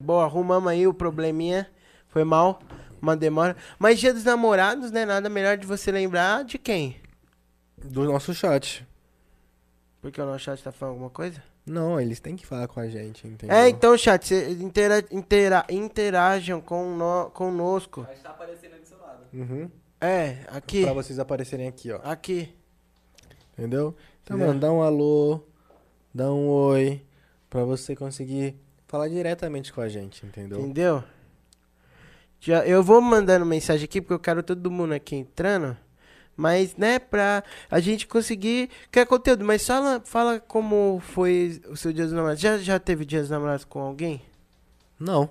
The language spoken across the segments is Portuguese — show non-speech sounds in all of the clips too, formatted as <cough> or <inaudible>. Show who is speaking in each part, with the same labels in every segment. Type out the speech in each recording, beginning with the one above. Speaker 1: Bom, arrumamos aí o probleminha. Foi mal, uma demora. Mas dia dos namorados, né? Nada melhor de você lembrar de quem?
Speaker 2: Do nosso chat.
Speaker 1: Porque o nosso chat tá falando alguma coisa?
Speaker 2: Não, eles têm que falar com a gente, entendeu?
Speaker 1: É, então, chat, cê intera intera interajam com no conosco.
Speaker 3: Mas tá aparecendo aí do seu lado.
Speaker 2: Uhum.
Speaker 1: É, aqui.
Speaker 2: Pra vocês aparecerem aqui, ó.
Speaker 1: Aqui.
Speaker 2: Entendeu? Então,
Speaker 1: Entendeu?
Speaker 2: mano, dá um alô, dá um oi, pra você conseguir falar diretamente com a gente, entendeu?
Speaker 1: Entendeu? Já, eu vou mandando mensagem aqui, porque eu quero todo mundo aqui entrando. Mas, né, pra a gente conseguir criar conteúdo. Mas fala, fala como foi o seu Dia dos Namorados. Já, já teve Dia dos Namorados com alguém?
Speaker 2: Não,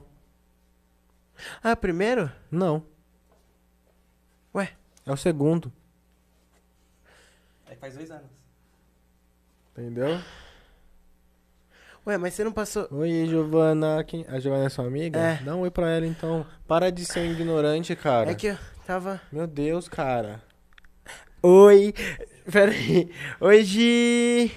Speaker 1: Ah, primeiro?
Speaker 2: não.
Speaker 1: Ué?
Speaker 2: É o segundo,
Speaker 3: É que faz dois anos.
Speaker 2: entendeu?
Speaker 1: Ué, mas você não passou.
Speaker 2: Oi, Giovana. Quem- A Giovana é sua amiga?
Speaker 1: É.
Speaker 2: Dá um oi pra ela, então. Para de ser um ignorante, cara.
Speaker 1: É que eu tava.
Speaker 2: Meu Deus, cara.
Speaker 1: Oi. Pera aí. Oi, Gi.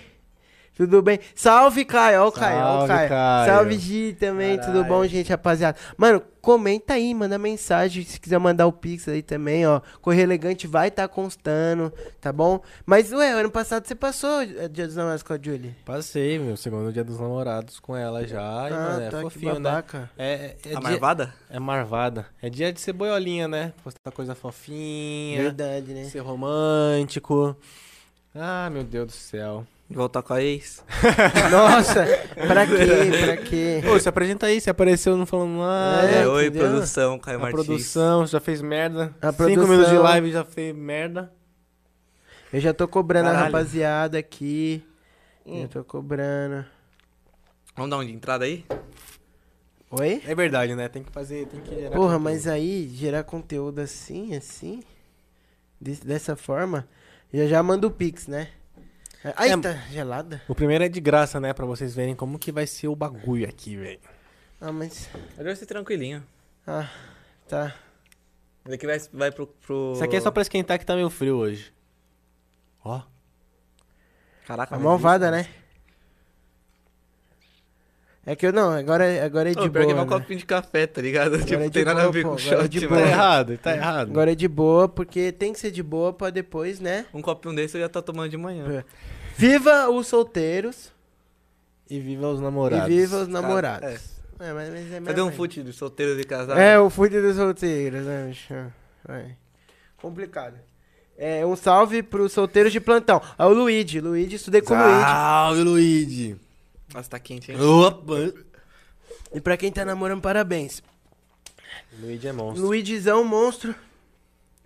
Speaker 1: Tudo bem? Salve, Caio. Ó, o Caio. ó, o
Speaker 2: Salve,
Speaker 1: Caio.
Speaker 2: Caio.
Speaker 1: Salve, Gi, também.
Speaker 2: Caralho.
Speaker 1: Tudo bom, gente, rapaziada? Mano, comenta aí, manda mensagem. Se quiser mandar o Pix aí também, ó. Correio Elegante vai estar constando, tá bom? Mas, ué, ano passado você passou é, Dia dos Namorados com a Julie.
Speaker 2: Passei meu segundo dia dos namorados com ela já. Ai,
Speaker 1: Ah,
Speaker 2: mano,
Speaker 1: tá,
Speaker 2: é fofinho, né? É, é, é dia-
Speaker 3: Tá marvada?
Speaker 2: é marvada. É dia de ser boiolinha, né? Postar coisa fofinha,
Speaker 1: Verdade, né? <laughs>
Speaker 2: ser romântico. Ah, meu Deus do céu.
Speaker 3: Voltar com a ex.
Speaker 1: Nossa, pra quê? Pra quê?
Speaker 2: Ô, se apresenta aí, se apareceu não falando nada.
Speaker 1: É,
Speaker 3: É, oi,
Speaker 1: entendeu?
Speaker 3: produção, Caio
Speaker 2: a
Speaker 3: Martins.
Speaker 2: produção já fez merda.
Speaker 1: A
Speaker 2: Cinco
Speaker 1: produção.
Speaker 2: minutos de live já fez merda.
Speaker 1: Eu já tô cobrando a
Speaker 3: Caralho.
Speaker 1: rapaziada aqui.
Speaker 3: Hum.
Speaker 1: Eu tô cobrando.
Speaker 3: Vamos dar uma de entrada aí?
Speaker 1: Oi?
Speaker 2: É verdade, né? Tem que fazer, tem que gerar.
Speaker 1: Porra,
Speaker 2: conteúdo.
Speaker 1: mas aí gerar conteúdo assim, assim, des- dessa forma, já já manda o Pix, né? É, Aí
Speaker 2: É,
Speaker 1: tá gelada.
Speaker 2: O primeiro é de graça, né? Pra vocês verem como que vai ser o bagulho aqui, velho.
Speaker 1: Ah, mas.
Speaker 3: Melhor ser tranquilinho.
Speaker 1: Ah, tá.
Speaker 3: Daqui vai, vai pro, pro.
Speaker 2: Isso aqui é só pra esquentar que tá meio frio hoje. Ó.
Speaker 3: Caraca,
Speaker 1: A
Speaker 3: mas
Speaker 1: malvada,
Speaker 3: isso-
Speaker 1: né? É que eu não, agora, agora é de
Speaker 3: Ô, pior que é
Speaker 1: boa.
Speaker 3: um
Speaker 1: né?
Speaker 3: copinho de café, tá ligado? <laughs> tipo,
Speaker 1: é
Speaker 3: não
Speaker 1: de
Speaker 3: tem nada
Speaker 1: boa,
Speaker 3: a ver
Speaker 1: pô,
Speaker 3: com
Speaker 1: agora é
Speaker 3: shot,
Speaker 1: de
Speaker 3: mano.
Speaker 1: boa.
Speaker 2: Tá errado, tá errado.
Speaker 1: Agora é de boa, porque tem que ser de boa pra depois, né?
Speaker 3: <laughs> Um copinho desse eu já tô tomando de manhã.
Speaker 1: Viva os solteiros
Speaker 2: E viva os namorados.
Speaker 1: e viva os
Speaker 3: Cara,
Speaker 1: namorados. É, mas, mas é
Speaker 3: Cadê
Speaker 1: mesmo
Speaker 3: um
Speaker 1: aí.
Speaker 3: fute de solteiro de casado?
Speaker 1: É, o fute dos solteiros, né, bicho? Vai. Complicado. É, um salve pros solteiros de plantão. Ah, o Luigi. Luigi, estudei com o Luigi.
Speaker 2: Salve, Luigi.
Speaker 3: Nossa, tá quente, hein?
Speaker 2: Opa.
Speaker 1: E pra quem tá namorando, parabéns.
Speaker 2: Luigi é monstro.
Speaker 1: Luigizão, monstro.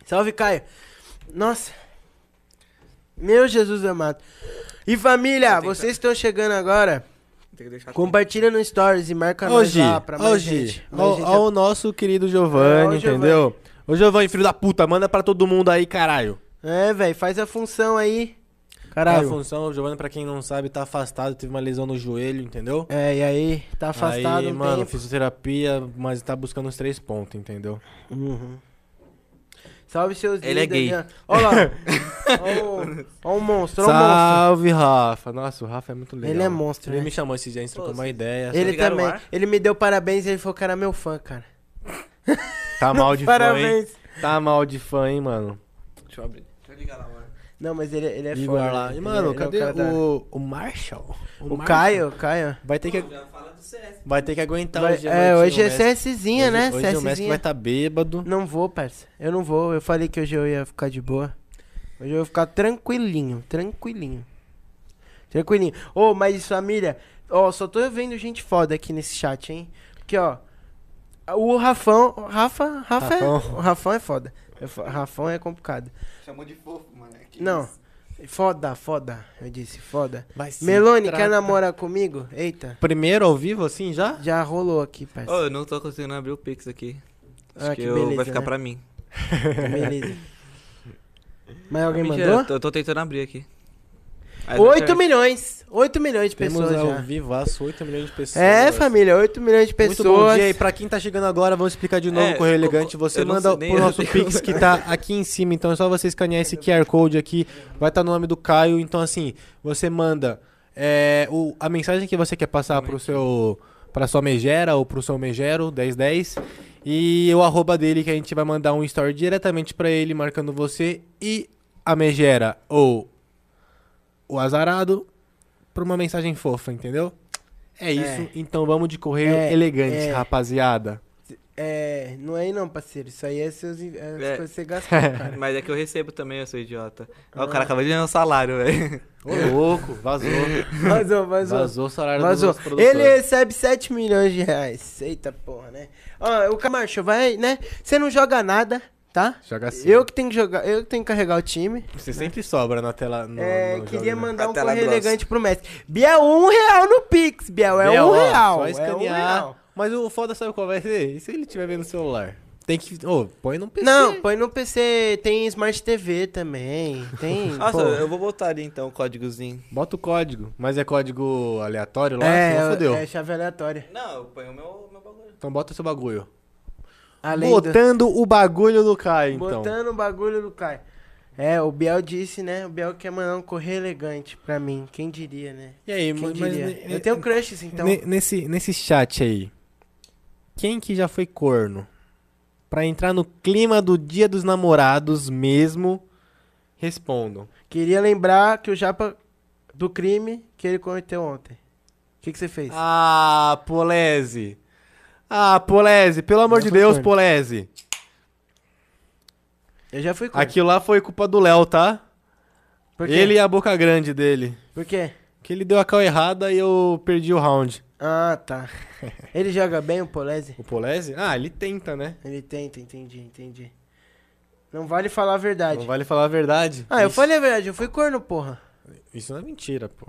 Speaker 1: Salve, Caio. Nossa. Meu Jesus amado. E família,
Speaker 3: Eu tenho
Speaker 1: vocês estão chegando agora,
Speaker 3: Tem que deixar
Speaker 1: compartilha no Stories e marca nós
Speaker 2: Hoje,
Speaker 1: lá pra mais
Speaker 2: hoje,
Speaker 1: gente. Mais
Speaker 2: ao,
Speaker 1: gente
Speaker 2: ao nosso querido
Speaker 1: É,
Speaker 2: Giovanni,
Speaker 1: ao
Speaker 2: entendeu? Ô, Giovanni, filho da puta, manda pra todo mundo aí, caralho.
Speaker 1: É, velho, faz a função aí.
Speaker 2: Caralho. A
Speaker 1: Caralho.
Speaker 2: função, o Giovanni, pra quem não sabe, tá afastado, teve uma lesão no joelho, entendeu?
Speaker 1: É, e aí, tá afastado
Speaker 2: aí,
Speaker 1: um
Speaker 2: mano,
Speaker 1: tempo.
Speaker 2: fisioterapia, mas tá buscando os três pontos, entendeu?
Speaker 1: Uhum. Salve seus
Speaker 3: Ele é gay.
Speaker 1: Olha
Speaker 2: <laughs>
Speaker 1: lá. Olha o, ó o um monstro, ó o monstro.
Speaker 2: Salve, Rafa. Nossa, o Rafa é muito legal.
Speaker 1: Ele é monstro,
Speaker 2: Ele
Speaker 1: né?
Speaker 2: me chamou esses dias, a gente trocou
Speaker 3: Pô,
Speaker 2: uma ideia.
Speaker 1: Ele
Speaker 3: ligaram
Speaker 1: também.
Speaker 3: o ar?
Speaker 1: Ele me deu parabéns e ele falou que era meu fã, cara. <laughs>
Speaker 2: Tá mal de fã, hein?
Speaker 1: parabéns.
Speaker 2: Tá mal de fã, hein, mano.
Speaker 3: Deixa eu abrir. Deixa eu ligar lá, mano.
Speaker 1: Não, mas ele, ele é
Speaker 2: Igor
Speaker 1: fã.
Speaker 2: lá.
Speaker 1: né?
Speaker 2: E,
Speaker 1: Ele-
Speaker 2: mano,
Speaker 1: ele é
Speaker 2: cadê
Speaker 1: cara da-
Speaker 2: o, o Marshall?
Speaker 1: O
Speaker 2: Marshall?
Speaker 1: Caio, Caio.
Speaker 2: Vai ter que,
Speaker 3: Já fala do CS.
Speaker 2: vai ter que aguentar
Speaker 1: Vai-
Speaker 2: Tá hoje. à
Speaker 1: é,
Speaker 2: noite,
Speaker 1: hoje
Speaker 2: o
Speaker 1: é
Speaker 2: Messi-
Speaker 1: CSzinha, né?
Speaker 2: hoje- Hoje o Messi vai
Speaker 1: CSzinha.
Speaker 2: estar bêbado.
Speaker 1: Não vou, parceiro. Eu não vou. Eu falei que hoje eu ia ficar de boa. Hoje eu vou ficar tranquilinho, tranquilinho. Tranquilinho. Ô, mas família, ó, só tô vendo gente foda aqui nesse chat, hein? Porque, ó, o Rafão. o Rafa, Rafa é.
Speaker 2: Rafão.
Speaker 1: O Rafão é foda. É fo- Rafão é complicado.
Speaker 3: Chamou de fofo, mano. Que
Speaker 1: Não.
Speaker 3: isso?
Speaker 1: Foda, foda. Eu disse, foda.
Speaker 2: Vai se
Speaker 1: Melone,
Speaker 2: tra-
Speaker 1: quer namorar comigo? Eita.
Speaker 2: Primeiro ao vivo, assim, já?
Speaker 1: Já rolou aqui, parceiro.
Speaker 3: Ô, eu não tô conseguindo abrir o Pix aqui. Acho
Speaker 1: Ah,
Speaker 3: que,
Speaker 1: que
Speaker 3: eu-
Speaker 1: beleza,
Speaker 3: vai ficar
Speaker 1: né?
Speaker 3: pra mim.
Speaker 1: Beleza.
Speaker 3: <laughs>
Speaker 1: Mas alguém
Speaker 3: Mentira,
Speaker 1: mandou?
Speaker 3: Eu tô, eu tô tentando abrir aqui. é Aí não
Speaker 1: 8
Speaker 3: serve.
Speaker 1: milhões. 8 milhões de
Speaker 2: Temos
Speaker 1: pessoas
Speaker 2: ao
Speaker 1: já.
Speaker 2: vivo, aço, 8 milhões de pessoas.
Speaker 1: É, família, 8 milhões de
Speaker 2: Muito bom
Speaker 1: pessoas.
Speaker 2: dia. E pra quem tá chegando agora, vamos explicar de novo
Speaker 3: É,
Speaker 2: o Correio
Speaker 3: eu-
Speaker 2: Elegante. Você
Speaker 3: eu não
Speaker 2: manda
Speaker 3: sei nem-
Speaker 2: pro nosso
Speaker 3: eu não-
Speaker 2: Pix que tá aqui em cima. Então é só você escanear esse QR Code aqui. Vai estar no nome do Caio. Então, assim, você manda é, o- a mensagem que você quer passar pro seu pra sua megera ou pro seu megero, 1010. E o arroba dele que a gente vai mandar um story diretamente pra ele, marcando você e a megera ou o azarado pra uma mensagem fofa, entendeu? É isso, então vamos de correio
Speaker 1: É,
Speaker 2: elegante,
Speaker 1: é.
Speaker 2: rapaziada.
Speaker 1: É, não é aí não, parceiro. Isso aí é seus in- é as
Speaker 3: É.
Speaker 1: coisas que você gastou, cara.
Speaker 2: <laughs>
Speaker 3: Mas é que eu recebo também, eu sou idiota. Ó, o
Speaker 1: Ah.
Speaker 3: cara acabou de ganhar um
Speaker 1: <laughs>
Speaker 3: salário, velho.
Speaker 2: Ô louco, vazou.
Speaker 1: Vazou, vazou.
Speaker 2: Vazou o salário
Speaker 1: Vazou.
Speaker 2: do nosso produtor.
Speaker 1: Ele é recebe 7 milhões de reais. Eita porra, né? Ó, o Camacho, vai, né? Você não joga nada, tá?
Speaker 2: Joga assim.
Speaker 1: Eu que tenho que jogar, eu que tenho que carregar o time.
Speaker 2: Você sempre sobra na tela. No,
Speaker 1: é,
Speaker 2: no
Speaker 1: queria
Speaker 2: jogo, né?
Speaker 1: mandar um
Speaker 3: Catela
Speaker 1: correio
Speaker 3: grossa.
Speaker 1: elegante pro Messi. Biel, um real no Pix, Biel. É
Speaker 2: Bel,
Speaker 1: um
Speaker 2: ó,
Speaker 1: real.
Speaker 2: Só
Speaker 1: é um
Speaker 2: escanear.
Speaker 1: real.
Speaker 2: Mas o foda sabe qual vai ser? E se ele tiver vendo o celular? Tem que. Ô, põe no PC.
Speaker 1: Não, põe no PC, tem Smart TV também,
Speaker 2: <laughs>
Speaker 1: tem...
Speaker 3: Nossa,
Speaker 1: pô.
Speaker 3: eu vou botar ali então o códigozinho.
Speaker 2: Bota o código. Mas é código aleatório lá?
Speaker 1: é,
Speaker 2: senão fodeu.
Speaker 1: é chave aleatória.
Speaker 3: Não, eu ponho o meu, meu bagulho.
Speaker 2: Então bota o seu bagulho.
Speaker 1: Além do-
Speaker 2: Botando o bagulho do Caio, então.
Speaker 1: Botando o bagulho do Caio. É, o Biel disse, né? O Biel quer mandar um correio elegante pra mim. Quem diria, né?
Speaker 2: E aí,
Speaker 1: Quem
Speaker 2: mas.
Speaker 1: diria?
Speaker 2: ne-
Speaker 1: Eu tenho crushes, então.
Speaker 2: ne- nesse, nesse chat aí, quem que já foi corno? Pra entrar no clima do dia dos namorados mesmo, respondam.
Speaker 1: Queria lembrar que o Japa do crime que ele cometeu ontem. O que, que você fez?
Speaker 2: Ah, Polese. Ah, Polese, pelo amor
Speaker 1: Não
Speaker 2: de
Speaker 1: foi
Speaker 2: Deus,
Speaker 1: corno.
Speaker 2: Polese.
Speaker 1: Eu já fui com
Speaker 2: Aquilo lá foi culpa do Léo, tá?
Speaker 1: Por quê?
Speaker 2: Ele é e a boca grande dele.
Speaker 1: Por quê?
Speaker 2: Que ele deu a cal errada e eu perdi o round.
Speaker 1: Ah,
Speaker 2: <laughs>
Speaker 1: tá. Ele joga bem o Polese?
Speaker 2: O Polese? Ah, ele tenta, né?
Speaker 1: Ele tenta, entendi, entendi. Não vale falar a verdade.
Speaker 2: Não vale falar a verdade.
Speaker 1: Ah, eu
Speaker 2: Isso-
Speaker 1: falei a verdade, eu fui corno, porra.
Speaker 2: Isso não é mentira, pô.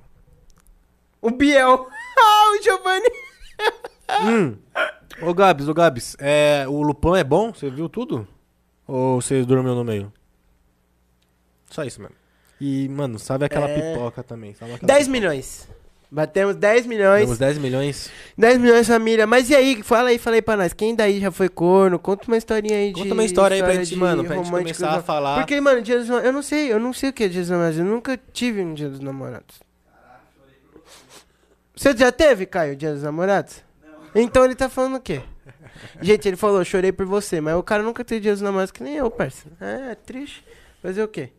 Speaker 1: O Biel. <laughs> Ah, o Giovanni.
Speaker 2: Hum. Ô, Gabs, ô, Gabs. É, o Lupão é bom? Você viu tudo? Ou você dormiu no meio? Só isso mesmo. E, mano, salve aquela
Speaker 1: É.
Speaker 2: pipoca também. Salve aquela
Speaker 1: 10
Speaker 2: pipoca.
Speaker 1: milhões. Batemos 10 milhões.
Speaker 2: Temos 10 milhões.
Speaker 1: 10 milhões, família. Mas e aí? Fala aí, fala aí pra nós. Quem daí já foi corno? Conta uma historinha aí de.
Speaker 2: Conta uma história aí pra gente,
Speaker 1: de
Speaker 2: mano, pra gente
Speaker 1: românticos
Speaker 2: começar a
Speaker 1: na-
Speaker 2: falar.
Speaker 1: Porque, mano, dia dos namorados. Eu não sei, eu não sei o que é dia dos namorados. Eu nunca tive um dia dos namorados. Você já teve, Caio, dia dos namorados? Não. Então ele tá falando o quê? Gente, ele falou, chorei por você, mas o cara nunca teve dia dos namorados que nem eu, parceiro. É, é triste. Fazer o quê?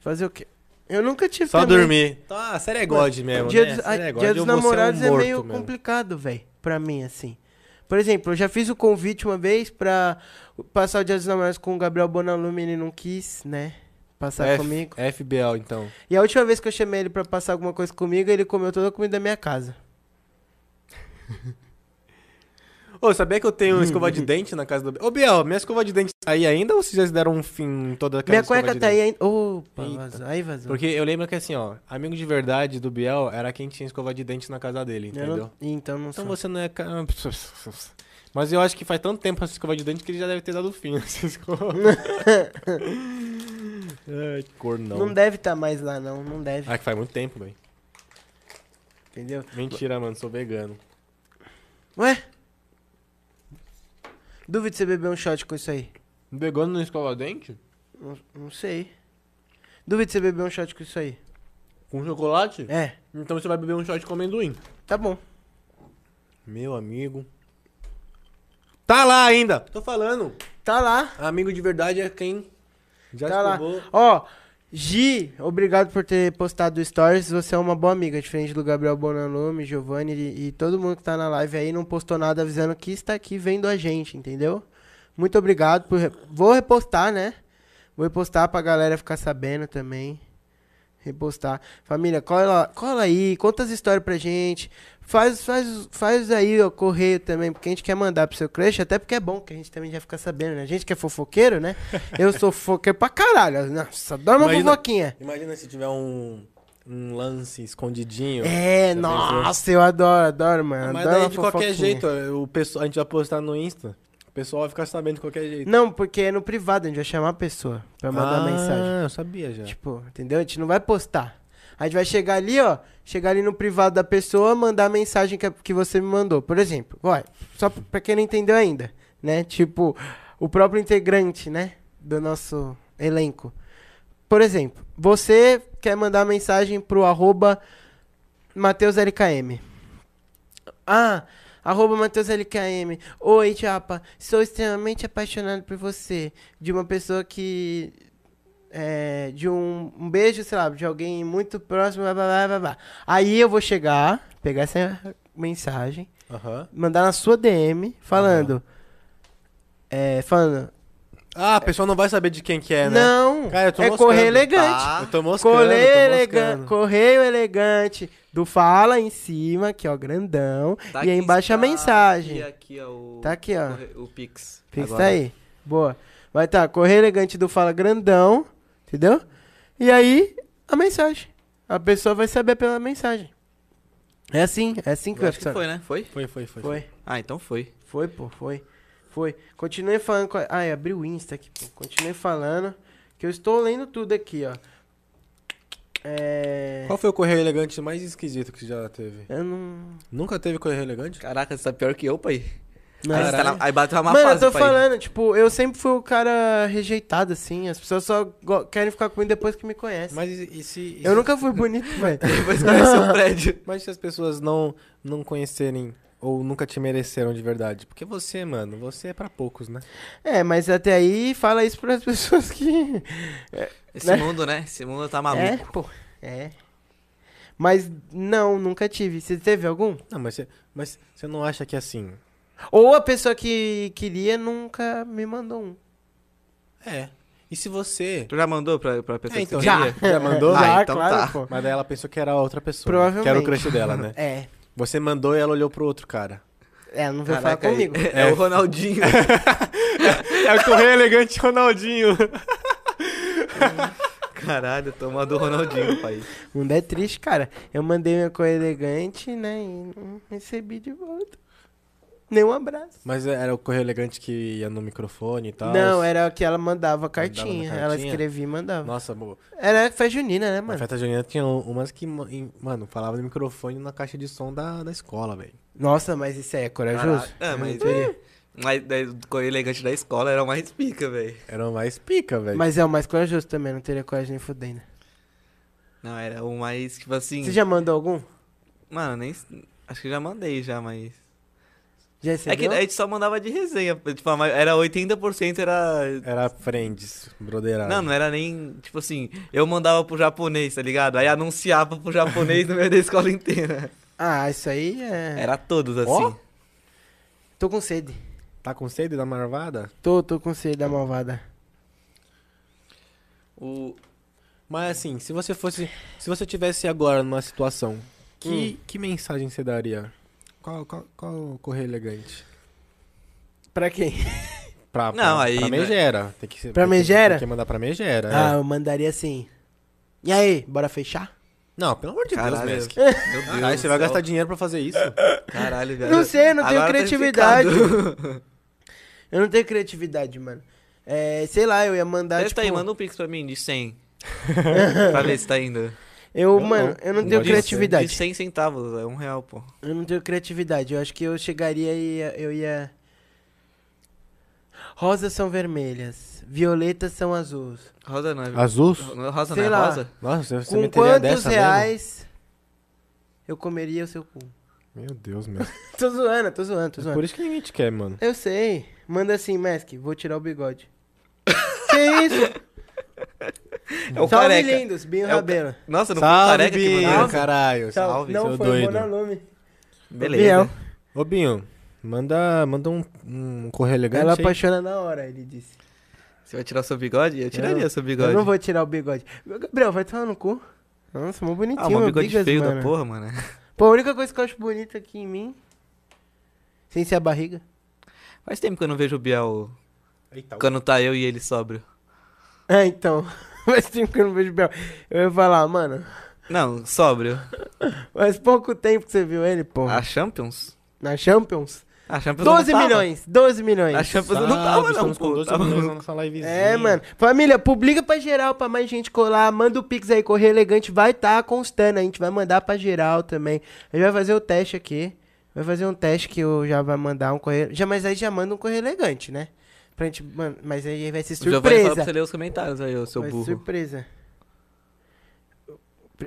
Speaker 1: Fazer o quê? Eu nunca tive
Speaker 2: Só
Speaker 1: também.
Speaker 2: dormir. Então, a série é God mesmo,
Speaker 1: Dia
Speaker 2: né?
Speaker 1: dos,
Speaker 2: A série
Speaker 1: a-
Speaker 2: é God,
Speaker 1: Dia
Speaker 2: eu
Speaker 1: dos
Speaker 2: vou ser um
Speaker 1: Namorados é
Speaker 2: morto
Speaker 1: meio
Speaker 2: mesmo.
Speaker 1: complicado, velho, pra mim, assim. Por exemplo, eu já fiz o convite uma vez pra passar o Dia dos Namorados com o Gabriel Bonalume, ele não quis, né? Passar
Speaker 2: F-
Speaker 1: comigo.
Speaker 2: FBL, então.
Speaker 1: E a última vez que eu chamei ele pra passar alguma coisa comigo, ele comeu toda a comida da minha casa.
Speaker 2: Ô, sabia que eu tenho escova <laughs> de dente na casa do... Ô, Biel, minha escova de dente tá aí ainda ou vocês já deram um fim em toda aquela
Speaker 1: minha
Speaker 2: escova
Speaker 1: cueca
Speaker 2: de
Speaker 1: tá
Speaker 2: dente?
Speaker 1: aí ainda. Opa,
Speaker 2: Eita.
Speaker 1: vazou. Aí vazou.
Speaker 2: Porque eu lembro que assim, ó, amigo de verdade do Biel era quem tinha escova de dente na casa dele,
Speaker 1: Eu
Speaker 2: entendeu?
Speaker 1: não, então não
Speaker 2: Então
Speaker 1: sou.
Speaker 2: você não é... ca- <laughs> Mas eu acho que faz tanto tempo essa escova de dente que ele já deve ter dado fim <laughs>
Speaker 1: <laughs>
Speaker 2: nessa escova. Ai, que cor não.
Speaker 1: Não. deve estar mais lá, não. Não deve.
Speaker 2: Ah, que faz muito tempo, velho.
Speaker 1: Entendeu?
Speaker 2: Mentira, mano, sou vegano.
Speaker 1: Ué? Duvido você beber um shot com isso aí.
Speaker 2: Vegano não escova dente?
Speaker 1: Não, não sei. Duvido você beber um shot com isso aí.
Speaker 2: Com chocolate?
Speaker 1: É,
Speaker 2: Então você vai beber um shot com amendoim.
Speaker 1: tá bom.
Speaker 2: Meu amigo. Tá lá ainda! Tô falando.
Speaker 1: Tá lá,
Speaker 2: Amigo de verdade é quem já
Speaker 1: tá lá.
Speaker 2: escovou.
Speaker 1: Ó, Gi, obrigado por ter postado o stories. Você é uma boa amiga, diferente do Gabriel Bonalume, Giovanni e, e todo mundo que tá na live aí. Não postou nada avisando que está aqui vendo a gente, entendeu? Muito obrigado. Por re- Vou repostar, né? Vou repostar pra galera ficar sabendo também. Repostar. Família, cola, cola aí, conta as histórias pra gente. Faz, faz, faz aí o correio também, porque a gente quer mandar pro seu crush, até porque é bom que a gente também já fica sabendo, né? A gente que é fofoqueiro, né? Eu sou fofoqueiro pra caralho. Nossa, adoro uma
Speaker 2: Imagina-
Speaker 1: fofoquinha.
Speaker 2: Imagina se tiver um, um lance escondidinho.
Speaker 1: É,
Speaker 2: pensou?
Speaker 1: nossa, eu adoro, adoro, mano.
Speaker 2: Mas
Speaker 1: adoro
Speaker 2: daí
Speaker 1: Ah, uma
Speaker 2: de qualquer
Speaker 1: fofoquinha.
Speaker 2: jeito, ó, o pessoal, a gente vai postar no Insta. O pessoal vai ficar sabendo de qualquer jeito. Ah,
Speaker 1: Não, porque é no privado, a gente vai chamar a pessoa pra mandar mensagem.
Speaker 2: eu sabia já.
Speaker 1: Tipo, entendeu? A gente não vai postar. A gente vai chegar ali, ó, chegar ali no privado da pessoa, mandar a mensagem que, a- que você me mandou. Por exemplo, ó, só p- pra quem não entendeu ainda, né? Tipo, o próprio integrante, né, do nosso elenco. Por exemplo, você quer mandar mensagem pro arroba MatheusLKM. Ah, Arroba Matheus LKM. Oi, Japa. Sou extremamente apaixonado por você. De uma pessoa que. é, de um, um beijo, sei lá, de alguém muito próximo, blá, blá, blá, blá, blá. Aí eu vou chegar, pegar essa mensagem,
Speaker 2: Aham.
Speaker 1: mandar na sua DM, falando. É, falando.
Speaker 2: Ah, a pessoa não vai saber de quem que é, né?
Speaker 1: Não!
Speaker 2: Cara, eu tô
Speaker 1: é
Speaker 2: moscando.
Speaker 1: correr elegante.
Speaker 3: Tá.
Speaker 2: Eu tô moscando,
Speaker 1: Correio,
Speaker 2: eu tô
Speaker 1: elegan
Speaker 2: moscando.
Speaker 1: correio elegante do Fala em cima, aqui ó, grandão.
Speaker 3: Tá
Speaker 1: e aí
Speaker 3: aqui
Speaker 1: embaixo a
Speaker 3: está,
Speaker 1: mensagem.
Speaker 3: E aqui, ó, o...
Speaker 1: Tá aqui, ó.
Speaker 3: corre- O Pix.
Speaker 1: Fixa
Speaker 3: Agora.
Speaker 1: aí. Boa. Vai tá, correio elegante do Fala Grandão, entendeu? E aí, a mensagem. A pessoa vai saber pela mensagem. É assim, é assim que
Speaker 3: Eu acho que
Speaker 1: funciona.
Speaker 3: foi, né? Foi?
Speaker 2: Foi, foi, foi.
Speaker 1: Foi,
Speaker 3: Ah, então foi.
Speaker 1: foi, pô, foi. Foi. Continuei falando. com a- Ai, abri o Insta aqui, pô. Continuei falando. Que eu estou lendo tudo aqui, ó. É.
Speaker 2: Qual foi o correio elegante mais esquisito que já teve?
Speaker 1: Eu não.
Speaker 2: Nunca teve correio elegante?
Speaker 3: Caraca, você tá pior que eu, pai.
Speaker 1: não.
Speaker 3: Aí, você tá na- aí bateu uma
Speaker 1: Mano, eu
Speaker 3: fase,
Speaker 1: tô
Speaker 3: pai.
Speaker 1: falando, tipo, eu sempre fui o cara rejeitado, assim. As pessoas só go- querem ficar comigo depois que me conhecem.
Speaker 2: Mas e e se. e
Speaker 1: eu
Speaker 2: se-
Speaker 1: nunca fui bonito, velho.
Speaker 3: <laughs> Depois conheceu
Speaker 1: <laughs>
Speaker 3: o prédio.
Speaker 2: Mas se as pessoas não, não conhecerem ou nunca te mereceram de verdade? Porque você, mano, você é pra poucos, né?
Speaker 1: É, mas até aí fala isso pras <laughs> pessoas que.
Speaker 3: Esse
Speaker 1: Né?
Speaker 3: mundo, né? Esse mundo tá
Speaker 1: é,
Speaker 3: maluco.
Speaker 1: pô. É. Mas não, nunca tive. Você teve algum?
Speaker 2: Não, mas você, mas você não acha que assim.
Speaker 1: Ou a pessoa que queria nunca me mandou um.
Speaker 2: É. E se você.
Speaker 3: Tu já mandou pra, pra pessoa
Speaker 2: É, então,
Speaker 3: que
Speaker 2: já.
Speaker 3: você queria?
Speaker 2: já mandou?
Speaker 3: Ah,
Speaker 1: Já,
Speaker 3: então
Speaker 1: claro,
Speaker 3: tá.
Speaker 1: pô.
Speaker 2: Mas daí ela pensou que era outra pessoa. né?
Speaker 1: Provavelmente.
Speaker 2: Que era o crush
Speaker 1: <laughs>
Speaker 2: dela, né?
Speaker 1: É.
Speaker 2: Você mandou e ela olhou pro outro cara.
Speaker 1: É, não veio
Speaker 3: Caraca,
Speaker 1: falar comigo.
Speaker 3: aí- <laughs> É,
Speaker 2: É.
Speaker 1: <laughs>
Speaker 3: o Ronaldinho.
Speaker 2: É o correio elegante Ronaldinho.
Speaker 3: Caralho, toma do Ronaldinho, pai.
Speaker 1: O mundo é triste, cara. Eu mandei minha coisa elegante, né? E não recebi de volta. Nem um abraço.
Speaker 2: Mas é, era o correio elegante que ia no microfone e tal.
Speaker 1: Não, era que ela mandava
Speaker 2: na
Speaker 1: cartinha. Ela
Speaker 2: cartinha?
Speaker 1: escrevia e mandava.
Speaker 2: Nossa, boa.
Speaker 1: Era festa junina, né,
Speaker 2: Na
Speaker 1: mano?
Speaker 2: festa junina tinha umas que, em- mano, falava no microfone na caixa de som da, da escola, velho.
Speaker 1: Nossa, mas isso aí é corajoso.
Speaker 3: Caraca, É, mas...
Speaker 1: Hum.
Speaker 3: Mas daí, o correio elegante da escola era o mais pica, velho.
Speaker 2: Era mais pica, velho.
Speaker 1: Mas é o mais corajoso também, não teria coragem nem fudendo.
Speaker 3: Não, era o mais, tipo assim...
Speaker 1: Você já mandou algum?
Speaker 3: Mano, nem... Acho que já mandei já, mas...
Speaker 1: Já
Speaker 3: É que
Speaker 1: recebeu?
Speaker 3: a gente só mandava de resenha. Tipo, a ma- era 80% era...
Speaker 2: Era friends, broderado.
Speaker 3: Não, não era nem, tipo assim, eu mandava pro japonês, tá ligado? Aí anunciava pro japonês no meio da escola inteira.
Speaker 1: Ah, isso aí é...
Speaker 3: Era todos assim.
Speaker 2: Ó.
Speaker 1: Tô com sede.
Speaker 2: Tá com sede da marvada?
Speaker 1: Tô, tô com sede da malvada.
Speaker 3: O...
Speaker 2: Mas assim, se você fosse. Se você tivesse agora numa situação, que,
Speaker 3: Hum.
Speaker 2: que mensagem você daria? Qual, qual, qual o correio elegante?
Speaker 1: Pra quem?
Speaker 2: Pra,
Speaker 3: Não,
Speaker 2: pra,
Speaker 3: aí
Speaker 2: pra
Speaker 3: não é-
Speaker 2: Megera. Tem que ser.
Speaker 1: Pra
Speaker 2: tem que-
Speaker 1: megera?
Speaker 2: Tem que mandar pra Megera.
Speaker 1: Ah,
Speaker 2: é.
Speaker 1: eu mandaria assim. E aí, bora fechar?
Speaker 2: Não, pelo amor de
Speaker 1: <laughs>
Speaker 3: Caralho.
Speaker 2: Deus, Mask.
Speaker 3: Meu Deus.
Speaker 2: Caralho,
Speaker 3: do
Speaker 2: você vai
Speaker 3: céu.
Speaker 2: gastar dinheiro pra fazer
Speaker 3: <laughs>
Speaker 2: isso?
Speaker 3: Caralho, velho.
Speaker 1: Não sei, não tenho
Speaker 3: Agora tá
Speaker 1: criatividade.
Speaker 3: explicado.
Speaker 1: Eu não tenho criatividade, mano. É, sei lá, eu ia mandar,
Speaker 3: Testa
Speaker 1: tipo...
Speaker 3: aí, manda um pix pra mim
Speaker 1: <laughs>
Speaker 3: de 100. pra ver se tá indo.
Speaker 1: Eu,
Speaker 2: Eu
Speaker 1: mano,
Speaker 2: não.
Speaker 1: eu não
Speaker 2: Não
Speaker 1: tenho
Speaker 2: gosto de você.
Speaker 1: criatividade.
Speaker 3: De 100 centavos, é um real, pô.
Speaker 1: Eu não tenho criatividade. Eu acho que eu chegaria e ia- eu ia. Rosas são vermelhas, violetas são azuis.
Speaker 3: Rosa não é...
Speaker 2: Azul?
Speaker 3: Não, Rosa
Speaker 1: Ah, Sei
Speaker 3: não é
Speaker 1: lá.
Speaker 3: rosa?
Speaker 2: Nossa, você
Speaker 1: Com
Speaker 2: meteria
Speaker 1: quantos
Speaker 2: dessa mesmo?
Speaker 1: reais eu comeria o seu cu?
Speaker 2: Meu Deus, Mask.
Speaker 1: Tô zoando, tô zoando, tô
Speaker 2: É
Speaker 1: zoando.
Speaker 2: Por isso que ninguém te quer, mano.
Speaker 1: Eu sei. Manda assim, Mask, vou tirar o <laughs> bigode. que isso?
Speaker 3: É o
Speaker 1: Salve
Speaker 3: careca.
Speaker 1: lindos, Binho
Speaker 3: É o
Speaker 1: Rabelo.
Speaker 3: Nossa, não
Speaker 2: Salve,
Speaker 3: foi o careca que
Speaker 2: Binho,
Speaker 3: mandou essa?
Speaker 2: caralho.
Speaker 3: Salve,
Speaker 1: Não,
Speaker 2: seu
Speaker 1: foi o
Speaker 2: doido.
Speaker 1: Bonalume.
Speaker 3: Beleza.
Speaker 1: Biel.
Speaker 2: Ô, Binho, manda, manda um, um correio elegante
Speaker 1: Ela
Speaker 2: aí.
Speaker 1: apaixona na hora, ele disse.
Speaker 3: Você vai tirar seu bigode? Eu tiraria seu bigode.
Speaker 1: Eu não vou tirar o bigode. Gabriel, vai tomar no cu. Nossa, mó bonitinho.
Speaker 3: Ah, um
Speaker 1: meu
Speaker 3: bigode
Speaker 1: bigas,
Speaker 3: feio
Speaker 1: mano.
Speaker 3: da porra, mano.
Speaker 1: Pô, a única coisa que eu acho bonita aqui em mim. Sem ser a barriga.
Speaker 3: Faz tempo que eu não vejo o Biel
Speaker 2: Eita,
Speaker 3: quando tá eu e ele sóbrio.
Speaker 1: Ah, <laughs> então. Faz tempo que eu não vejo Bel. Eu ia falar, mano.
Speaker 3: Não, sóbrio.
Speaker 1: Faz pouco tempo que você viu ele, pô.
Speaker 3: A Champions? Ah,
Speaker 1: Na Champions.
Speaker 3: A Champions eu
Speaker 1: 12
Speaker 3: Ah. não tava.
Speaker 1: milhões. 12 milhões.
Speaker 3: A Champions eu não
Speaker 2: Salve,
Speaker 3: tava, não.
Speaker 2: Estamos com
Speaker 3: pô,
Speaker 2: 12
Speaker 3: tava-
Speaker 2: milhões na nossa livezinha.
Speaker 1: É, mano. Família, publica pra geral, pra mais gente colar. Manda o Pix aí, Correio Elegante. Vai tá constando. A gente vai mandar pra geral também. A gente vai fazer o teste aqui. Vai fazer um teste que eu já vai mandar um correio. Já, mas aí já manda um correio elegante, né? Pra gente. man- Mas aí vai ser
Speaker 3: O Giovanni
Speaker 1: surpresa.
Speaker 3: falou pra você ler os comentários aí, ô seu
Speaker 1: Mas
Speaker 3: burro.
Speaker 1: surpresa.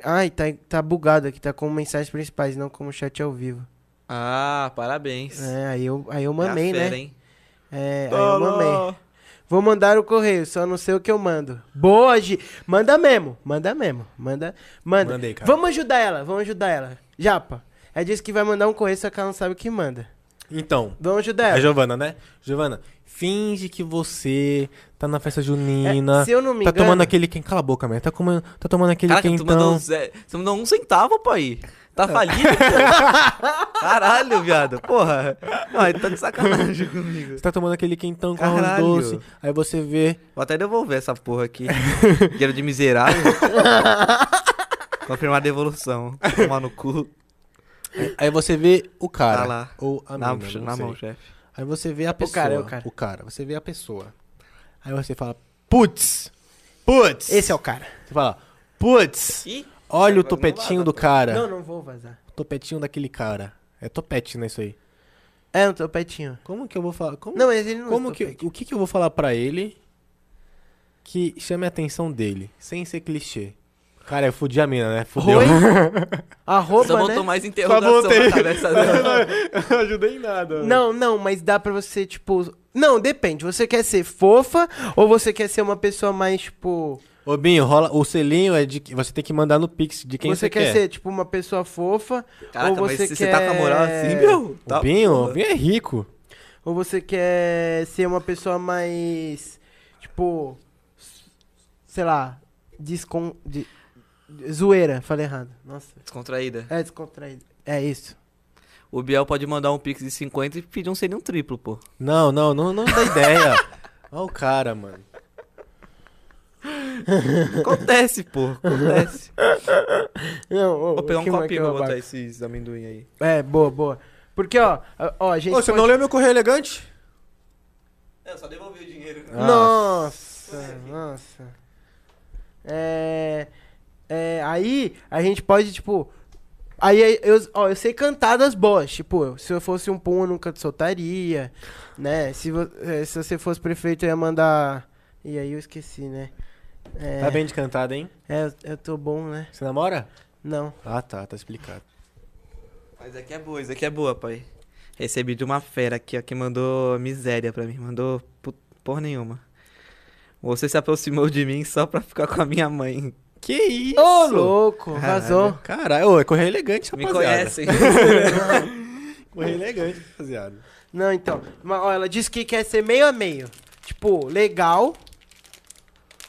Speaker 1: Ai, tá, tá bugado aqui, tá como mensagens principais, não como chat ao vivo.
Speaker 3: Ah, parabéns.
Speaker 1: É, aí eu, aí eu
Speaker 3: É a
Speaker 1: mamei,
Speaker 3: fera,
Speaker 1: né?
Speaker 3: hein?
Speaker 1: É, aí eu mamei. Vou mandar o correio, só não sei o que eu mando. Boa, Gi. Manda mesmo, manda mesmo. Manda, manda.
Speaker 2: Mandei, cara.
Speaker 1: Vamos ajudar ela, vamos ajudar ela. Japa. Ela disse que vai mandar um correio, só que ela não sabe o que manda.
Speaker 2: Então,
Speaker 1: Vamos ajudar
Speaker 2: a
Speaker 1: ela.
Speaker 2: Giovana, né? Giovana, finge que você tá na festa junina.
Speaker 1: É, se eu não me
Speaker 2: Tá
Speaker 1: engano-
Speaker 2: tomando aquele quem Cala a boca, man. Tá, comendo, tá tomando aquele
Speaker 3: Caraca,
Speaker 2: quem
Speaker 3: tu mandou,
Speaker 2: então.
Speaker 3: um zé- tu mandou um centavo, pai. Tá falido? pô. Caralho, viado. Porra. Não, ele tá de sacanagem comigo.
Speaker 2: Você tá tomando aquele quentão com arroz
Speaker 3: Caralho.
Speaker 2: doce. Aí você vê.
Speaker 3: Vou até devolver essa porra aqui. Dinheiro de miserável. Confirmar a devolução. Tomar no cu.
Speaker 2: Aí você vê o cara.
Speaker 3: Tá lá.
Speaker 2: Ou a
Speaker 3: na
Speaker 2: mina, não
Speaker 3: na
Speaker 2: sei.
Speaker 3: mão, chefe.
Speaker 2: Aí você vê a pessoa.
Speaker 1: cara, é o cara.
Speaker 2: Você vê a pessoa. Aí você fala, putz! Putz!
Speaker 1: Esse é o cara.
Speaker 2: Você fala, putz!
Speaker 3: Ih,
Speaker 2: Olha o
Speaker 3: Agora não
Speaker 2: topetinho
Speaker 3: vaza,
Speaker 2: do
Speaker 3: pô.
Speaker 2: cara.
Speaker 1: Não, não vou vazar.
Speaker 2: O topetinho daquele cara. É topete, né, isso aí.
Speaker 1: É, um topetinho.
Speaker 2: Como que eu vou falar? Como,
Speaker 1: Não, mas ele não usa
Speaker 2: como que,
Speaker 1: topete.
Speaker 2: o que que eu vou falar pra ele que chame a atenção dele, sem ser clichê? Cara, eu fudi a mina, né? Fudeu. <laughs>
Speaker 1: Oi?
Speaker 3: só
Speaker 1: Arroba,
Speaker 3: botou
Speaker 1: né?
Speaker 3: mais interrogação
Speaker 2: botei.
Speaker 3: na cabeça dela.
Speaker 2: não ajudei em nada.
Speaker 1: Não, não, mas dá pra você, tipo... Não, depende. Você quer ser fofa ou você quer ser uma pessoa mais, tipo...
Speaker 2: Ô, Binho, rola, o selinho é de que você tem que mandar no Pix de quem
Speaker 1: você
Speaker 2: você
Speaker 1: quer,
Speaker 2: quer.
Speaker 1: ser, tipo, uma pessoa fofa
Speaker 3: Caraca,
Speaker 1: ou
Speaker 3: mas
Speaker 1: você
Speaker 3: você,
Speaker 1: quer...
Speaker 3: tá com a moral assim, meu?
Speaker 2: O Binho, o Binho é rico.
Speaker 1: Ou você quer ser uma pessoa mais. Tipo. s- Sei lá. Descon. de- de- zoeira, falei errado. Nossa.
Speaker 3: Descontraída.
Speaker 1: É descontraído. É isso.
Speaker 3: O Biel pode mandar um pix de 50 e pedir um seria um triplo, pô.
Speaker 2: Não, não, não, não dá <laughs> ideia. Olha o cara, mano.
Speaker 3: Acontece, pô. Acontece.
Speaker 1: Não, ô,
Speaker 3: Vou pegar um
Speaker 1: que mais que
Speaker 3: copinho
Speaker 1: eu
Speaker 3: pra botar
Speaker 1: abaco?
Speaker 3: esses amendoim aí.
Speaker 1: É, boa, boa. Porque, ó, a- ó, a gente. pode-
Speaker 2: leu meu correio elegante?
Speaker 3: É, eu só devolvi o dinheiro.
Speaker 2: Ah,
Speaker 1: Nossa, nossa. É, é, Aí a gente pode, tipo. Aí aí, eu, ó, eu sei cantadas boas. Tipo, eu- se eu fosse um pum, eu nunca te soltaria. Né? Se, vo- eh, se você fosse prefeito, eu ia mandar. E aí eu esqueci, né? É,
Speaker 2: Tá bem de cantada, hein?
Speaker 1: é, eu, eu tô bom, né?
Speaker 2: Você namora?
Speaker 1: Não.
Speaker 2: Ah, tá, tá explicado.
Speaker 3: Mas aqui é boa, isso aqui é boa, pai. Recebi de uma fera aqui, ó, que mandou miséria pra mim. Mandou pu- porra nenhuma. Você se aproximou de mim só pra ficar com a minha mãe.
Speaker 2: Que isso?
Speaker 1: Ô, louco, vazou.
Speaker 2: Caralho, ô, é correio elegante,
Speaker 3: Me
Speaker 2: rapaziada.
Speaker 1: <laughs>
Speaker 3: conhecem.
Speaker 2: Correio elegante, rapaziada.
Speaker 1: Não, então. Mas, ó, ela disse que quer ser meio a meio. Tipo, legal.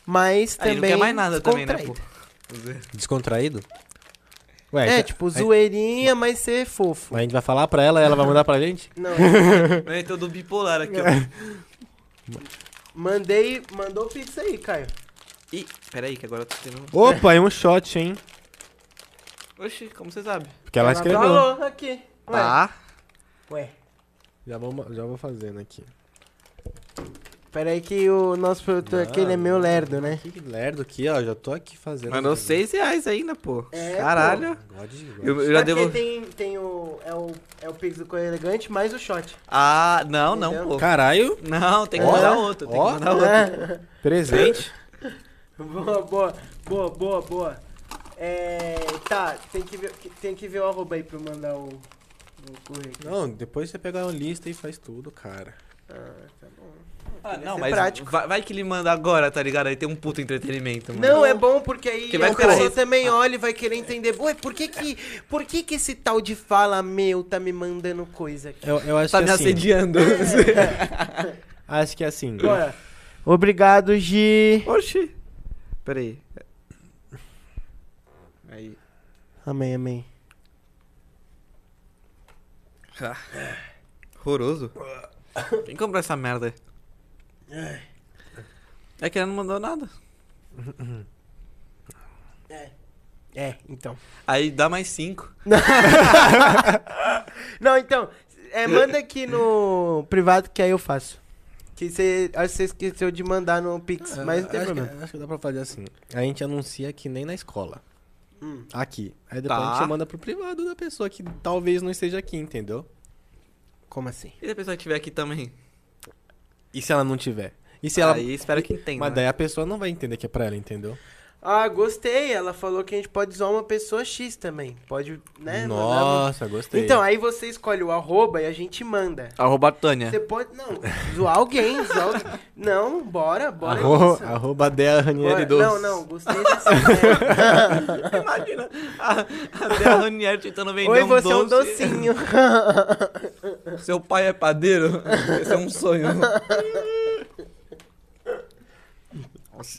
Speaker 1: Mas
Speaker 3: Aí
Speaker 1: também.
Speaker 3: não quer mais nada também, né, pô?
Speaker 1: descontraído.
Speaker 2: Descontraído? Ué,
Speaker 1: É,
Speaker 2: já-
Speaker 1: tipo,
Speaker 2: a-
Speaker 1: zoeirinha, mas ser fofo.
Speaker 2: Mas a gente vai falar pra ela, ela vai mandar pra gente?
Speaker 1: Não,
Speaker 2: <laughs>
Speaker 3: Eu entro do bipolar aqui, ó.
Speaker 1: É. mandei, mandou pizza aí, Caio.
Speaker 3: Ih, peraí, que agora eu tô tendo. um-
Speaker 2: Opa, é um shot, hein?
Speaker 3: Oxi, como você sabe?
Speaker 2: Porque ela escreveu.
Speaker 1: falou aqui. Ué.
Speaker 3: Tá.
Speaker 1: Ué.
Speaker 2: Já vou, já vou fazendo aqui.
Speaker 1: Pera aí que o nosso produtor aqui, ele é meu lerdo, né?
Speaker 2: Que lerdo tá aqui, ó. Já tô aqui fazendo.
Speaker 3: Mandou 6 reais ainda, pô.
Speaker 1: É,
Speaker 3: Caralho.
Speaker 2: God, God.
Speaker 3: Eu, eu já
Speaker 1: É porque
Speaker 3: devo.
Speaker 1: tem, tem o, é o... É o Pix do Coelho Elegante mais o
Speaker 2: <laughs>
Speaker 1: shot.
Speaker 3: Ah, não, não,
Speaker 1: Entendeu?
Speaker 3: pô.
Speaker 2: Caralho,
Speaker 3: Não, tem que
Speaker 2: Ó,
Speaker 3: mandar outro. Tem que
Speaker 2: ó.
Speaker 3: mandar outro.
Speaker 2: presente.
Speaker 1: Ah, boa, boa. Boa, boa, boa. É... Tá, tem que ver, tem que ver o arroba aí pra eu mandar o... o correio.
Speaker 2: Não, depois você pega uma lista e faz tudo, cara.
Speaker 1: Ah, tá bom.
Speaker 3: Ah,
Speaker 1: Queria
Speaker 3: não,
Speaker 1: ser
Speaker 3: mas
Speaker 1: prático.
Speaker 3: vai, vai que ele manda agora, tá ligado? Aí tem um puto entretenimento, mano.
Speaker 1: Não, é bom porque aí
Speaker 3: Que vai
Speaker 1: a
Speaker 3: ficar
Speaker 1: pessoa
Speaker 3: res-
Speaker 1: também olha e vai querer entender. Ué, por que que, por que que esse tal de fala meu tá me mandando coisa aqui?
Speaker 2: Eu, eu acho
Speaker 3: Tá
Speaker 2: que
Speaker 3: me
Speaker 2: assim.
Speaker 3: assediando.
Speaker 1: É.
Speaker 2: Acho que é assim.
Speaker 1: Bora. Obrigado, Gi.
Speaker 3: Oxi. Pera aí. Aí.
Speaker 1: Amém, amém.
Speaker 3: Horroroso. Quem comprou essa merda? É que ela não mandou nada.
Speaker 1: É, então.
Speaker 3: Aí dá mais cinco.
Speaker 1: Não, então, é, manda aqui no privado que aí eu faço. Que você, acho que você esqueceu de mandar no Pix,
Speaker 2: Ah,
Speaker 1: mas não tem
Speaker 2: acho que-
Speaker 1: problema.
Speaker 2: acho que dá pra fazer assim. A gente anuncia que nem na escola.
Speaker 1: Hum.
Speaker 2: Aqui. Aí depois
Speaker 3: Tá.
Speaker 2: a gente manda pro privado da pessoa que talvez não esteja aqui, entendeu?
Speaker 1: Como assim?
Speaker 3: E se a pessoa tiver aqui também?
Speaker 2: E se ela não tiver? E se ela.
Speaker 3: Aí espero que entenda.
Speaker 2: Mas
Speaker 3: né?
Speaker 2: daí a pessoa não vai entender que é pra ela, entendeu?
Speaker 1: Ah, gostei. Ela falou que a gente pode usar uma pessoa X também. Pode, né? mandar no-
Speaker 2: Nossa, gostei.
Speaker 1: Então, aí você escolhe o arroba e a gente manda.
Speaker 3: Arroba Tânia.
Speaker 1: Você pode. Não, zoar alguém, zoar alguém. Não, bora, bora.
Speaker 2: Arro,
Speaker 1: isso.
Speaker 2: arroba Dea Ranieri
Speaker 1: Bora.
Speaker 2: 12.
Speaker 1: Não, não, gostei dessa ideia.
Speaker 3: Imagina a, a Dea Ranieri tentando <laughs> vender
Speaker 1: Oi,
Speaker 3: um
Speaker 1: você
Speaker 3: doce.
Speaker 1: é um docinho.
Speaker 3: Seu pai
Speaker 1: <laughs>
Speaker 3: é padeiro? Esse é um sonho.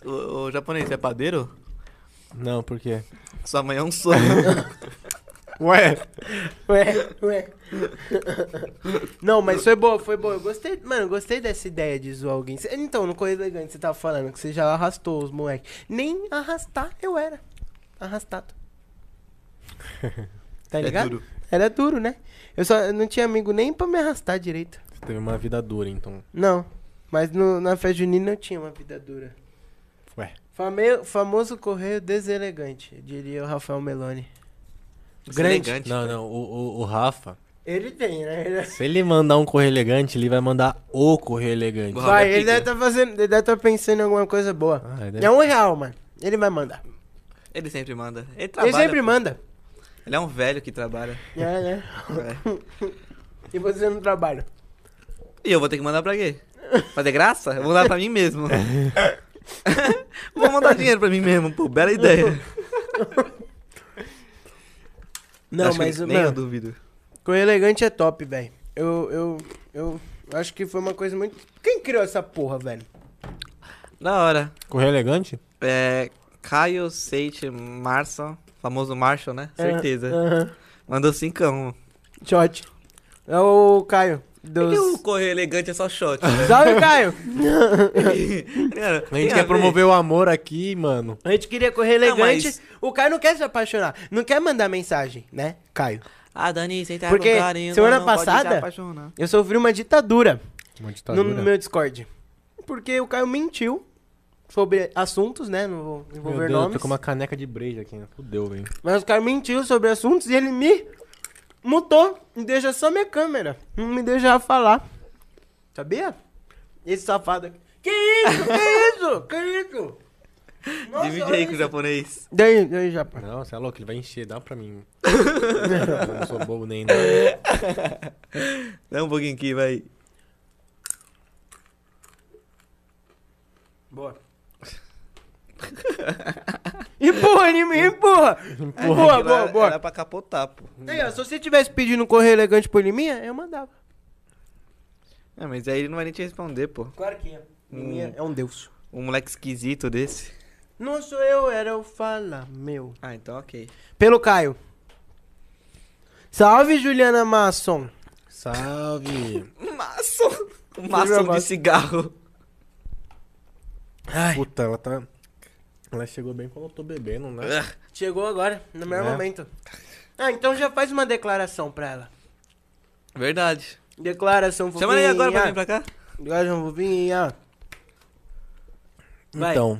Speaker 3: O, o japonês é padeiro?
Speaker 2: Não, por quê?
Speaker 3: Sua mãe é um sonho.
Speaker 2: Ué,
Speaker 1: Ué, ué. Não, mas foi boa, foi boa. Eu gostei, mano, eu gostei dessa ideia de zoar alguém. Cê- Então, no Correio Elegante você tava falando que você já arrastou os moleques. Nem arrastar eu era. Arrastado. <laughs> Tá ligado?
Speaker 3: É duro.
Speaker 1: Era duro, né? Eu só eu não tinha amigo nem pra me arrastar direito.
Speaker 2: você teve uma vida dura, então.
Speaker 1: Não. Mas no- na festa junina eu tinha uma vida dura.
Speaker 2: Ué.
Speaker 1: Fame- famoso correio deselegante, diria o Rafael Meloni.
Speaker 3: Isso é
Speaker 1: Grande.
Speaker 3: elegante,
Speaker 2: Não,
Speaker 3: cara.
Speaker 2: não, o, o, o Rafa,
Speaker 1: Ele tem, né? Ele-
Speaker 2: se ele mandar um correio elegante, ele vai mandar o correio elegante.
Speaker 1: <laughs>
Speaker 3: Uau.
Speaker 1: Vai,
Speaker 3: Roda
Speaker 1: ele
Speaker 3: pica.
Speaker 1: deve tá fazendo, ele deve tá pensando em alguma coisa boa.
Speaker 2: Ah, deve-
Speaker 1: É um real, mano. Ele vai mandar.
Speaker 3: Ele sempre manda. Ele trabalha.
Speaker 1: ele sempre
Speaker 3: pô.
Speaker 1: manda.
Speaker 3: Ele é um velho que trabalha.
Speaker 1: É, né?
Speaker 3: É.
Speaker 1: E você não trabalha.
Speaker 3: E eu vou ter que mandar pra quê? Fazer graça? Eu vou mandar pra mim
Speaker 1: <laughs>
Speaker 3: mesmo. vou mandar dinheiro pra mim mesmo, pô. Bela ideia.
Speaker 1: Não,
Speaker 3: Acho que
Speaker 1: mas o
Speaker 3: nem eu
Speaker 1: mano,
Speaker 3: duvido.
Speaker 1: Correio Elegante é top, velho. Eu, eu, eu acho que foi uma coisa muito. Quem criou essa porra, velho?
Speaker 3: Da hora.
Speaker 1: um
Speaker 2: Correio elegante?
Speaker 3: É. Caio Seit Marson, famoso Marshall, né?
Speaker 1: É,
Speaker 3: Certeza.
Speaker 1: Ah, Aham.
Speaker 3: Mandou um. cincão.
Speaker 1: Shot. É o Caio.
Speaker 3: Por que
Speaker 1: Dos...
Speaker 3: o correio elegante é
Speaker 1: <laughs>
Speaker 3: só shot?
Speaker 1: Salve, Caio!
Speaker 2: A gente quer promover o amor aqui, mano.
Speaker 1: A gente queria correr
Speaker 3: Não,
Speaker 1: elegante.
Speaker 3: mas-
Speaker 1: O Caio não quer se apaixonar. Não quer mandar mensagem, né, Caio?
Speaker 3: Ah, Dani, senta
Speaker 1: Porque
Speaker 3: com carinho,
Speaker 1: semana
Speaker 3: não pode se
Speaker 1: passada-
Speaker 3: apaixonar.
Speaker 1: Eu sofri uma ditadura.
Speaker 2: Uma
Speaker 1: no
Speaker 2: ditadura.
Speaker 1: meu Discord. Porque o Caio mentiu sobre assuntos, né? Não vou
Speaker 2: Meu
Speaker 1: envolver
Speaker 2: Deus, eu tô
Speaker 1: nomes.
Speaker 2: com uma caneca de breja aqui, né? Fudeu, velho.
Speaker 1: Mas o Caio mentiu sobre assuntos e ele me mutou. Me deixa só minha câmera. Não me deixa falar. Sabia? Esse safado aqui. Que isso? Que isso? Que
Speaker 2: <laughs>
Speaker 1: isso? Nossa,
Speaker 3: Divide
Speaker 1: olha
Speaker 3: aí com o
Speaker 1: isso.
Speaker 3: japonês.
Speaker 1: Daí, daí, Japa.
Speaker 2: Não, você é louco, ele vai encher, dá pra <laughs> mim. eu não sou bobo nem nada.
Speaker 3: Dá um pouquinho aqui, vai.
Speaker 1: Boa. <laughs> empurra, anime, empurra!
Speaker 2: Empurra.
Speaker 1: Boa,
Speaker 3: Aquilo
Speaker 1: boa,
Speaker 3: era-
Speaker 1: boa.
Speaker 3: Era pra capotar, pô.
Speaker 1: Aí, ó, se você tivesse pedindo um correio elegante por Liminha, eu mandava.
Speaker 3: É, mas aí ele não vai nem te responder, pô.
Speaker 1: Claro que é. Liminha é um deus.
Speaker 3: Um moleque esquisito desse.
Speaker 1: Não sou eu, era o Fala, meu.
Speaker 3: Ah, então ok.
Speaker 1: Pelo Caio. Salve, Juliana Masson.
Speaker 2: Salve!
Speaker 3: Maçom!
Speaker 1: Meu
Speaker 3: Maçom Um de
Speaker 1: negócio.
Speaker 3: cigarro. <laughs>
Speaker 1: Ai.
Speaker 2: Puta, ela tá. Ela chegou bem quando eu tô bebendo, né?
Speaker 1: Chegou agora, no melhor
Speaker 2: Né?
Speaker 1: momento. Ah, então já faz uma declaração pra ela.
Speaker 3: Verdade.
Speaker 1: Declaração fofinha.
Speaker 3: Chama ele agora pra vir pra cá.
Speaker 1: Declaração fofinha. Vai.
Speaker 2: Então.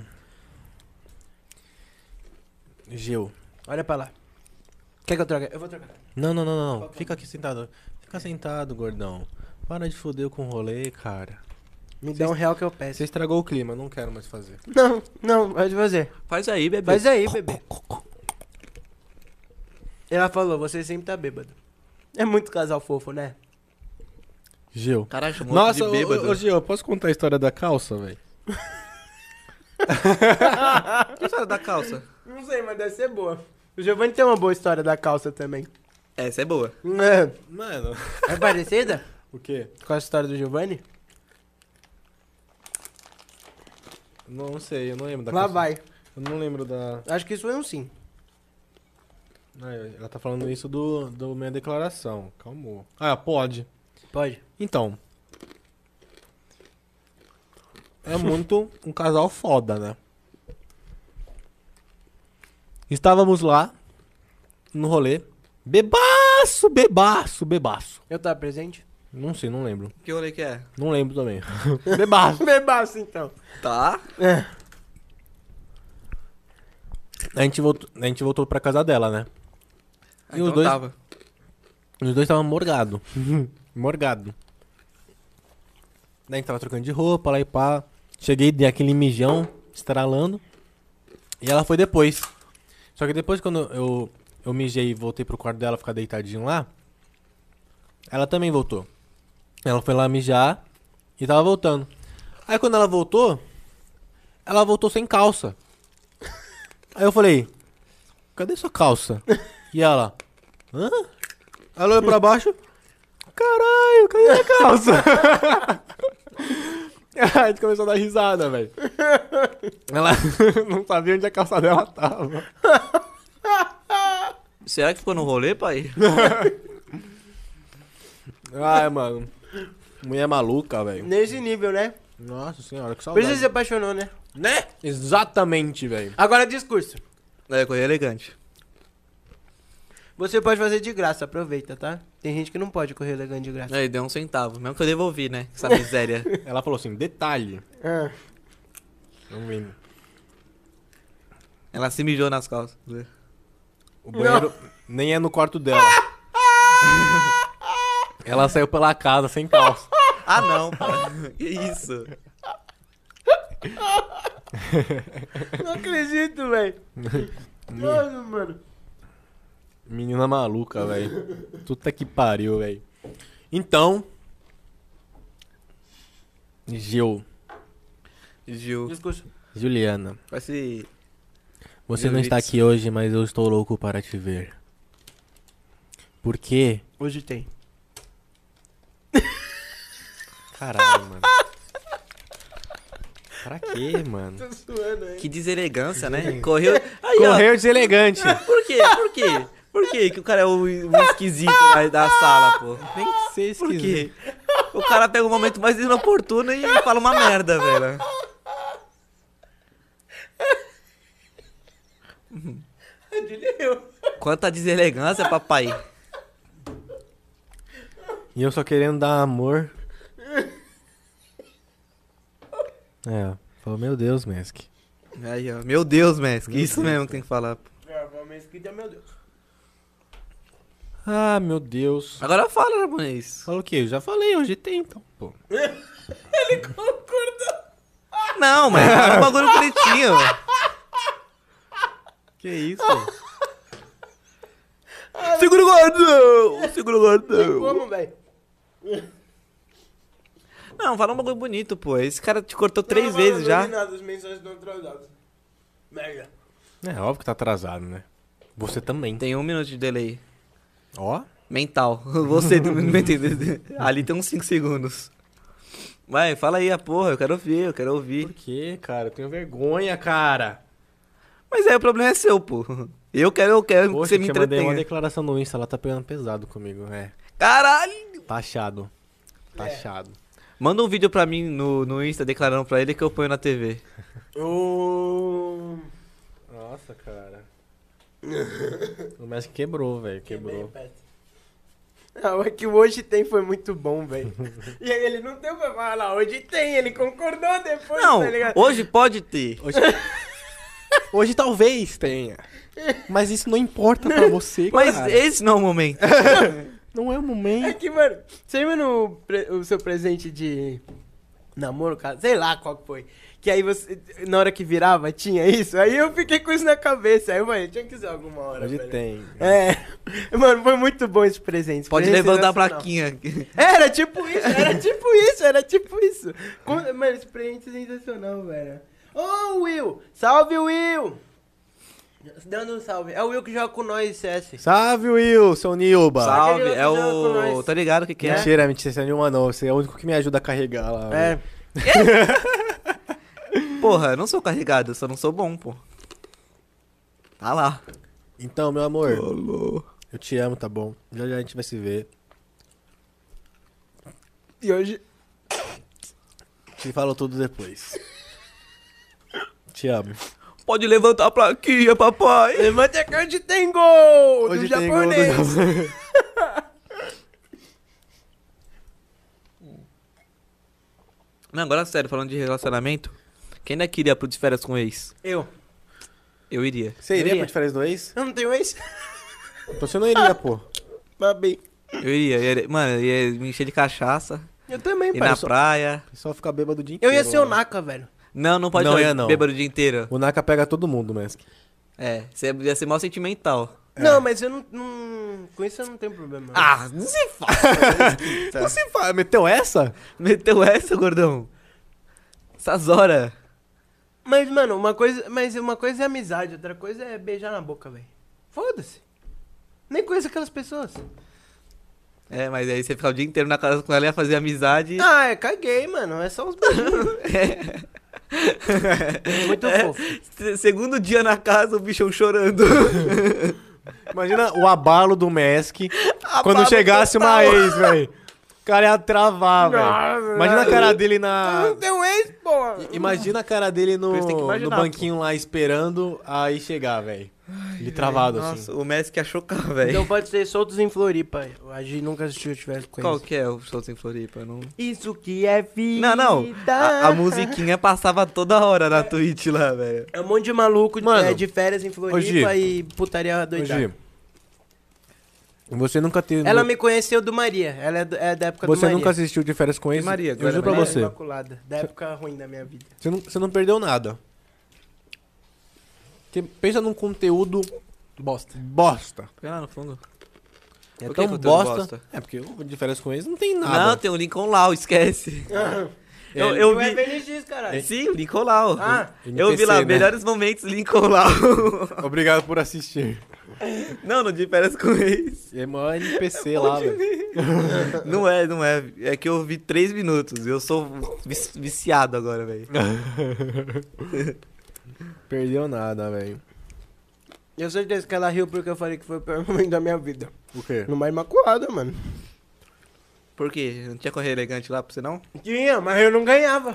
Speaker 2: Gil.
Speaker 1: Olha pra lá. Quer que eu troque? Eu vou trocar.
Speaker 2: Não, não, não, não, não. Fica aqui sentado. Fica sentado, gordão. Para de foder com o rolê, cara.
Speaker 1: Me dá um real que eu peço.
Speaker 2: Você estragou o clima, não quero mais fazer.
Speaker 1: Não, não, pode fazer.
Speaker 3: Faz aí, bebê.
Speaker 1: Faz aí, bebê. Ela falou, você sempre tá bêbado. É muito casal fofo, né?
Speaker 2: Gil.
Speaker 3: Caralho, chamou outro
Speaker 2: Nossa,
Speaker 3: de bêbado.
Speaker 2: ô, ô, Gil, eu posso contar a história da calça, velho?
Speaker 3: Que história da calça?
Speaker 1: Não sei, mas deve ser boa. O Giovanni tem uma boa história da calça também.
Speaker 3: Essa é boa.
Speaker 1: É,
Speaker 2: Mano. <laughs>
Speaker 1: é parecida
Speaker 2: O quê?
Speaker 1: com a história do Giovanni?
Speaker 2: Não sei, eu não lembro da
Speaker 1: Lá
Speaker 2: calça.
Speaker 1: vai.
Speaker 2: Eu não lembro da.
Speaker 1: Acho que isso foi um sim.
Speaker 2: Ah, Ela tá falando isso do, do minha declaração. Calmou. Ah, pode.
Speaker 1: Pode.
Speaker 2: Então. É muito um casal foda, né? Estávamos lá, no rolê. Bebaço, bebaço, bebaço.
Speaker 1: Eu tava presente?
Speaker 2: Não sei, não lembro.
Speaker 3: Que rolê que é?
Speaker 2: Não lembro também.
Speaker 1: <laughs>
Speaker 2: bebaço.
Speaker 1: Bebaço, então.
Speaker 3: Tá.
Speaker 1: É.
Speaker 2: A gente voltou, a gente voltou pra casa dela, né?
Speaker 3: Ah,
Speaker 2: E
Speaker 3: então
Speaker 2: os dois-
Speaker 3: tava.
Speaker 2: Os dois estavam morgado. morgado. Daí a gente tava trocando de roupa lá e pá. Cheguei, dei aquele mijão estralando. E ela foi depois. Só que depois, quando eu, eu mijei e voltei pro quarto dela ficar deitadinho lá, ela também voltou. Ela foi lá mijar e tava voltando. Aí quando ela voltou, ela voltou sem calça. Aí eu falei, cadê sua calça? E ela, hã? Ela olhou pra baixo, caralho, cadê minha calça? <laughs> Aí a gente começou a dar risada, velho. Ela <laughs> não sabia onde a calça dela tava.
Speaker 3: Será que ficou no
Speaker 2: <laughs>
Speaker 3: rolê, pai?
Speaker 2: Ai, mano. Mulher maluca, velho.
Speaker 1: Nesse nível, né?
Speaker 2: Nossa senhora, que
Speaker 1: Por
Speaker 2: saudade.
Speaker 1: isso você se apaixonou, né?
Speaker 2: Né? Exatamente, velho.
Speaker 1: Agora, discurso.
Speaker 3: É, coisa elegante.
Speaker 1: Você pode fazer de graça, aproveita, tá? Tem gente que não pode correr elegante de graça.
Speaker 3: Aí, deu um centavo. Mesmo que eu devolvi, né? Essa miséria.
Speaker 2: Ela falou assim, detalhe.
Speaker 1: Ah.
Speaker 2: Vamos ver.
Speaker 3: Ela se mijou nas calças.
Speaker 2: O banheiro nem é no quarto <laughs> dela. Ela saiu pela casa sem calça. <laughs>
Speaker 3: Ah, não, pai. Que isso?
Speaker 1: Não acredito, <laughs> velho. Mano, mano.
Speaker 2: Menina maluca, velho. Puta que pariu, velho. Então. Gil.
Speaker 3: Gil.
Speaker 1: Discurso.
Speaker 2: Juliana.
Speaker 3: Parece.
Speaker 2: Você não
Speaker 3: Meu
Speaker 2: está
Speaker 3: Deus.
Speaker 2: aqui hoje, mas eu estou louco para te ver. Porque.
Speaker 1: Hoje tem.
Speaker 2: Caralho, mano. Pra quê, mano?
Speaker 1: suando aí.
Speaker 3: Que deselegância, né? Correu. Aí, Assim, ó.
Speaker 2: Correu deselegante.
Speaker 3: Por quê? Por quê? Por quê que o cara é o, o esquisito da, da sala, pô?
Speaker 2: Tem que ser
Speaker 3: Por
Speaker 2: é esquisito.
Speaker 3: quê? O cara pega o momento mais inoportuno e fala uma merda, velho. Quanta deselegância, papai.
Speaker 2: E eu só querendo dar amor. É, ó. Falou, meu Deus, Mask.
Speaker 3: Aí, ó. Meu Deus, Mask. Isso mesmo que tem que falar. pô.
Speaker 1: Ah, é meu <laughs> Deus.
Speaker 2: Ah, meu Deus.
Speaker 3: Agora fala, japonês.
Speaker 2: Falou o quê? Eu já falei, hoje tem, então. Pô.
Speaker 3: Não, mas é um bagulho pretinho.
Speaker 2: Que isso?
Speaker 3: <laughs> Segura o guardão. Segura o guardão.
Speaker 1: Como, velho?
Speaker 3: Não, fala um bagulho bonito, pô. Esse cara te cortou três vezes já.
Speaker 1: Nada, as mensagens não atrasadas. Merda.
Speaker 2: É óbvio que tá atrasado, né? Você também.
Speaker 3: Tem um minuto de delay.
Speaker 2: Ó.
Speaker 3: Mental. <laughs> Você do- não entendeu. Ali tem uns 5 segundos. Vai, fala aí a porra, eu quero ouvir, eu quero
Speaker 2: Por
Speaker 3: ouvir.
Speaker 2: quê, cara? Eu tenho vergonha, cara.
Speaker 3: Mas aí o problema é seu, pô. Eu quero, eu quero
Speaker 2: Poxa,
Speaker 3: que você me
Speaker 2: eu te mandei uma
Speaker 3: entretenha.
Speaker 2: declaração no Insta, ela tá pegando pesado comigo, é.
Speaker 3: Caralho!
Speaker 2: Taxado. Taxado.
Speaker 3: Manda um vídeo pra mim no, no Insta declarando pra ele que eu ponho na TV.
Speaker 1: O...
Speaker 2: Nossa, <laughs> cara. o Messi quebrou, velho, quebrou.
Speaker 1: Ah, o que o hoje tem foi muito bom, velho. <laughs> e aí ele não tem o que falar, hoje tem, ele concordou depois,
Speaker 3: Não,
Speaker 1: tá ligado?
Speaker 3: hoje pode ter.
Speaker 2: Hoje, <laughs> Hoje talvez tenha. Mas isso não importa pra você,
Speaker 3: Mas
Speaker 2: cara.
Speaker 3: esse não é
Speaker 2: <laughs>
Speaker 3: o momento.
Speaker 2: Não é
Speaker 1: <laughs> É
Speaker 2: o momento.
Speaker 1: que, mano, você lembra no pre- o seu presente de namoro, cara? Sei lá qual que foi. Que aí você, na hora que virava, tinha isso. Aí eu fiquei com isso na cabeça. Aí, mano, tinha que usar alguma hora.
Speaker 2: Hoje
Speaker 1: velho.
Speaker 2: tem.
Speaker 1: É. <laughs> Mano, foi muito bom esse presente.
Speaker 3: Pode
Speaker 1: presente
Speaker 3: levantar
Speaker 2: é
Speaker 3: a
Speaker 1: sensacional.
Speaker 3: plaquinha.
Speaker 1: Era tipo isso, era tipo isso, era tipo isso. Quando- Mano, esse presente é sensacional, velho. Ô, Will! Salve, Will! Dando um salve. É o Will que joga com nós, CS.
Speaker 2: Salve, Will, seu Nilba.
Speaker 1: Salve.
Speaker 3: <laughs> Salve,
Speaker 1: Aquele
Speaker 3: é
Speaker 1: outro jogo com
Speaker 3: o.
Speaker 1: nós.
Speaker 3: Tá ligado o que, que é?
Speaker 2: Mentira, mentira, você é Nilba não. Você é o único que me ajuda a carregar lá.
Speaker 1: Né? É.
Speaker 2: velho.
Speaker 3: Porra, eu não sou carregado, eu só não sou bom, pô. Tá lá.
Speaker 2: Então, meu amor, eu te amo, tá bom? Já já a gente vai se ver.
Speaker 1: E hoje.
Speaker 2: Te falo
Speaker 1: <laughs>
Speaker 2: tudo depois. Te amo.
Speaker 3: Pode levantar a plaquinha, papai.
Speaker 1: Levante a cante tem gol! do
Speaker 2: tem gol do
Speaker 1: japonês!
Speaker 2: japonês.
Speaker 3: Não, agora sério, falando de relacionamento, quem ainda queria pro de férias com o ex?
Speaker 1: Eu.
Speaker 3: Eu iria.
Speaker 2: <laughs> Você iria
Speaker 1: Eu ia.
Speaker 2: pra diferença do ex?
Speaker 1: Eu não tenho ex?
Speaker 2: é Então você não iria, pô.
Speaker 1: Mas bem.
Speaker 3: Eu iria, eu iria- mano, eu ia me encher de cachaça,
Speaker 1: Eu também,
Speaker 3: ir
Speaker 1: pai.
Speaker 3: na
Speaker 1: Eu sou-
Speaker 3: praia.
Speaker 2: O pessoal fica É bêbado o dia
Speaker 1: Eu
Speaker 2: inteiro.
Speaker 1: ia ser o
Speaker 2: lá.
Speaker 1: Naka, velho.
Speaker 3: Não, não pode
Speaker 2: Não
Speaker 3: jogar
Speaker 2: ia, não.
Speaker 3: bêbado o dia inteiro.
Speaker 2: O Naka pega todo
Speaker 1: <laughs>
Speaker 2: mundo, Mask.
Speaker 3: É, você ia ser mal sentimental.
Speaker 1: Não, mas eu não, não- Com isso eu não tenho problema.
Speaker 3: É. Ah, não se fala.
Speaker 2: Você fa- meteu essa?
Speaker 3: <laughs> Meteu essa, gordão. Essas horas.
Speaker 1: Mas, mano, uma coisa, mas uma coisa é amizade, outra coisa é beijar na boca, velho. Foda-se. Nem conheço aquelas pessoas.
Speaker 3: É, mas aí você ficar o dia inteiro na casa com ela ia fazer amizade. <laughs>
Speaker 1: Ah, é, caguei, mano. É só uns beijinhos. Muito fofo.
Speaker 3: É, Se- Segundo dia na casa, o bichão chorando.
Speaker 2: Imagina o abalo do Mask quando
Speaker 3: Abalo
Speaker 2: chegasse uma ex, velho. O cara ia travar,
Speaker 1: Nossa,
Speaker 2: velho. Imagina a cara dele na.
Speaker 1: Não tem um ex, porra.
Speaker 2: I- Imagina a cara dele no,
Speaker 3: Por isso tem que
Speaker 2: no
Speaker 3: imaginar,
Speaker 2: banquinho lá esperando aí chegar, velho. Ele travado, assim.
Speaker 3: Nossa, o Messi quer chocar,
Speaker 1: Então
Speaker 3: velho.
Speaker 1: pode ser soltos em Floripa. A gente nunca assistiu tiver com
Speaker 3: Qual
Speaker 1: isso.
Speaker 3: que é o Soltos em Floripa? Eu Não...
Speaker 1: Isso que é vida.
Speaker 3: Não, não. A, a musiquinha passava toda hora na Twitch lá, velho.
Speaker 1: É um monte de maluco de-
Speaker 2: Mano,
Speaker 1: é, de férias em Floripa
Speaker 2: ô, Gi.
Speaker 1: e putaria
Speaker 2: Ô,
Speaker 1: doidada.
Speaker 2: Gi, você nunca teve.
Speaker 1: Ela me conheceu do Maria. Ela é, do- é da época do
Speaker 2: Você
Speaker 1: Maria.
Speaker 2: nunca assistiu de férias com ex?
Speaker 3: Maria,
Speaker 2: eu
Speaker 3: agora
Speaker 2: juro pra
Speaker 1: Maria
Speaker 2: você.
Speaker 1: Imaculada, da época ruim da minha vida.
Speaker 2: Você não, você não perdeu nada. Porque pensa num conteúdo
Speaker 1: Bosta.
Speaker 2: bosta.
Speaker 3: Põe lá no fundo.
Speaker 2: É
Speaker 3: Por que
Speaker 2: tão
Speaker 3: conteúdo
Speaker 2: bosta.
Speaker 3: bosta?
Speaker 2: É porque o de férias com ex não tem
Speaker 3: Não,
Speaker 1: Ah,
Speaker 2: nada. É
Speaker 3: tem o Lincoln Lau, esquece. Eu,
Speaker 1: Eu
Speaker 3: eu
Speaker 1: vi...
Speaker 3: vi.
Speaker 1: é caralho.
Speaker 3: Sim, Lincoln Lau.
Speaker 1: Ah,
Speaker 3: eu vi lá,
Speaker 2: NPC, né?
Speaker 3: melhores momentos, Lincoln Lau. <laughs>
Speaker 2: Obrigado por assistir.
Speaker 3: não, no de férias com
Speaker 1: <laughs>
Speaker 3: ex.
Speaker 2: É maior NPC lá, velho.
Speaker 3: Não é, não é. É que eu vi três minutos. Eu sou vici- viciado agora, velho.
Speaker 2: Perdeu nada, velho.
Speaker 1: Eu certeza que ela riu porque eu falei que foi o pior <laughs> momento da minha vida.
Speaker 2: O quê?
Speaker 1: Numa imaculada, mano.
Speaker 3: Por quê? Não tinha correr elegante lá pra você, não?
Speaker 1: Tinha, mas eu não ganhava.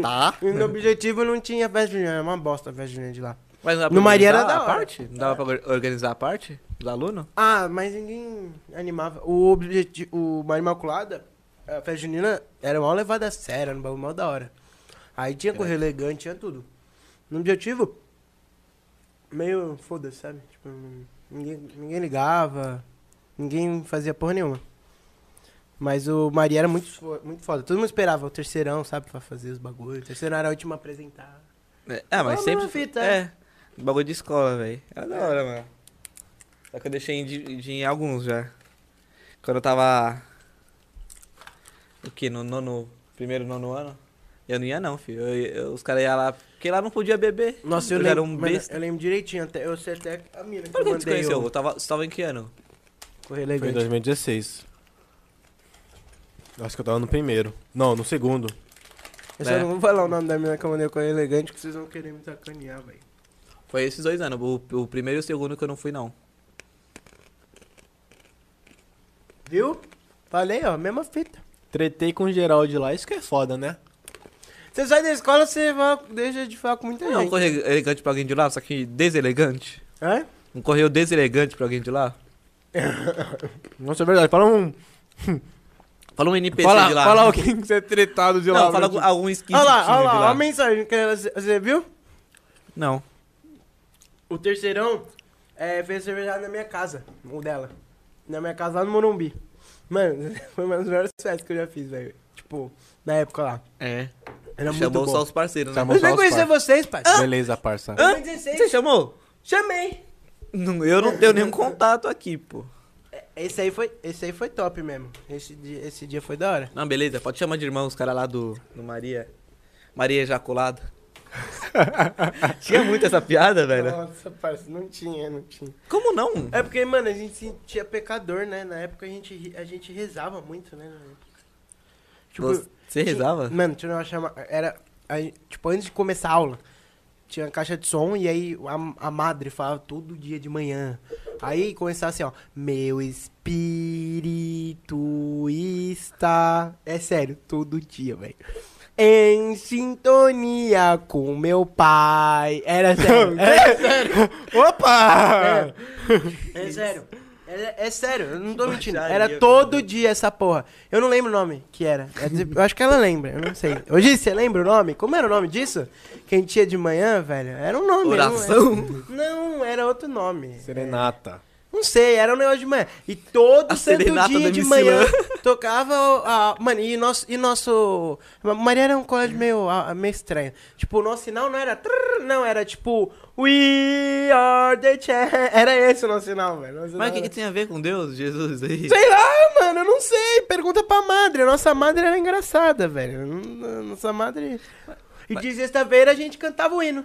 Speaker 3: Tá.
Speaker 1: <laughs> E no objetivo não tinha festa junina, era uma bosta a festa junina de lá.
Speaker 3: Mas não dava pra
Speaker 1: No Maria era
Speaker 3: organizar
Speaker 1: da
Speaker 3: a
Speaker 1: hora.
Speaker 3: parte? Não dava pra or- organizar a parte dos alunos?
Speaker 1: Ah, mas ninguém animava. O objetivo, uma imaculada, a festa junina era mal levada a sério, era um bagulho mal da hora. Aí
Speaker 3: É.
Speaker 1: tinha correr elegante, tinha tudo. No objetivo, meio foda-se, sabe? Tipo, ninguém, ninguém ligava, ninguém fazia porra nenhuma. Mas o Maria era muito, fo- muito foda. Todo mundo esperava o terceirão, sabe, pra fazer os bagulhos. O terceirão era o último a apresentar.
Speaker 3: É, ah, mas
Speaker 1: Ah,
Speaker 3: sempre.
Speaker 1: mesma fita,
Speaker 3: é. Bagulho de escola, velho. Era da hora, mano. Só que eu deixei de, de alguns já. Quando eu tava. O que? No nono. Primeiro nono ano? Eu não ia, não, filho. Eu- eu- os caras iam lá. Porque lá não podia beber.
Speaker 1: Nossa, eu,
Speaker 3: já era
Speaker 1: lembro,
Speaker 3: um
Speaker 1: mano,
Speaker 3: besta.
Speaker 1: eu lembro direitinho, até, eu sei até a mina que
Speaker 3: Quando que a gente se
Speaker 1: mandei
Speaker 3: conheceu?
Speaker 1: o-
Speaker 3: Eu um. tava, você tava em que ano?
Speaker 1: Correr
Speaker 2: Foi em
Speaker 1: elegante.
Speaker 2: 2016. Acho que eu tava no primeiro. Não, no segundo.
Speaker 1: Eu só
Speaker 3: É.
Speaker 1: não vou falar o nome da mina que eu mandei correr elegante, que vocês vão querer me sacanear, velho.
Speaker 3: Foi esses dois anos. O, o primeiro e o segundo que eu não fui, não.
Speaker 1: Viu? Falei, ó, mesma fita.
Speaker 2: Tretei com o Geraldo lá, isso que é foda, né?
Speaker 1: Você sai da escola, você vai- deixa de falar com muita
Speaker 3: Não,
Speaker 1: gente.
Speaker 3: correu elegante pra alguém de lá, só que deselegante.
Speaker 1: Hã?
Speaker 3: Não correu deselegante pra alguém de lá?
Speaker 2: Nossa, é verdade. Fala um.
Speaker 3: Fala um NPC
Speaker 2: Fala,
Speaker 3: de lá.
Speaker 2: fala alguém que você é tretado de
Speaker 3: Não,
Speaker 2: lá.
Speaker 3: fala
Speaker 2: meu
Speaker 3: algum, algum esquisito
Speaker 1: Olha lá, olha
Speaker 3: tipo de
Speaker 1: lá,
Speaker 3: lá.
Speaker 1: olha a mensagem que ela- você viu?
Speaker 3: Não.
Speaker 1: O terceirão é, fez cervejada na minha casa, o dela. Na minha casa lá no Morumbi. Mano, <laughs> foi uma das melhores festas que eu já fiz, velho. Tipo, na época lá.
Speaker 3: É.
Speaker 1: Era muito
Speaker 3: Chamou
Speaker 1: bom.
Speaker 3: só os parceiros, né?
Speaker 2: Chamou.
Speaker 1: Eu nem conhecia vocês, pai.
Speaker 3: Ah!
Speaker 2: Beleza, parça.
Speaker 3: Hã?
Speaker 1: 2016.
Speaker 3: Você chamou?
Speaker 1: Chamei.
Speaker 3: Não, eu não tenho nenhum contato aqui, pô.
Speaker 1: É, Esse aí foi, esse aí foi top mesmo. Esse dia, esse dia foi da hora.
Speaker 3: Não, beleza. Pode chamar de irmão os caras lá do, do Maria. Maria <laughs> Ejaculada. Tinha muito essa piada, velho.
Speaker 1: Nossa, parça, não tinha, não tinha.
Speaker 3: Como não?
Speaker 1: É porque, mano, a gente se sentia pecador, né? Na época a gente, ri- a gente rezava muito, né? na época. Tipo,
Speaker 3: Tipo, Você rezava?
Speaker 1: Tinha, mano, tinha uma chama... Era, a gen- tipo, antes de começar a aula, tinha uma caixa de som e aí a, a madre falava todo dia de manhã. Aí começava assim, ó. Meu espírito está... É sério, todo dia, velho. Em sintonia com meu pai.
Speaker 3: <laughs>
Speaker 1: Era sério.
Speaker 3: É
Speaker 1: Era sério.
Speaker 2: Ah! Opa!
Speaker 1: É sério. É, é sério, eu não tô
Speaker 3: Que
Speaker 1: mentindo.
Speaker 3: baixaria,
Speaker 1: Era
Speaker 3: cara.
Speaker 1: todo dia essa porra. Eu não lembro o nome que era. É de- Eu acho que ela lembra, eu não sei. Hoje você lembra o nome? Como era o nome disso? Que a gente ia de manhã, velho? Era um nome. era um-
Speaker 3: Oração?
Speaker 1: Não, era outro nome.
Speaker 2: Serenata.
Speaker 1: Não sei, era um negócio de manhã. E todo
Speaker 3: A
Speaker 1: santo
Speaker 3: serenata
Speaker 1: dia
Speaker 3: da
Speaker 1: de
Speaker 3: MC
Speaker 1: manhã.
Speaker 3: Lan.
Speaker 1: <laughs> Tocava. A, mano, e nosso, e nosso. Maria era um colégio meio, ah, meio estranho. Tipo, o nosso sinal não era. trrr, Não, era tipo. We are the champions. <laughs> Era esse o nosso sinal, velho. Nosso sinal
Speaker 3: Mas o que,
Speaker 1: era-
Speaker 3: que tem a ver com Deus, Jesus? Aí?
Speaker 1: Sei lá, mano, eu não sei. Pergunta pra madre. A nossa madre era engraçada, velho. N- Nossa madre. E de sexta-feira a gente cantava o hino.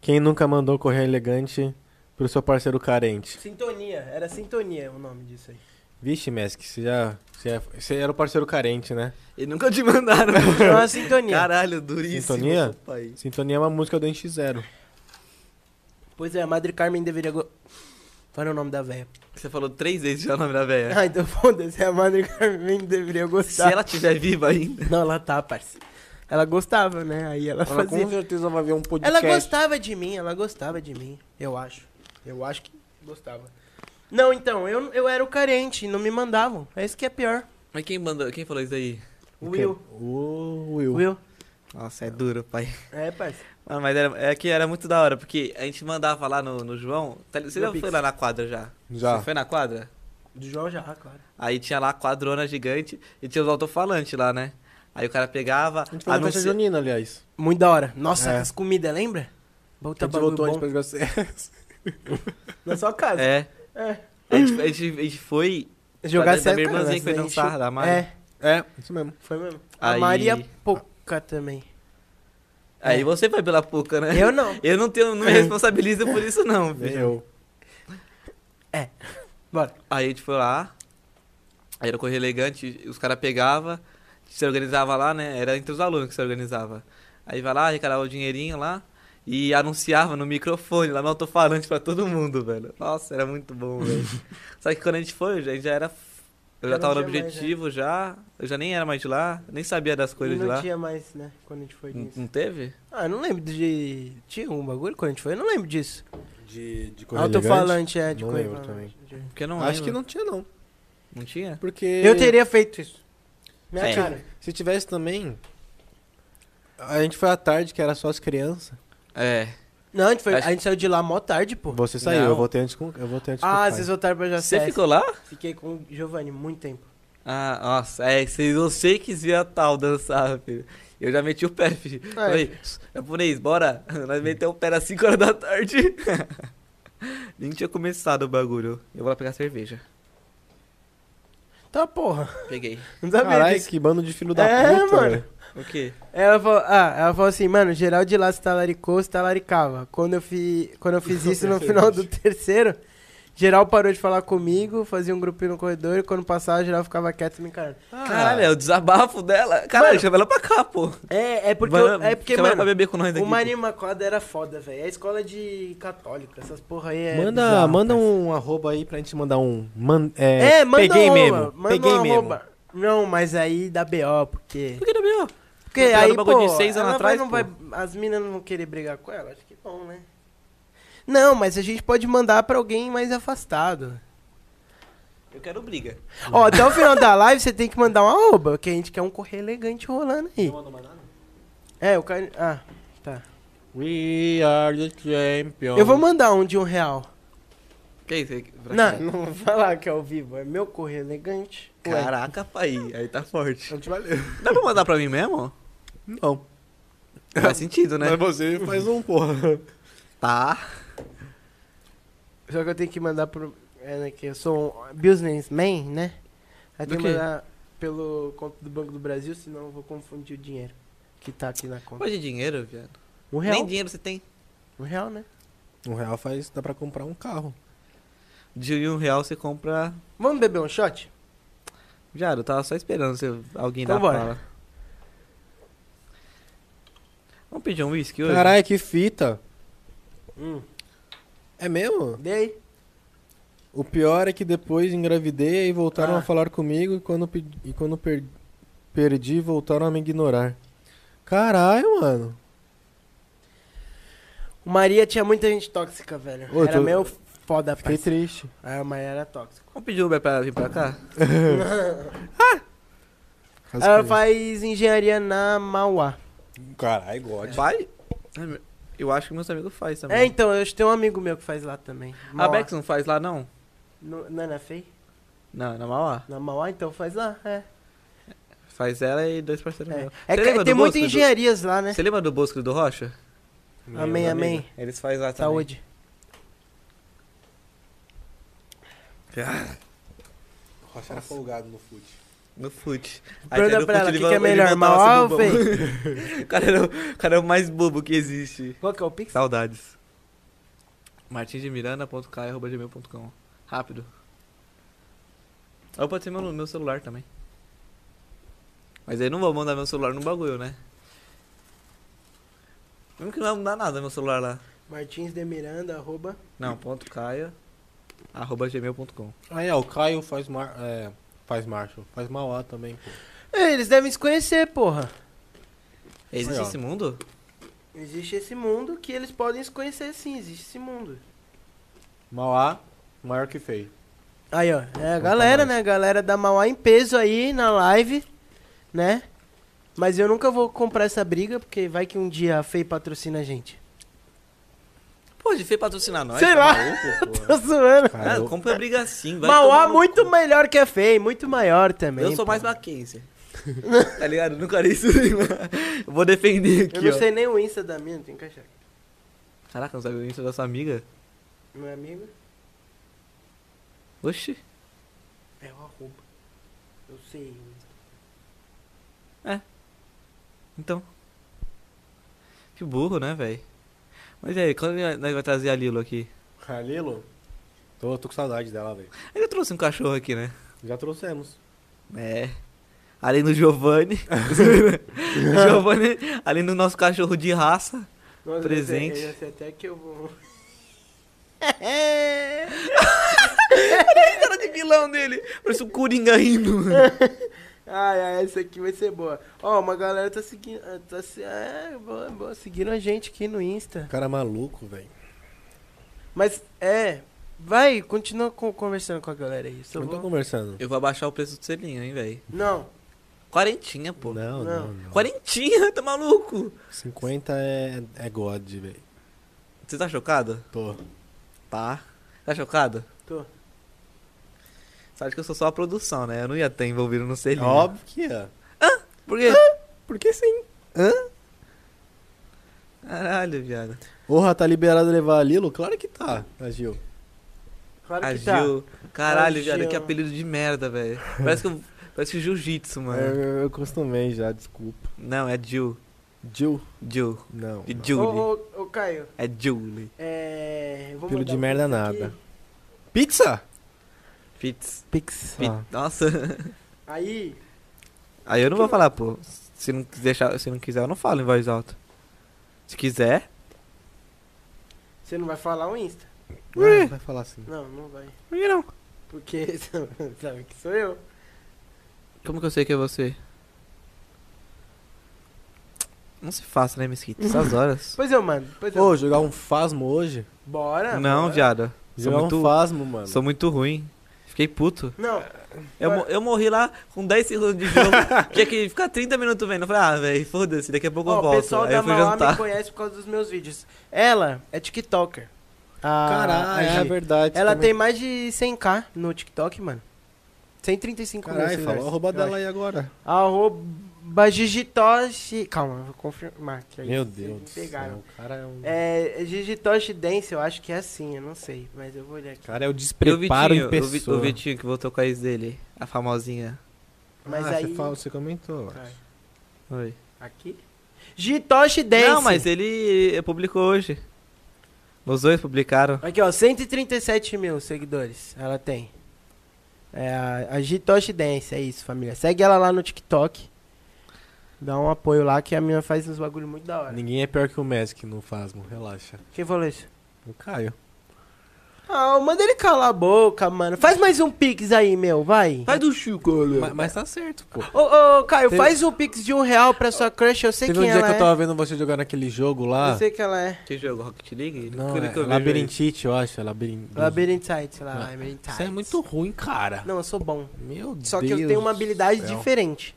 Speaker 2: Quem nunca mandou correr elegante pro seu parceiro carente?
Speaker 1: Sintonia, era sintonia o nome
Speaker 3: <laughs>
Speaker 1: disso aí.
Speaker 2: Vixe, Mesk, você já. Você, já- você era o parceiro carente, né?
Speaker 3: E nunca te <laughs> mandaram.
Speaker 1: Era uma sintonia.
Speaker 3: Caralho, duríssimo.
Speaker 2: Sintonia?
Speaker 3: Pai.
Speaker 2: Sintonia é uma música do NX0.
Speaker 1: Pois é, a Madre Carmen deveria. Go... Fala o nome da velha.
Speaker 3: Você falou três vezes já o nome da velha.
Speaker 1: <laughs> Ah, então foda-se, a Madre Carmen deveria
Speaker 3: Se
Speaker 1: gostar.
Speaker 3: ela estiver viva ainda.
Speaker 1: Não, ela tá, parceiro. Ela gostava, né? Aí ela,
Speaker 2: Ela
Speaker 1: fazia.
Speaker 2: com certeza vai ver um podcast.
Speaker 1: Ela gostava de mim, ela gostava de mim, eu acho. Eu acho que gostava. Não, então, eu, eu era o carente, não me mandavam. É isso que é pior.
Speaker 3: Mas quem mandou? Quem falou isso aí?
Speaker 2: O quê?
Speaker 1: Will.
Speaker 2: O Will.
Speaker 1: Will.
Speaker 3: Nossa, é duro, pai.
Speaker 1: É, parceiro.
Speaker 3: Mano, mas era, é que era muito da hora, porque a gente mandava lá no, no João. Tá- Você
Speaker 1: No
Speaker 3: já foi
Speaker 1: Pix.
Speaker 3: lá na quadra já?
Speaker 2: Já.
Speaker 3: Você foi na quadra?
Speaker 1: Do João já, claro.
Speaker 3: Aí tinha lá a quadrona gigante e tinha os altofalantes lá, né? Aí o cara pegava.
Speaker 2: A gente fez uma festa
Speaker 3: anuncia-
Speaker 2: junina, aliás.
Speaker 1: Muito da hora. Nossa,
Speaker 2: É.
Speaker 1: as comidas, lembra? Bota
Speaker 2: a gente
Speaker 1: Tá bagulho
Speaker 2: voltou antes
Speaker 1: bom.
Speaker 2: pra
Speaker 1: <laughs>
Speaker 2: jogar CS.
Speaker 1: Na sua casa.
Speaker 3: É.
Speaker 1: É.
Speaker 3: A gente, a gente- a gente foi.
Speaker 1: Jogar é
Speaker 3: É. Da- da
Speaker 1: certo. né?
Speaker 3: minha irmãzinha que foi dançar, da Mari.
Speaker 1: É,
Speaker 2: É, isso mesmo.
Speaker 1: foi mesmo. A
Speaker 3: Aí-
Speaker 1: Maria Pouca também.
Speaker 3: Aí você foi pela puca, né?
Speaker 1: Eu
Speaker 3: <laughs>
Speaker 1: É. não.
Speaker 3: Eu não tenho, não me responsabilizo por isso, não,
Speaker 2: Nem
Speaker 3: filho.
Speaker 2: eu.
Speaker 1: Bora.
Speaker 3: Aí a gente foi lá, aí era correr elegante, os caras pegavam, se organizava lá, né? Era entre os alunos que se organizava. Aí vai lá, arrecadava o dinheirinho lá e anunciava no microfone, lá no alto-falante pra todo mundo, velho. Nossa, era muito bom,
Speaker 1: <laughs>
Speaker 3: velho. Só que quando a gente foi, a gente já era. Eu já
Speaker 1: Já não
Speaker 3: tava no
Speaker 1: tinha mais, né?
Speaker 3: objetivo já, eu já nem era mais de lá, nem sabia das coisas de
Speaker 1: não
Speaker 3: lá.
Speaker 1: tinha mais, né? Quando a gente
Speaker 2: Hum,
Speaker 1: foi
Speaker 3: N-
Speaker 1: disso.
Speaker 3: Não teve?
Speaker 1: Ah, eu não lembro de. Tinha um bagulho quando a gente foi? Eu não lembro disso.
Speaker 2: De, de correr elegante.
Speaker 1: Alto-falante, é, de
Speaker 2: Não
Speaker 1: coisa.
Speaker 2: lembro também.
Speaker 1: De-
Speaker 3: Porque eu não
Speaker 2: então, Acho
Speaker 3: lembro.
Speaker 2: que não tinha, não.
Speaker 3: Não tinha?
Speaker 2: Porque.
Speaker 1: Eu teria feito isso. Minha
Speaker 3: É.
Speaker 1: cara.
Speaker 2: Se tivesse também. A gente foi à tarde, que era só as crianças.
Speaker 3: É.
Speaker 1: Não, a gente, foi-
Speaker 3: Acho-
Speaker 1: a gente saiu de lá mó tarde, pô.
Speaker 2: Você saiu,
Speaker 3: Não.
Speaker 2: eu voltei antes com. Eu voltei antes com o
Speaker 1: Ah,
Speaker 2: pai.
Speaker 1: vocês voltaram pra
Speaker 3: Você
Speaker 1: Jacé.
Speaker 3: ficou lá?
Speaker 1: Fiquei com o Giovanni muito tempo.
Speaker 3: Ah, nossa, é, vocês não sei que via tal dançar, filho. Eu já meti o pé, filho. É.
Speaker 1: É,
Speaker 3: Falei, japonês, bora. <laughs> Nós metemos o pé às 5 horas da tarde. <laughs> Nem tinha começado o bagulho. Eu vou lá pegar cerveja.
Speaker 1: Tá porra.
Speaker 3: Peguei.
Speaker 1: Não sabia
Speaker 2: Caralho,
Speaker 1: disso.
Speaker 2: que bando de filho da
Speaker 1: né? É,
Speaker 2: puta,
Speaker 1: mano.
Speaker 2: velho.
Speaker 3: O quê?
Speaker 1: Ela falou, ah, ela falou assim, mano, geral de lá se talaricou, se talaricava. Quando eu, fi, quando eu fiz isso no final do terceiro, geral parou de falar comigo, fazia um grupinho no corredor e quando passava, geral ficava quieto me encarando.
Speaker 3: Caralho, é o desabafo dela. Caralho, chama ela pra cá, pô.
Speaker 1: É, é porque,
Speaker 3: Vai-
Speaker 1: eu- é porque
Speaker 3: chama ela pra
Speaker 1: mano,
Speaker 3: beber com nós aqui.
Speaker 1: o
Speaker 3: pô.
Speaker 1: Manimacoda era foda, velho. É escola de católica, essas porra aí é
Speaker 2: manda
Speaker 1: bizarro,
Speaker 2: manda
Speaker 1: cara.
Speaker 2: um arroba aí pra gente mandar um. Man,
Speaker 1: É,
Speaker 2: é,
Speaker 1: manda
Speaker 2: Peguei
Speaker 1: um arroba,
Speaker 2: mesmo.
Speaker 1: manda
Speaker 2: peguei
Speaker 1: um
Speaker 2: mesmo.
Speaker 1: arroba. Não, mas aí dá BO, porque...
Speaker 3: Por que não viu?
Speaker 1: Porque
Speaker 3: Pegaram
Speaker 1: aí,
Speaker 3: o bagulho
Speaker 1: pô,
Speaker 3: de seis anos
Speaker 1: ela vai-
Speaker 3: atrás,
Speaker 1: não
Speaker 3: pô.
Speaker 1: vai- as minas não vão querer brigar com ela? Acho que bom, né? Não, mas a gente pode mandar pra alguém mais afastado.
Speaker 3: Eu quero briga.
Speaker 1: Ó, até o final da live você tem que mandar uma arroba, que a gente quer um correr elegante rolando aí. É, o cara... Ah,
Speaker 2: We are the champions.
Speaker 1: eu vou mandar um de um real.
Speaker 3: Que isso? aí? Pra
Speaker 1: Não,
Speaker 3: cá.
Speaker 1: não vou falar que é ao vivo, é meu correr elegante. Ué,
Speaker 3: Caraca, pai. Aí tá forte.
Speaker 2: Não te valeu.
Speaker 3: Dá pra mandar pra mim mesmo?
Speaker 2: Não.
Speaker 3: Faz sentido, né?
Speaker 2: Mas você faz
Speaker 1: <laughs>
Speaker 2: um, porra.
Speaker 3: Tá.
Speaker 1: Só que eu tenho que mandar pro... É, né, que eu sou um businessman, né? Aí
Speaker 3: Do
Speaker 1: tem que
Speaker 3: quê?
Speaker 1: mandar pelo conta do Banco do Brasil, senão eu vou confundir o dinheiro que tá aqui na conta.
Speaker 3: Pode dinheiro, viado.
Speaker 1: Um real?
Speaker 3: Nem dinheiro você tem.
Speaker 1: Um real, né?
Speaker 2: Um real faz. Dá pra comprar um carro.
Speaker 3: De um real você compra.
Speaker 1: Vamos beber um shot?
Speaker 3: Já, eu tava só esperando você... alguém
Speaker 1: Então
Speaker 3: dar
Speaker 1: bora.
Speaker 3: fala. Vamos pedir um whisky hoje?
Speaker 2: Caralho, que fita.
Speaker 1: Hum.
Speaker 2: É mesmo?
Speaker 1: Dei.
Speaker 2: O pior é que depois engravidei e voltaram
Speaker 1: Ah.
Speaker 2: a falar comigo e quando, pe- e quando per- perdi, voltaram a me ignorar. Caralho, mano.
Speaker 1: O Maria tinha muita gente tóxica, velho.
Speaker 2: Ô,
Speaker 1: era
Speaker 2: tô-
Speaker 1: meio foda,
Speaker 2: Fiquei
Speaker 1: parceiro.
Speaker 2: triste.
Speaker 1: Ah, o Maria era tóxico.
Speaker 3: Vamos pedir um Uber pra ela vir pra cá?
Speaker 2: As
Speaker 1: Ela
Speaker 2: coisas.
Speaker 1: faz engenharia na Mauá.
Speaker 2: Caralho, God.
Speaker 3: Vai? Ai, meu- Eu acho que meus amigos fazem
Speaker 1: É,
Speaker 3: também.
Speaker 1: então, eu tenho um amigo meu que faz lá também.
Speaker 3: a
Speaker 1: Mauá.
Speaker 3: Bex não faz lá, não?
Speaker 1: No- Não é na FEI?
Speaker 3: Não, na Mauá.
Speaker 1: Na Mauá, então faz lá, é.
Speaker 3: Faz ela e dois parceiros
Speaker 1: É,
Speaker 3: meus.
Speaker 1: É
Speaker 3: Você
Speaker 1: que
Speaker 3: lembra
Speaker 1: tem
Speaker 3: do
Speaker 1: muitas
Speaker 3: Bosco e do-
Speaker 1: engenharias lá, né?
Speaker 3: Você lembra do Bosco e do Rocha?
Speaker 1: Amém,
Speaker 3: Meus
Speaker 1: amém.
Speaker 3: amigos, Eles fazem lá também.
Speaker 1: Saúde.
Speaker 3: Ah,
Speaker 2: O Rocha era folgado no fute.
Speaker 3: No fute.
Speaker 1: Pergunta pra ela, o que, que é melhor, Mauá
Speaker 3: mal
Speaker 1: ou Fei?
Speaker 3: <laughs> O cara era o- o cara era o mais bobo que existe.
Speaker 1: Qual que é o Pix?
Speaker 3: Saudades. martinsdemiranda.k.gmail.com Rápido. Ou pode ser meu, meu celular também. Mas aí eu não vou mandar meu celular no bagulho, né? Mesmo que não vai mudar nada meu celular lá.
Speaker 1: Martins de Miranda, arroba.
Speaker 3: Não, ponto caia, arroba gmail.com.
Speaker 2: Aí, ó, o Caio faz, mar... é, faz Marshall. Faz Mauá também, pô.
Speaker 1: É, eles devem se conhecer, porra.
Speaker 3: Existe
Speaker 2: Aí, ó.
Speaker 3: esse mundo?
Speaker 1: Existe esse mundo que eles podem se conhecer sim, existe esse mundo.
Speaker 2: Mauá, maior que feio.
Speaker 1: Aí, ó. É a galera, né? A galera da Mauá em peso aí na live, né? Mas eu nunca vou comprar essa briga, porque vai que um dia a FEI patrocina a gente. <laughs>
Speaker 3: Pô, de feio patrocinar nós.
Speaker 1: Sei
Speaker 3: tá
Speaker 1: lá.
Speaker 3: maluco,
Speaker 1: Tô
Speaker 3: porra.
Speaker 1: zoando.
Speaker 2: Cara,
Speaker 3: Ah,
Speaker 2: eu-
Speaker 3: compra briga assim, vai
Speaker 1: Mauá
Speaker 3: tomar no
Speaker 1: muito
Speaker 3: cu.
Speaker 1: melhor que a FEI, muito maior também.
Speaker 3: Eu sou
Speaker 1: pô.
Speaker 3: mais Mackenzie. <laughs> tá ligado? Nunca era isso. <laughs> Eu vou defender
Speaker 1: Eu
Speaker 3: aqui,
Speaker 1: não
Speaker 3: ó.
Speaker 1: sei nem o Insta da minha, tem que achar. aqui.
Speaker 3: Caraca, não sabe o Insta da sua amiga?
Speaker 1: Meu amigo
Speaker 3: Oxi.
Speaker 1: é o arroba. Eu sei. o Insta.
Speaker 3: Então. Que burro, né, velho? Mas e aí, quando nós vai trazer a Lilo aqui?
Speaker 2: Halilo? Tô, tô com saudade dela, velho.
Speaker 3: Ele trouxe um cachorro aqui, né?
Speaker 2: Já trouxemos.
Speaker 3: É. Além do Giovanni. Giovanni, além do nosso cachorro de raça.
Speaker 1: Nossa, Eu
Speaker 3: Presente.
Speaker 1: sei, eu sei até que eu vou. <laughs> É.
Speaker 3: Olha a cara de vilão dele. Parece o Coringa rindo, mano.
Speaker 1: Ai, ai, essa aqui vai ser boa. Ó, uma galera tá seguindo. ah, Tá se... É, boa, boa. Seguindo a gente aqui no Insta.
Speaker 2: Cara maluco, velho.
Speaker 1: Mas, é. Vai, continua co- conversando com a galera aí. só
Speaker 2: Não tô
Speaker 1: vou-
Speaker 2: conversando.
Speaker 3: Eu vou abaixar o preço do selinho, hein, velho.
Speaker 1: Não,
Speaker 3: Quarentinha, pô.
Speaker 2: Não,
Speaker 1: não.
Speaker 2: não, não.
Speaker 3: Quarentinha, tá maluco?
Speaker 2: 50 é, é God, velho.
Speaker 3: Você tá chocado?
Speaker 2: Tô.
Speaker 3: Tá. Tá chocado?
Speaker 1: tô.
Speaker 3: Sabe que eu sou só a produção, né? Eu não ia estar envolvido no selinho.
Speaker 2: Óbvio que é.
Speaker 3: Por quê?
Speaker 2: Porque sim.
Speaker 3: Caralho, viado.
Speaker 2: Porra, tá liberado levar a Lilo? Claro que tá, a Gil.
Speaker 1: Claro
Speaker 3: a
Speaker 1: que tá.
Speaker 3: Gil. Caralho,
Speaker 1: A
Speaker 3: viado,
Speaker 1: Gil.
Speaker 3: que apelido de merda, velho. Parece que eu... Parece que jiu-jitsu,
Speaker 2: Ah.
Speaker 3: mano.
Speaker 2: Eu, eu costumei já, desculpa.
Speaker 3: Não, é Jill.
Speaker 2: Gil?
Speaker 3: Jill.
Speaker 2: Não.
Speaker 3: De
Speaker 2: não.
Speaker 1: Ô,
Speaker 3: Julie.
Speaker 1: ô, ô, Caio,
Speaker 3: É Julie.
Speaker 1: é. eu Vou
Speaker 2: Pelo
Speaker 1: mandar
Speaker 2: de
Speaker 1: um
Speaker 2: merda
Speaker 1: pix aqui.
Speaker 2: nada. Pizza?
Speaker 3: Pits.
Speaker 1: Pix.
Speaker 3: Pit-
Speaker 2: Ah.
Speaker 3: Nossa. <laughs>
Speaker 1: Aí,
Speaker 3: Aí eu não vou falar, pô. Se não, quiser, se não quiser, eu não falo em voz alta. Se quiser,
Speaker 1: você não vai falar o Insta?
Speaker 2: Ah, vai falar assim.
Speaker 1: Não, não vai.
Speaker 3: por que não?
Speaker 1: Porque <laughs> sabe que sou eu.
Speaker 3: Como que eu sei que é você? Não se faça, né, Mesquita? <laughs> Essas horas.
Speaker 1: Pois eu, mano. Pois eu.
Speaker 2: Ô, jogar um Fasmo hoje?
Speaker 1: Bora.
Speaker 3: Não,
Speaker 1: bora.
Speaker 3: viado. Sou
Speaker 2: Jogar um
Speaker 3: muito,
Speaker 2: Fasmo, mano.
Speaker 3: sou muito ruim. Fiquei puto.
Speaker 1: Não,
Speaker 3: Eu, mo- eu morri lá com 10 segundos de <laughs> jogo. Tinha que ficar 30 minutos vendo. Eu falei, ah, velho, foda-se, daqui a pouco eu
Speaker 1: ó, o
Speaker 3: volto.
Speaker 1: pessoal
Speaker 3: Aí
Speaker 1: da
Speaker 3: eu fui
Speaker 1: Mauá me
Speaker 3: jantar.
Speaker 1: conhece por causa dos meus vídeos. Ela é TikToker. A-
Speaker 2: Caralho,
Speaker 1: a
Speaker 2: é
Speaker 1: Gi.
Speaker 2: verdade.
Speaker 1: Ela
Speaker 2: também.
Speaker 1: tem mais de 100k no TikTok, mano. 135 mil
Speaker 2: Caralho,
Speaker 1: seguidores,
Speaker 2: fala o arroba
Speaker 1: eu
Speaker 2: dela
Speaker 1: acho.
Speaker 2: aí agora.
Speaker 1: Arroba Gigitoshi. Calma, vou confirmar. Que aí
Speaker 2: Meu
Speaker 1: vocês
Speaker 2: Deus
Speaker 1: me
Speaker 2: do
Speaker 1: pegaram.
Speaker 2: céu. O cara é um...
Speaker 1: É, é Gigitoshi Dance, eu acho que é assim, eu não sei, mas eu vou olhar
Speaker 2: O
Speaker 1: aqui.
Speaker 2: cara é o
Speaker 3: E o
Speaker 2: despreparo
Speaker 3: Vitinho,
Speaker 2: em
Speaker 3: o Vi-
Speaker 2: pessoa.
Speaker 3: o Vitinho que voltou com a ex dele, a famosinha.
Speaker 1: Mas
Speaker 2: ah,
Speaker 1: aí.
Speaker 2: Você, fala, você comentou.
Speaker 1: Vai,
Speaker 3: Oi.
Speaker 1: Aqui? Gigitoshi Dance!
Speaker 3: Não, mas ele eh, publicou hoje. Os dois publicaram.
Speaker 1: Aqui, ó, 137 mil seguidores ela tem. É a, a Gitoshi Dance, é isso, família. Segue ela lá no TikTok. Dá um apoio lá que a mina faz uns bagulho muito da hora.
Speaker 2: Ninguém é pior que o Magic no Fasmo, relaxa.
Speaker 1: Quem falou isso?
Speaker 2: O Caio.
Speaker 1: Ah, manda ele calar a boca, mano. Faz mais um pix aí, meu, vai.
Speaker 3: Vai do Chico,
Speaker 2: Mas, mas tá certo, pô.
Speaker 1: Ô, ô, Caio,
Speaker 2: Teve-
Speaker 1: faz um pix de um real pra sua crush, eu sei
Speaker 2: Teve um
Speaker 1: quem
Speaker 2: dia
Speaker 1: ela
Speaker 2: que
Speaker 1: é.
Speaker 2: eu tava vendo você jogar naquele jogo lá.
Speaker 1: Eu sei que ela é.
Speaker 3: Que jogo? Rocket League?
Speaker 2: Não,
Speaker 3: Tudo
Speaker 2: é,
Speaker 3: que eu vejo
Speaker 2: labirintite, eu acho. É labirin...
Speaker 1: Labyrinthite, sei lá,
Speaker 2: Não,
Speaker 1: Labyrinthite.
Speaker 2: Isso é muito ruim, cara.
Speaker 1: Não, eu sou bom.
Speaker 2: Meu Deus. É um
Speaker 1: Só que eu tenho uma habilidade
Speaker 2: do céu.
Speaker 1: diferente.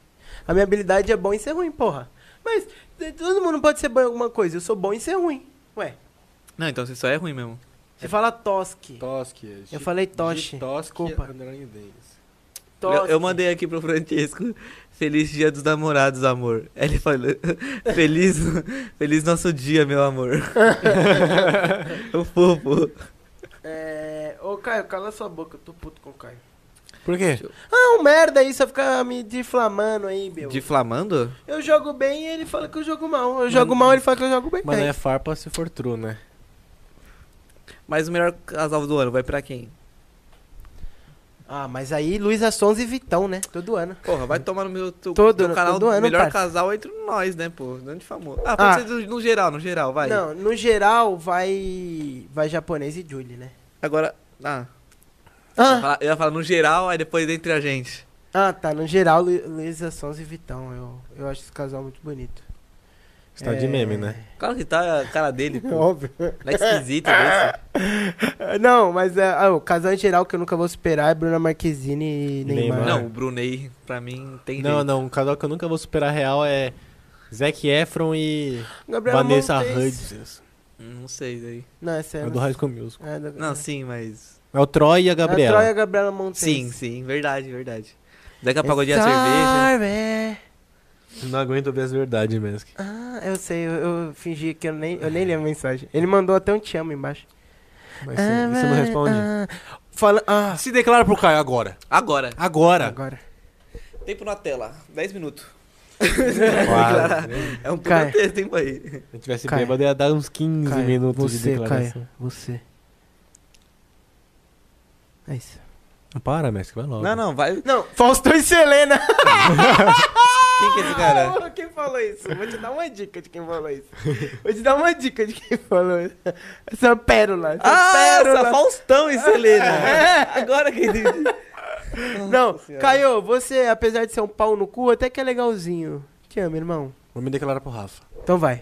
Speaker 1: A minha habilidade é bom em ser ruim, porra. Mas t- todo mundo pode ser bom em alguma coisa. Eu sou bom em ser ruim. Ué,
Speaker 3: aí. Não, então você só é ruim mesmo.
Speaker 1: você fala tosque.
Speaker 2: Tosque.
Speaker 1: Eu falei toche.
Speaker 2: Tosque.
Speaker 1: Desculpa.
Speaker 2: Underline Days.
Speaker 3: Eu,
Speaker 1: Tosse.
Speaker 3: eu mandei aqui pro Francisco. Feliz dia dos namorados, amor. Ele falou: <laughs> Feliz, feliz nosso dia,
Speaker 1: <laughs>
Speaker 3: meu amor. o fofo.
Speaker 1: É... Ô, Caio, cala sua boca, eu tô puto com o Caio.
Speaker 2: Por quê?
Speaker 1: Ah, um merda aí, você fica me diflamando aí, meu.
Speaker 3: Diflamando?
Speaker 1: Eu jogo bem e ele fala que eu jogo mal. Eu jogo mal, ele fala que eu jogo bem.
Speaker 2: Mano, é farpa se for true, né?
Speaker 3: Mas o melhor casal do ano vai pra quem?
Speaker 1: Ah, mas aí Luísa Sons e Vitão, né? Todo ano.
Speaker 3: Porra, vai tomar no meu tu,
Speaker 1: Todo
Speaker 3: teu
Speaker 1: ano,
Speaker 3: canal
Speaker 1: todo ano,
Speaker 3: melhor
Speaker 1: parça.
Speaker 3: casal entre nós, né, pô? Não de famoso. Ah, pode
Speaker 1: Ah.
Speaker 3: ser do- no geral, no geral, vai.
Speaker 1: Não, no geral vai. Vai japonês e Julie, né?
Speaker 3: Agora. Ah, eu ia
Speaker 1: Ah,
Speaker 3: falar- eu ia falar no geral, aí depois entre a gente.
Speaker 1: ah tá. No geral, Lu- Luísa Sons e Vitão. Eu, eu acho esse casal muito bonito.
Speaker 2: Você tá de
Speaker 1: É.
Speaker 2: meme, né?
Speaker 3: Claro que tá a cara dele, pô.
Speaker 1: Óbvio.
Speaker 3: Não é
Speaker 1: <laughs>
Speaker 3: esquisito desse.
Speaker 1: Não, mas é, ah, o casal em geral que eu nunca vou superar é Bruna Marquezine e Neymar.
Speaker 2: Neymar.
Speaker 3: Não, o Brunei, pra mim, tem
Speaker 2: Não,
Speaker 3: jeito.
Speaker 2: não. Um casal que eu nunca vou superar real é Zac Efron e
Speaker 1: Gabriela
Speaker 2: Vanessa
Speaker 1: Montes.
Speaker 2: Hudgens.
Speaker 3: Hum, Não sei daí.
Speaker 1: Não, essa é
Speaker 2: É do High School Musical.
Speaker 1: É do-
Speaker 3: Não, sim, mas.
Speaker 2: É o Troy e a
Speaker 1: É a
Speaker 2: Gabriela.
Speaker 1: Troia Gabriela Montes.
Speaker 3: Sim, sim, verdade, verdade. Daqui a
Speaker 1: É
Speaker 3: pouco eu dia a cerveja.
Speaker 1: Sorry.
Speaker 2: Não aguento ver as verdades, Mask.
Speaker 1: Ah, eu sei, eu, eu fingi que eu nem, eu nem li a mensagem. Ele mandou até um te amo embaixo.
Speaker 2: Mas
Speaker 1: É
Speaker 2: sim, você não responde.
Speaker 1: Ah, fala, ah,
Speaker 2: Se declara pro Caio agora.
Speaker 3: Agora.
Speaker 2: Agora. <laughs>
Speaker 1: agora.
Speaker 3: Tempo na tela, 10 minutos.
Speaker 2: Claro.
Speaker 3: É um puta
Speaker 1: Caio.
Speaker 3: texto, hein, pai?
Speaker 2: Se eu tivesse
Speaker 1: Caio.
Speaker 2: bêbado, ia dar uns 15
Speaker 1: Caio,
Speaker 2: minutos de
Speaker 1: você,
Speaker 2: declaração.
Speaker 1: Caio, você. É isso.
Speaker 2: Não para, Mask, vai logo.
Speaker 3: Não, não, vai.
Speaker 1: Não, Faustão e Selena.
Speaker 3: Quem que é
Speaker 1: <laughs>
Speaker 3: esse cara?
Speaker 1: Ah, quem falou isso? Vou te dar uma dica de quem falou isso. Vou te dar uma dica de quem falou isso. Essa é uma pérola. Essa
Speaker 3: Ah,
Speaker 1: pérola.
Speaker 3: essa Faustão e Selena.
Speaker 1: <laughs> É.
Speaker 3: Agora que entendi.
Speaker 1: Não,
Speaker 3: Senhora.
Speaker 1: Caio, você, apesar de ser um pau no cu, até que é legalzinho. Te amo, irmão.
Speaker 2: Vou me declarar pro Rafa.
Speaker 1: Então vai,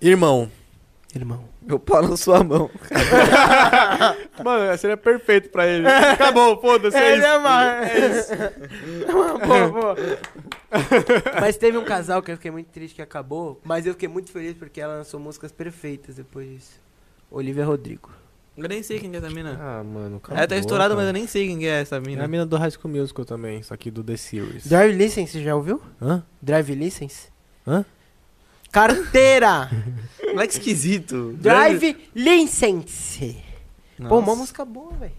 Speaker 2: Irmão.
Speaker 1: irmão.
Speaker 3: Meu pau na sua mão.
Speaker 2: Mano, seria perfeito pra ele. Acabou, foda-se.
Speaker 1: É, né, mano? <laughs> Boa, boa. Mas teve um casal que eu fiquei muito triste que acabou, mas eu fiquei muito feliz porque ela lançou músicas perfeitas depois disso. Olivia Rodrigo.
Speaker 3: Eu nem sei quem que é essa mina.
Speaker 2: Ah, mano, calma.
Speaker 3: Ela tá estourada, mas eu nem sei quem que é essa
Speaker 2: É a
Speaker 3: mina.
Speaker 2: mina do High School Musical também, só que do The Series.
Speaker 1: Drive License, você já ouviu?
Speaker 2: Hã?
Speaker 1: Drive License?
Speaker 2: Hã?
Speaker 3: <laughs>
Speaker 1: Carteira!
Speaker 3: Moleque esquisito.
Speaker 1: Drive License! Pô, uma música boa, velho.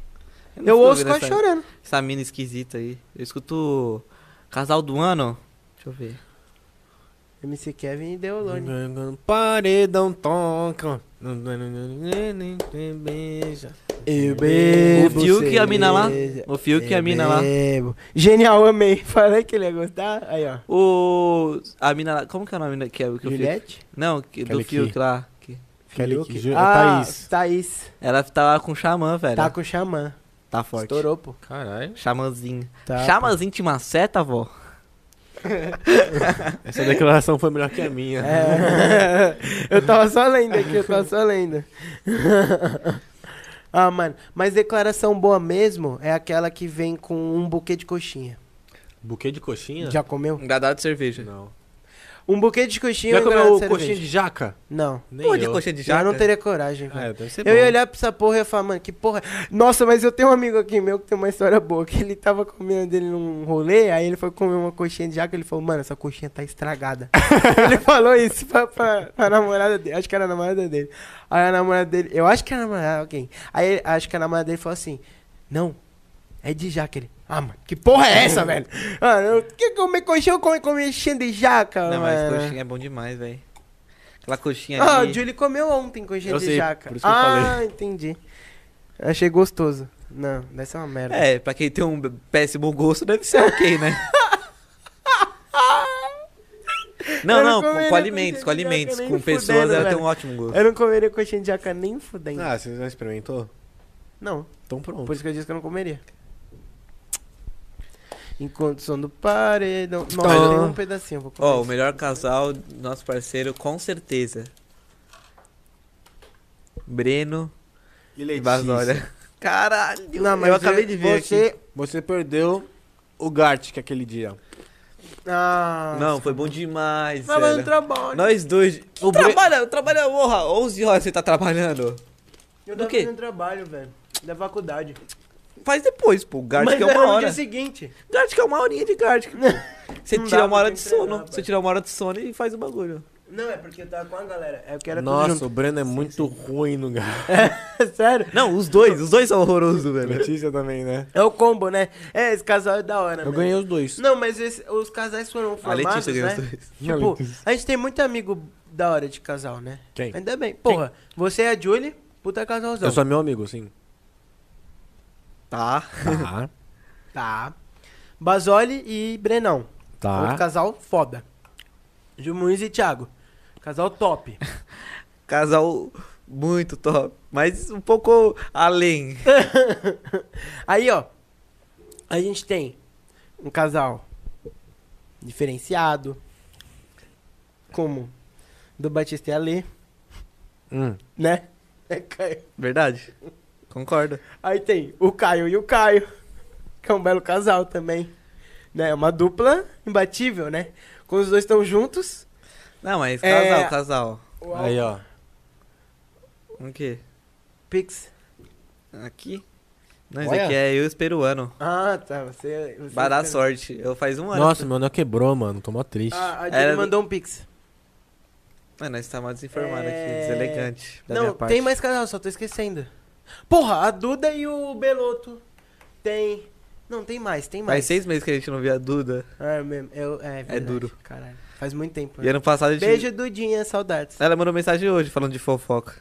Speaker 1: Eu, ouço quase
Speaker 3: chorando.
Speaker 1: chorando.
Speaker 3: Essa mina esquisita aí. Eu escuto Casal do Ano. Deixa eu ver.
Speaker 1: MC Kevin e Deolone.
Speaker 3: É.
Speaker 2: Paredão toca. Beija.
Speaker 1: Eu bebo.
Speaker 3: O Fiuk e a mina lá?
Speaker 1: cerveja.
Speaker 3: O Fiuk e a
Speaker 1: Eu
Speaker 3: mina lá.
Speaker 1: bebo. Genial, amei. <laughs> Falei que ele ia gostar. Aí, ó.
Speaker 3: O. A mina lá. Como que é o nome da que é o que eu fico?
Speaker 1: Juliette?
Speaker 3: Não, que- do
Speaker 2: Kelly
Speaker 3: Fiuk
Speaker 2: Key.
Speaker 3: lá. que-
Speaker 2: Kelly
Speaker 1: Fiuk.
Speaker 2: Key.
Speaker 3: é
Speaker 2: Ju-
Speaker 1: Ah,
Speaker 2: Thaís.
Speaker 1: Thaís.
Speaker 3: Ela tá lá com o Xamã, velho.
Speaker 1: Tá com o Xamã.
Speaker 3: Tá forte.
Speaker 1: Estourou, pô.
Speaker 2: Caralho.
Speaker 3: Xamãzinho.
Speaker 1: Tá,
Speaker 3: Xamãzinho te maceta, vó?
Speaker 2: <laughs> Essa declaração foi melhor que a minha.
Speaker 1: É. <laughs> eu tava só lendo aqui, eu tava só lendo. ah, mano. Mas declaração boa mesmo é aquela que vem com um buquê de coxinha.
Speaker 2: Buquê de coxinha?
Speaker 1: Já comeu?
Speaker 3: Gadado Um de cerveja.
Speaker 2: Não.
Speaker 1: Um buquê de coxinha e
Speaker 2: Já
Speaker 1: um grau
Speaker 2: comeu
Speaker 1: de cerveja.
Speaker 2: coxinha de jaca?
Speaker 1: Não.
Speaker 2: Nem
Speaker 3: Pô, de
Speaker 2: eu.
Speaker 3: coxa de
Speaker 1: Já
Speaker 3: jaca.
Speaker 1: não teria coragem, velho.
Speaker 2: Ah, deve ser
Speaker 1: Eu ia
Speaker 2: bom.
Speaker 1: olhar pra essa porra e ia falar, mano, que porra. Nossa, mas eu tenho um amigo aqui meu que tem uma história boa, que ele tava comendo dele num rolê, aí ele foi comer uma coxinha de jaca, ele falou, mano, essa coxinha tá
Speaker 3: <laughs>
Speaker 1: estragada. ele falou isso pra, pra- pra namorada dele, acho que era a namorada dele. Aí a namorada dele, eu acho que era a namorada, alguém. Aí acho que a namorada dele falou assim, não, é de jaca. Ele, ah, mano, que porra é
Speaker 3: <laughs>
Speaker 1: essa, velho? Mano, eu quer comer coxinha, eu come coxinha de jaca,
Speaker 3: Não, mas
Speaker 1: mano.
Speaker 3: coxinha é bom demais, velho. Aquela coxinha
Speaker 1: Ah,
Speaker 3: ali.
Speaker 1: o Julie comeu ontem coxinha
Speaker 2: Eu
Speaker 1: de
Speaker 2: sei,
Speaker 1: jaca.
Speaker 2: por isso que eu
Speaker 1: ah,
Speaker 2: falei.
Speaker 1: entendi. Achei gostoso. Não, dessa é uma merda.
Speaker 3: É, pra quem tem um péssimo gosto, deve ser ok,
Speaker 1: <laughs>
Speaker 3: né? Não,
Speaker 1: Eu
Speaker 3: não,
Speaker 1: não
Speaker 3: com,
Speaker 1: comeria
Speaker 3: com alimentos, com
Speaker 1: coxinha de jaca
Speaker 3: alimentos.
Speaker 1: nem
Speaker 3: Com pessoas
Speaker 1: fudendo,
Speaker 3: ela tem
Speaker 1: velho.
Speaker 3: um ótimo gosto.
Speaker 1: Eu não comeria coxinha de jaca nem fudendo.
Speaker 2: Ah, você já experimentou?
Speaker 1: Não,
Speaker 2: Então pronto.
Speaker 1: por isso que eu disse que eu não comeria. Enquanto som do paredão. Nossa,
Speaker 2: Então-
Speaker 1: tem um pedacinho, eu vou comer.
Speaker 3: Ó, o
Speaker 1: isso.
Speaker 3: melhor casal, nosso parceiro, com certeza. Breno
Speaker 2: E
Speaker 3: e
Speaker 2: Letícia? Ah,
Speaker 3: Vasória. Caralho,
Speaker 1: Não, mas
Speaker 3: eu acabei de ver
Speaker 1: Você.
Speaker 3: aqui.
Speaker 2: Você perdeu o Gartic aquele dia.
Speaker 1: Ah.
Speaker 3: Não, foi bom demais,
Speaker 1: Mas eu não
Speaker 3: velho.
Speaker 1: trabalho.
Speaker 3: Nós dois.
Speaker 2: O Bre-
Speaker 3: Trabalha, trabalha, porra. 11 horas você tá trabalhando.
Speaker 1: Eu
Speaker 3: do
Speaker 1: tava
Speaker 3: quê?
Speaker 1: fazendo trabalho, velho. Da faculdade.
Speaker 3: faz depois, pô. Gartic
Speaker 1: Mas
Speaker 3: é uma
Speaker 1: era no
Speaker 3: hora.
Speaker 1: dia seguinte.
Speaker 3: Gartic é uma horinha de Gartic. pô. Você
Speaker 1: Não
Speaker 3: tira
Speaker 1: dá
Speaker 3: uma hora
Speaker 1: pra
Speaker 3: de
Speaker 1: treinar,
Speaker 3: sono.
Speaker 1: pai.
Speaker 3: Você tira uma hora de sono e faz o bagulho.
Speaker 1: <laughs> Não, é porque eu tava com a galera. É que era tudo
Speaker 2: Nossa, o Breno é muito ruim no gato.
Speaker 1: <laughs> junto. Sério?
Speaker 3: Não, os dois. Os dois são horrorosos, velho.
Speaker 2: <laughs> Letícia também, né?
Speaker 1: É o combo, né? É, esse casal é da hora,
Speaker 2: Eu
Speaker 1: mano.
Speaker 2: ganhei os dois.
Speaker 1: Não, mas esse- os casais foram
Speaker 3: A
Speaker 1: formados,
Speaker 3: Letícia ganhou
Speaker 1: né?
Speaker 3: os dois.
Speaker 1: Tipo, a gente tem muito amigo da hora de casal, né?
Speaker 2: Quem?
Speaker 1: Ainda bem. Porra, você é a Julie, puta casalzão.
Speaker 2: Eu sou meu amigo, sim.
Speaker 3: Tá.
Speaker 2: <laughs> Tá,
Speaker 1: Tá. Basoli e Brenão.
Speaker 2: Tá.
Speaker 1: Outro casal foda. Jumunz e Thiago. Casal
Speaker 2: <laughs>
Speaker 1: top.
Speaker 3: Casal muito top. Mas um pouco além.
Speaker 1: Aí, ó. A gente tem um casal diferenciado. Como do Batista e Alê,
Speaker 2: Hum.
Speaker 1: né? É, Caio.
Speaker 3: Verdade. Concordo.
Speaker 1: Aí tem o Caio e o Caio, que é um belo casal também. Né? É uma dupla imbatível, né? Quando os dois estão juntos.
Speaker 3: Não, mas
Speaker 1: É.
Speaker 3: casal, casal.
Speaker 1: o Al-
Speaker 2: Aí, ó.
Speaker 3: O quê?
Speaker 1: Pix.
Speaker 3: Aqui? Não, isso
Speaker 2: Olha.
Speaker 3: aqui é eu e os peruano.
Speaker 1: Ah, tá. Você. você
Speaker 3: Vai dar sorte. Eu faz um ano.
Speaker 2: Nossa, meu anel quebrou, mano. Tô mó triste.
Speaker 1: Ah, a Julie
Speaker 3: Era-
Speaker 1: mandou um Pix.
Speaker 3: Mano, nós tá mal desinformado
Speaker 1: É.
Speaker 3: aqui. Deselegante. Da minha
Speaker 1: Não,
Speaker 3: parte.
Speaker 1: tem mais casal, só tô esquecendo. Porra, a Duda e o Beloto. Tem. Não, tem mais, tem
Speaker 3: Faz
Speaker 1: mais.
Speaker 3: seis meses que a gente não vê a Duda.
Speaker 1: É mesmo. Eu, é, verdade,
Speaker 3: duro.
Speaker 1: Caralho. Faz muito tempo.
Speaker 3: E
Speaker 1: Né?
Speaker 3: ano passado a gente.
Speaker 1: Beijo, Dudinha, saudades.
Speaker 3: Ela mandou mensagem hoje falando de fofoca.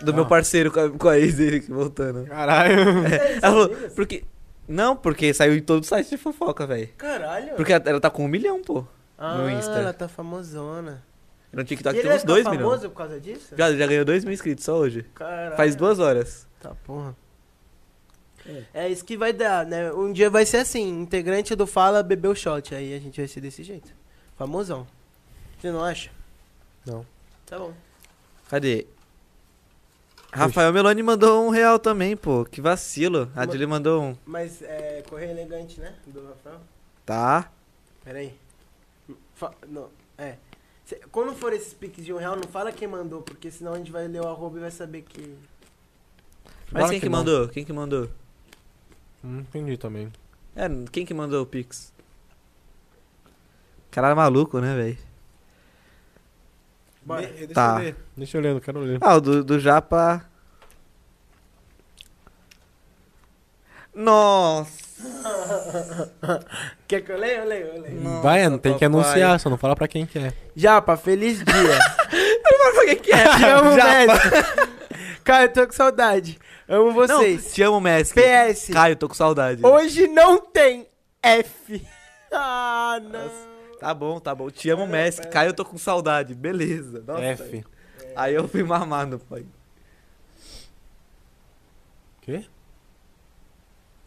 Speaker 3: Do
Speaker 2: Ah.
Speaker 3: meu parceiro com a, com a ex dele que voltando.
Speaker 1: É
Speaker 2: Caralho.
Speaker 3: Ela falou, porque. Não, porque saiu em todo o site de fofoca, velho.
Speaker 1: Caralho.
Speaker 3: Porque ela, ela tá com um milhão, pô.
Speaker 1: ah,
Speaker 3: no Insta.
Speaker 1: ela tá famosona.
Speaker 3: No TikTok
Speaker 1: E ele
Speaker 3: tem uns
Speaker 1: vai
Speaker 3: dois
Speaker 1: ficar
Speaker 3: milhões.
Speaker 1: famoso né? por causa disso?
Speaker 3: Já, já ganhou dois mil inscritos só hoje.
Speaker 1: Caralho.
Speaker 3: Faz duas horas.
Speaker 1: Tá, porra. É isso que vai dar, né? Um dia vai ser assim, integrante do Fala bebeu shot, aí a gente vai ser desse jeito. Famosão. Você não acha?
Speaker 2: Não.
Speaker 1: Tá bom.
Speaker 3: Cadê? Rafael Meloni mandou um real também, pô. Que vacilo. A
Speaker 1: Ma-
Speaker 3: Julie mandou um.
Speaker 1: Mas é correr elegante, né? Do Rafael?
Speaker 3: Tá.
Speaker 1: Pera aí. Fa- não, é. Cê- quando for esses piques de um real, não fala quem mandou, porque senão a gente vai ler o arroba e vai saber que.
Speaker 3: Mas
Speaker 2: Claro
Speaker 3: quem
Speaker 2: que
Speaker 3: que
Speaker 2: não.
Speaker 3: mandou? Quem que mandou?
Speaker 2: <laughs> Não entendi também.
Speaker 3: É, quem que mandou o Pix? Caralho, maluco, né, velho?
Speaker 1: Bora.
Speaker 2: deixa
Speaker 3: Tá.
Speaker 2: eu ler. Deixa eu ler, não quero ler.
Speaker 3: Ah, o do, do Japa. Nossa! <laughs>
Speaker 1: Quer que eu leia? Eu leio, eu leio.
Speaker 3: Nossa,
Speaker 2: Vai, não tem que
Speaker 3: papai.
Speaker 2: anunciar, só não fala pra quem que é.
Speaker 1: Japa, feliz dia.
Speaker 3: <laughs> Sabe o que que é?
Speaker 1: Te amo,
Speaker 3: Japa.
Speaker 1: Messi. Cara, eu tô com saudade. Amo
Speaker 3: Não,
Speaker 1: vocês.
Speaker 3: te amo, Messi.
Speaker 1: PS,
Speaker 3: Caio, tô com saudade.
Speaker 1: hoje não tem F. <laughs> Ah, não.
Speaker 3: Tá bom, tá bom. Te amo, Messi. Caio, tô com saudade. Beleza. Nossa.
Speaker 2: F.
Speaker 3: Aí eu fui mamado, pai.
Speaker 2: Quê?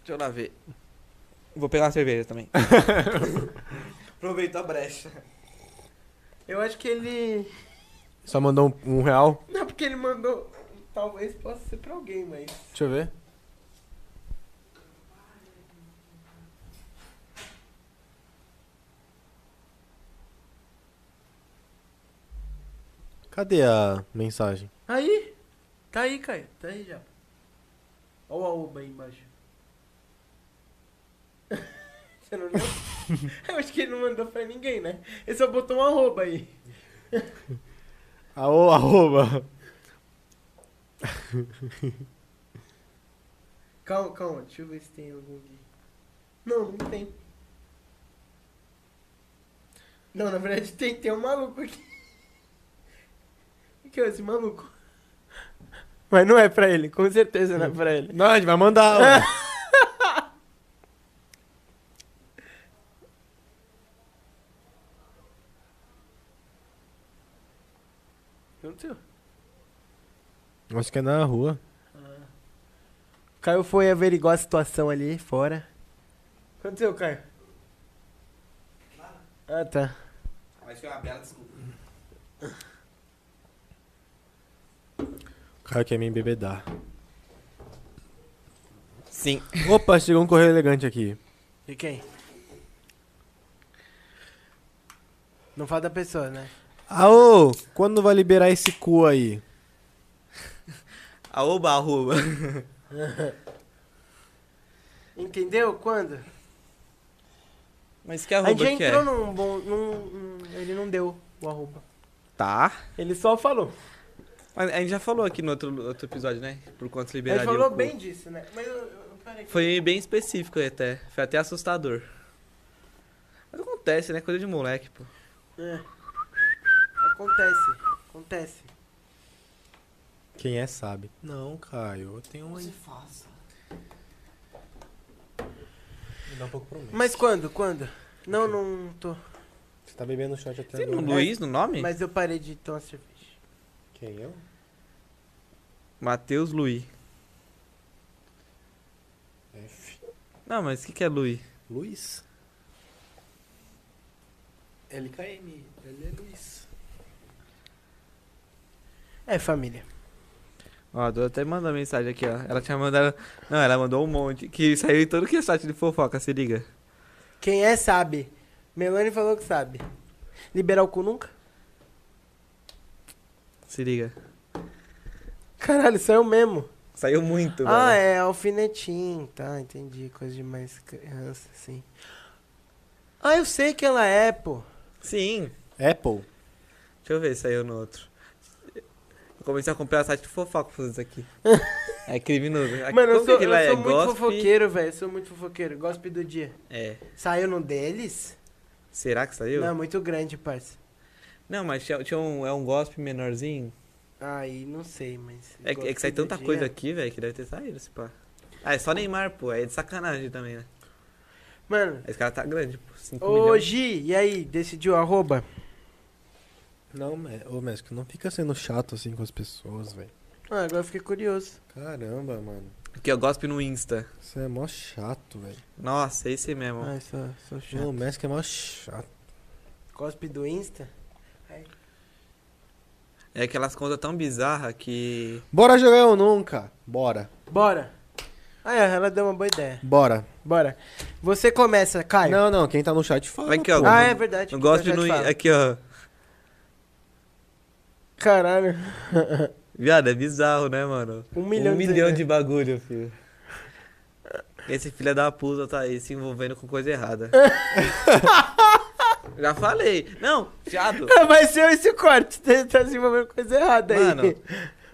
Speaker 3: Deixa eu lá ver. Vou pegar uma cerveja também. <laughs> Aproveita a brecha.
Speaker 1: Eu acho que ele...
Speaker 2: Só mandou um, um real.
Speaker 1: Não, porque ele mandou... Talvez possa ser pra alguém, mas...
Speaker 2: Deixa eu ver. Cadê a mensagem?
Speaker 1: Aí. Tá aí, Caio. Tá aí já. Olha o Aoba aí embaixo. <laughs> Você não viu?
Speaker 3: <laughs>
Speaker 1: Eu acho que ele não mandou pra ninguém, né? Ele só botou um arroba aí.
Speaker 2: Aô, <laughs> arroba.
Speaker 1: Calma, calma, deixa eu ver se tem algum aqui. Não, não tem. Não, na verdade <laughs> tem, tem um maluco aqui. O que é esse maluco? Mas não é pra ele, com certeza não é pra ele.
Speaker 2: Não, a gente vai mandar. ó.
Speaker 1: Eu não sei.
Speaker 2: Acho que é na rua.
Speaker 1: Caio foi averiguar a situação ali fora. O que aconteceu, Caio? Ah, tá.
Speaker 3: <laughs> Mas foi uma bela desculpa.
Speaker 2: O cara quer me embebedar.
Speaker 3: Sim.
Speaker 2: Opa, chegou um correio elegante aqui.
Speaker 1: De quem? Não fala da pessoa, né?
Speaker 2: Aô, quando vai liberar esse cu aí?
Speaker 3: Aoba, arroba.
Speaker 1: Entendeu? Quando?
Speaker 3: Mas que
Speaker 1: A
Speaker 3: arroba
Speaker 1: gente já
Speaker 3: que é?
Speaker 1: entrou num bom. Num, num- ele não deu o arroba.
Speaker 3: Tá.
Speaker 1: Ele só falou.
Speaker 3: Mas A gente já falou aqui no outro, outro episódio, né? Por quanto
Speaker 1: Ele
Speaker 3: liberaria o
Speaker 1: falou
Speaker 3: cu.
Speaker 1: bem disso, né? Mas eu, eu peraí.
Speaker 3: Foi bem específico até. Foi até assustador. Mas acontece, né? Coisa de moleque, pô.
Speaker 1: É. Acontece, acontece.
Speaker 2: Quem é sabe. Não, Caio, eu tenho um. Me dá um pouco pra mim.
Speaker 1: Mas quando? Quando? Não, não tô.
Speaker 2: Você tá bebendo shot até
Speaker 3: Tem um
Speaker 2: agora.
Speaker 3: Luiz no nome?
Speaker 1: Mas eu parei de tomar cerveja.
Speaker 2: Quem eu?
Speaker 3: Matheus Luiz.
Speaker 2: F.
Speaker 3: Não, mas o que, que é Luiz?
Speaker 2: Luiz? LKM, ele é Luiz.
Speaker 1: É, família.
Speaker 3: Ó, a Duda até mandou mensagem aqui, ó. Ela tinha mandado. Não, ela mandou um monte. Que saiu em todo que é site de fofoca, se liga.
Speaker 1: Quem é, sabe. Melanie falou que sabe. Liberar o cu nunca?
Speaker 3: Se liga.
Speaker 1: Caralho, saiu mesmo.
Speaker 3: Saiu muito,
Speaker 1: ah,
Speaker 3: velho.
Speaker 1: é, alfinetinho. Tá, entendi. Coisa de mais criança, assim. Ah, eu sei que ela é, pô.
Speaker 3: Sim.
Speaker 2: Apple?
Speaker 3: Deixa eu ver se saiu no outro. Eu comecei a comprar site de fofoca fazendo isso <laughs> aqui. é criminoso. Aqui,
Speaker 1: Mano, eu
Speaker 3: como que
Speaker 1: sou,
Speaker 3: aquilo
Speaker 1: eu
Speaker 3: lá é?
Speaker 1: sou muito
Speaker 3: Gossip?
Speaker 1: fofoqueiro, velho. Eu sou muito fofoqueiro. Gossip do dia.
Speaker 3: É.
Speaker 1: Saiu no deles?
Speaker 3: Será que saiu?
Speaker 1: Não, é
Speaker 3: Não,
Speaker 1: muito grande, parça.
Speaker 3: mas tinha, tinha um, é um gossip menorzinho.
Speaker 1: Aí, não sei, mas...
Speaker 3: É, que- é que sai
Speaker 1: Gossip do
Speaker 3: tanta
Speaker 1: Dia.
Speaker 3: coisa aqui, velho, que deve ter saído esse pá. Ah, é só Neymar, pô. É de sacanagem também, né?
Speaker 1: Mano,
Speaker 3: Esse cara tá grande, pô. 5
Speaker 1: ô
Speaker 3: milhões.
Speaker 1: Gi, e aí? Decidiu o arroba?
Speaker 2: Não, me- ô México, não fica sendo chato assim com as pessoas, velho.
Speaker 1: Ah, agora eu fiquei curioso.
Speaker 2: Caramba, mano.
Speaker 3: Aqui, ó, gossip no Insta.
Speaker 2: Você é mó chato, velho.
Speaker 3: Nossa, esse mesmo.
Speaker 1: Ai, sou, sou
Speaker 2: O
Speaker 1: chato.
Speaker 2: México é mó chato.
Speaker 1: Cospe do Insta?
Speaker 3: É aquelas contas tão bizarras que.
Speaker 2: Bora jogar ou nunca? Bora.
Speaker 1: Bora. Ah, é, ela deu uma boa ideia.
Speaker 2: Bora.
Speaker 1: Bora. Você começa, Caio.
Speaker 2: Não, não, quem tá no chat fala.
Speaker 3: Aqui, ó.
Speaker 2: pô.
Speaker 1: Ah, é verdade.
Speaker 3: Eu
Speaker 1: que
Speaker 3: gosto
Speaker 1: eu já
Speaker 3: no.
Speaker 1: te falo.
Speaker 3: Aqui, ó.
Speaker 1: <laughs> Caralho.
Speaker 3: Viado, é bizarro, né, mano?
Speaker 1: Um milhão,
Speaker 3: um
Speaker 1: de-
Speaker 3: milhão de bagulho, filho. Esse filho da puta tá aí se envolvendo com
Speaker 1: <laughs>
Speaker 3: coisa errada. Já falei. Não, fiado.
Speaker 1: Ah, Mas se eu esse corte, <laughs> tá tá se envolvendo com coisa errada aí.
Speaker 3: Mano,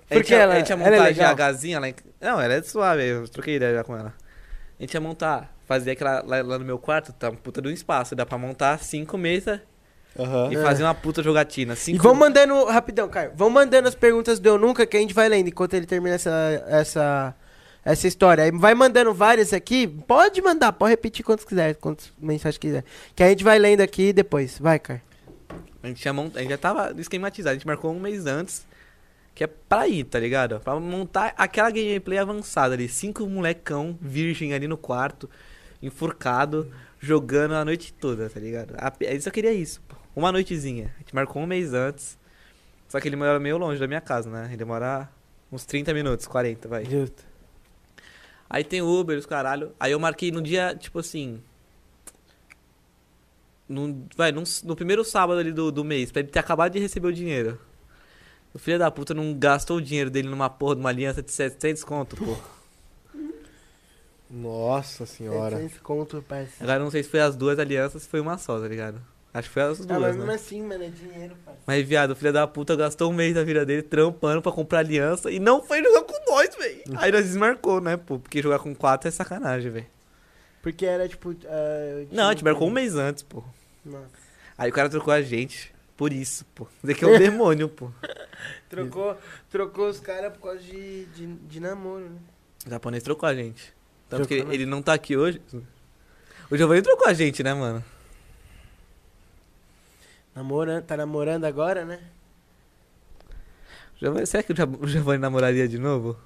Speaker 1: Por que ela-
Speaker 3: a gente ia
Speaker 1: ela é
Speaker 3: montar
Speaker 1: legal?
Speaker 3: a gazinha lá em... Não, ela é suave, eu troquei ideia já com ela. A gente ia montar, fazer aquela lá, lá no meu quarto, tá um puta de um espaço, dá pra montar cinco mesas
Speaker 2: Aham.
Speaker 3: e
Speaker 1: É.
Speaker 3: fazer uma puta jogatina.
Speaker 1: E
Speaker 3: Cinco...
Speaker 1: vão mandando, rapidão, Caio, vão mandando as perguntas do Eu Nunca que a gente vai lendo enquanto ele termina essa, essa, essa história. Aí Vai mandando várias aqui, pode mandar, pode repetir quantos quiser, quantas mensagens quiser. Que a gente vai lendo aqui depois. Vai, Caio.
Speaker 3: A gente, já mont... a gente já tava esquematizado, a gente marcou um mês antes, que é pra ir, tá ligado? Pra montar aquela gameplay avançada ali. Cinco molecão virgem ali no quarto, enforcado, jogando a noite toda, tá ligado? A... a gente só queria isso, pô. Uma noitezinha. A gente marcou um mês antes. Só que ele mora meio longe da minha casa, né? Ele mora uns 30 minutos, 40, vai.
Speaker 1: Justo.
Speaker 3: Aí tem Uber, os caralho. Aí eu marquei no dia, tipo assim. No, vai, num- no primeiro sábado ali do, do mês, pra ele ter acabado de receber o dinheiro. O filho da puta não gastou o dinheiro dele numa porra de uma aliança de 700 conto, pô.
Speaker 2: Nossa senhora.
Speaker 1: 700 conto, parceiro.
Speaker 3: Agora eu não sei se foi as duas alianças, se foi uma só, tá ligado? Acho que foi as duas,
Speaker 1: Ah, mas
Speaker 3: né?
Speaker 1: mesmo assim, mano, é dinheiro, parceiro.
Speaker 3: Mas, viado, o filho da puta gastou um mês da vida dele trampando pra comprar aliança e não foi jogar com nós, velho.
Speaker 1: Hum.
Speaker 3: Aí nós desmarcou, né, pô? Porque jogar com quatro é sacanagem, velho.
Speaker 1: Porque era tipo. ah,
Speaker 3: Não, a
Speaker 1: tinha-
Speaker 3: gente marcou um mês antes, pô.
Speaker 1: Nossa.
Speaker 3: Aí o cara trocou a gente. Por isso, pô. Dizer
Speaker 1: <laughs>
Speaker 3: que é um demônio, pô.
Speaker 1: Trocou, trocou os caras por causa de, de, de namoro, né?
Speaker 3: O japonês trocou a gente. Tanto que
Speaker 1: Trocou, né?
Speaker 3: ele, ele não tá aqui hoje. O Giovanni trocou a gente, né, mano?
Speaker 1: Namorando, tá namorando agora, né?
Speaker 3: O Giovanni- será que o Gia- o Giovanni namoraria de novo?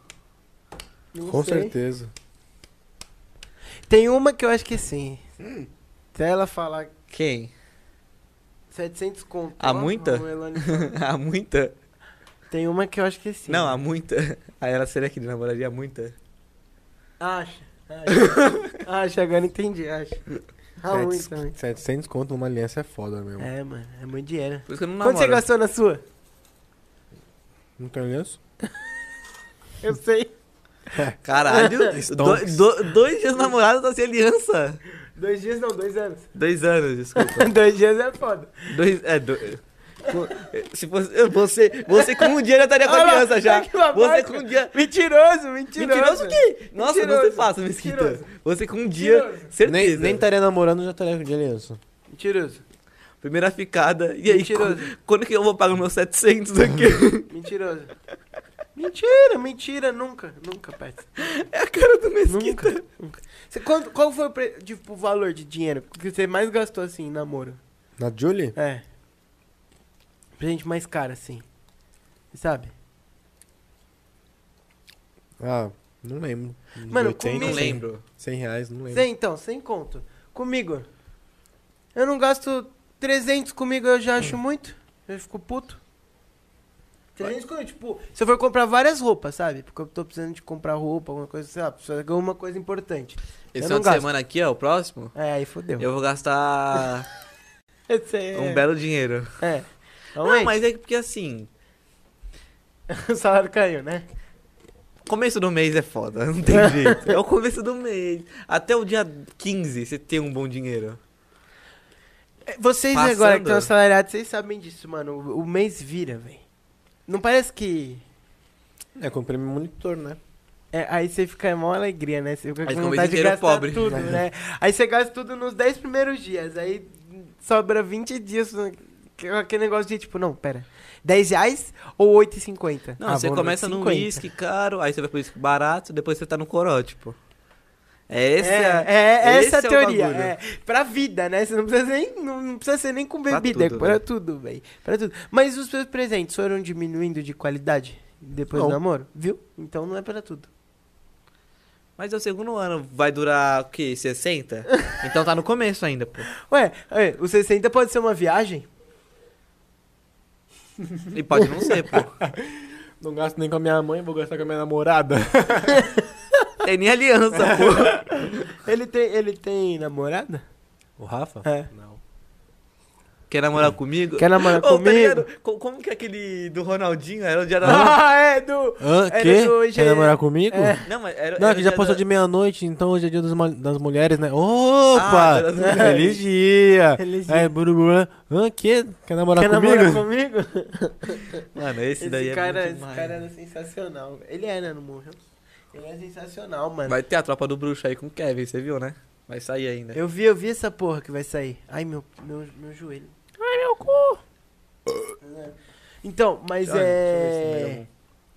Speaker 1: Não
Speaker 2: Com
Speaker 1: sei.
Speaker 2: certeza.
Speaker 1: Tem uma que eu acho que sim.
Speaker 2: Hum.
Speaker 1: Se ela falar
Speaker 3: Quem?
Speaker 1: 700 conto.
Speaker 3: Há
Speaker 1: ó,
Speaker 3: muita?
Speaker 1: o Elane falou.
Speaker 3: <laughs> a muita?
Speaker 1: Tem uma que eu acho que sim.
Speaker 3: Não, a muita. Aí ela será que ele namoraria a muita?
Speaker 1: Acha. Acha, Acha, agora entendi, acha. Há
Speaker 2: Sete-
Speaker 1: muita, muita.
Speaker 2: 700 conto numa aliança é foda mesmo.
Speaker 1: um então, É, mano, é muito dinheiro.
Speaker 3: Por isso que eu não namoro.
Speaker 1: Quanto você gastou na sua?
Speaker 2: Não tem aliança?
Speaker 1: Eu sei.
Speaker 3: Caralho.
Speaker 2: Stonks.
Speaker 3: do- do- dois dias namorados da ser aliança.
Speaker 1: Dois dias não, dois anos.
Speaker 3: Dois anos, desculpa.
Speaker 1: <laughs> dois dias é foda.
Speaker 3: <laughs> Dois. É, do... Se fosse. Você, você com um dia já estaria com a
Speaker 1: Olha lá,
Speaker 3: aliança já.
Speaker 1: olha que babaca.
Speaker 3: Você com um dia.
Speaker 1: Mentiroso, <laughs> mentiroso.
Speaker 3: Mentiroso o quê? Nossa, você
Speaker 1: Mentiroso.
Speaker 3: passa, Mesquita.
Speaker 1: Mentiroso.
Speaker 3: Você com um dia.
Speaker 1: Mentiroso.
Speaker 3: Certeza.
Speaker 2: Nem, nem estaria namorando, já estaria de aliança.
Speaker 1: Mentiroso.
Speaker 3: Primeira ficada. E aí,
Speaker 1: Mentiroso.
Speaker 3: qu- quando que eu vou pagar meus 700 aqui?
Speaker 1: Mentiroso. Mentira, mentira, nunca, nunca, Pet.
Speaker 3: <laughs> É a cara do Mesquita.
Speaker 1: Nunca. nunca. Você, quanto- qual foi o, pre- tipo, o valor de dinheiro que você mais gastou assim em namoro?
Speaker 2: Na Julie?
Speaker 1: É. Presente mais caro assim. Você sabe?
Speaker 2: Ah, não lembro. Uns
Speaker 1: Mano,
Speaker 2: 80,
Speaker 1: comigo-
Speaker 3: Não
Speaker 2: 100,
Speaker 3: lembro.
Speaker 2: 100 reais, não lembro.
Speaker 1: Sem então, sem conto. Comigo. Eu não gasto 300 comigo, eu já acho muito. Eu fico puto. 300 comigo, tipo, se eu for comprar várias roupas, sabe? Porque eu tô precisando de comprar roupa, alguma coisa, sei lá, precisa ganhar uma coisa importante. Eu
Speaker 3: Esse final
Speaker 1: não
Speaker 3: de
Speaker 1: gasto.
Speaker 3: semana aqui, ó, o próximo,
Speaker 1: É, aí fodeu.
Speaker 3: eu vou gastar <laughs>
Speaker 1: Esse aí é...
Speaker 3: um belo dinheiro.
Speaker 1: É.
Speaker 3: Não,
Speaker 1: Realmente,
Speaker 3: mas é porque assim,
Speaker 1: <laughs> o salário caiu, né?
Speaker 3: começo do mês é foda, <laughs> não tem jeito. É o começo do mês. Até o dia 15 você tem um bom dinheiro.
Speaker 1: É, Vocês
Speaker 3: Passando.
Speaker 1: agora que estão assalariados, vocês sabem disso, mano. O, o mês vira, velho. Não parece que.
Speaker 2: É, comprei meu monitor, né?
Speaker 1: é, aí você fica mó alegria, né? Você fica
Speaker 3: Aí
Speaker 1: com
Speaker 3: fica o mês
Speaker 1: vontade de
Speaker 3: inteiro
Speaker 1: gastar
Speaker 3: pobre.
Speaker 1: tudo,
Speaker 3: <laughs>
Speaker 1: né? Aí você gasta tudo nos 10 primeiros dias. Aí sobra 20 dias. né? Que- Aquele negócio de tipo, não, pera. 10 reais ou 8,50?
Speaker 3: Não,
Speaker 1: Ah,
Speaker 3: você
Speaker 1: vou
Speaker 3: começa no
Speaker 1: 50.
Speaker 3: uísque caro, aí você vai pro uísque barato, depois você tá no coró, tipo. É esse
Speaker 1: é,
Speaker 3: é,
Speaker 1: é,
Speaker 3: esse
Speaker 1: essa
Speaker 3: é
Speaker 1: é
Speaker 3: o
Speaker 1: a teoria.
Speaker 3: bagulho.
Speaker 1: É, pra vida, né? Você não precisa, nem, não não precisa ser nem com
Speaker 3: Pra
Speaker 1: bebida,
Speaker 3: tudo, né?
Speaker 1: é pra
Speaker 3: velho.
Speaker 1: tudo, velho. Pra tudo. Mas os seus presentes foram diminuindo de qualidade depois
Speaker 2: Não.
Speaker 1: do namoro? Viu? Então não é pra tudo.
Speaker 3: Mas é o segundo ano, vai durar o quê? 60? Então tá no começo ainda, pô.
Speaker 1: Ué, é, o 60 pode ser uma viagem?
Speaker 3: E pode não ser, pô.
Speaker 2: Não gasto nem com a minha mãe, vou gastar com a minha namorada.
Speaker 3: Tem nem aliança, pô.
Speaker 1: Ele tem, ele tem namorada?
Speaker 2: O Rafa?
Speaker 1: É.
Speaker 2: Não.
Speaker 3: Quer namorar comigo?
Speaker 1: Quer namorar
Speaker 3: Ô, tá
Speaker 1: comigo?
Speaker 3: ligado? Co- como que é aquele do Ronaldinho? Era o
Speaker 2: <laughs>
Speaker 3: dia da. <laughs>
Speaker 1: ah, é do...
Speaker 2: Hã?
Speaker 1: Era
Speaker 2: Quê?
Speaker 1: do
Speaker 2: Quer
Speaker 1: G-
Speaker 2: namorar comigo?
Speaker 1: É. tá-
Speaker 3: Não, mas era.
Speaker 2: Não,
Speaker 3: era
Speaker 2: que
Speaker 3: o
Speaker 2: já
Speaker 3: dia
Speaker 2: passou
Speaker 3: da-
Speaker 2: de meia-noite, então hoje é dia dos ma- das mulheres, né? Opa!
Speaker 3: Ah, das mulheres.
Speaker 2: Feliz dia!
Speaker 1: Feliz dia.
Speaker 2: É, buruburu. Hã, que? Quer namorar
Speaker 1: Quer
Speaker 2: comigo?
Speaker 1: namorar comigo?
Speaker 3: Mano, esse, daí é.
Speaker 1: cara,
Speaker 3: bom
Speaker 1: <laughs> esse
Speaker 3: demais.
Speaker 1: cara era sensacional. velho. Ele é, era, não morreu? Ele é sensacional, mano.
Speaker 3: Vai ter a tropa do bruxo aí com o Kevin, você viu, né? Vai sair ainda.
Speaker 1: Eu vi, eu vi essa porra que vai sair. Ai, meu, meu, meu joelho. Ai, meu cu. Então, mas
Speaker 3: Olha, deixa eu ver se melhorou
Speaker 1: é...
Speaker 3: um.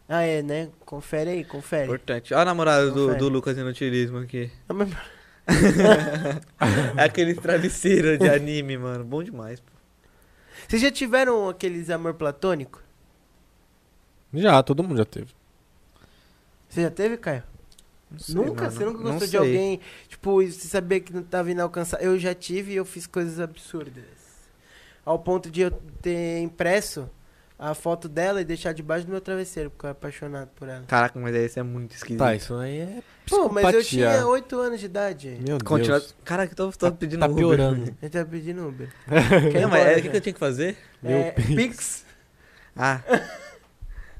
Speaker 1: Ah, é, né? Confere aí, confere.
Speaker 3: Importante. Olha a namorada do,
Speaker 1: Confere.
Speaker 3: do Lucas Inutilismo aqui. <laughs>
Speaker 1: Ah, mas-
Speaker 3: É aquele travesseiro de anime, mano. Bom demais, pô.
Speaker 1: Vocês já tiveram aqueles amor platônico?
Speaker 2: Já, todo mundo já teve.
Speaker 1: Você já teve, Caio?
Speaker 3: Não sei,
Speaker 1: nunca?
Speaker 3: mano.
Speaker 1: Você nunca
Speaker 3: Não
Speaker 1: gostou de
Speaker 3: sei.
Speaker 1: alguém, tipo, e você sabia que não tava inalcançável? Eu já tive e eu fiz coisas absurdas. Ao ponto de eu ter impresso a foto dela e deixar debaixo do meu travesseiro, porque eu era apaixonado por ela.
Speaker 3: Caraca, mas esse é muito esquisito.
Speaker 2: Tá, isso aí é
Speaker 1: Pô, mas eu
Speaker 2: psicopatia.
Speaker 1: tinha 8 anos de idade. Então
Speaker 2: Meu
Speaker 3: Continua.
Speaker 2: Deus.
Speaker 3: Caraca, eu tô, tô pedindo
Speaker 2: tá
Speaker 3: Uber.
Speaker 1: <laughs>
Speaker 3: <laughs>
Speaker 2: piorando.
Speaker 1: Eu tava pedindo Uber. Quer ir
Speaker 3: Não, mas
Speaker 1: embora,
Speaker 3: é, o que,
Speaker 1: né?
Speaker 3: que eu tinha que fazer?
Speaker 2: Meu
Speaker 1: É,
Speaker 2: Pix.
Speaker 1: Pix.
Speaker 3: Ah.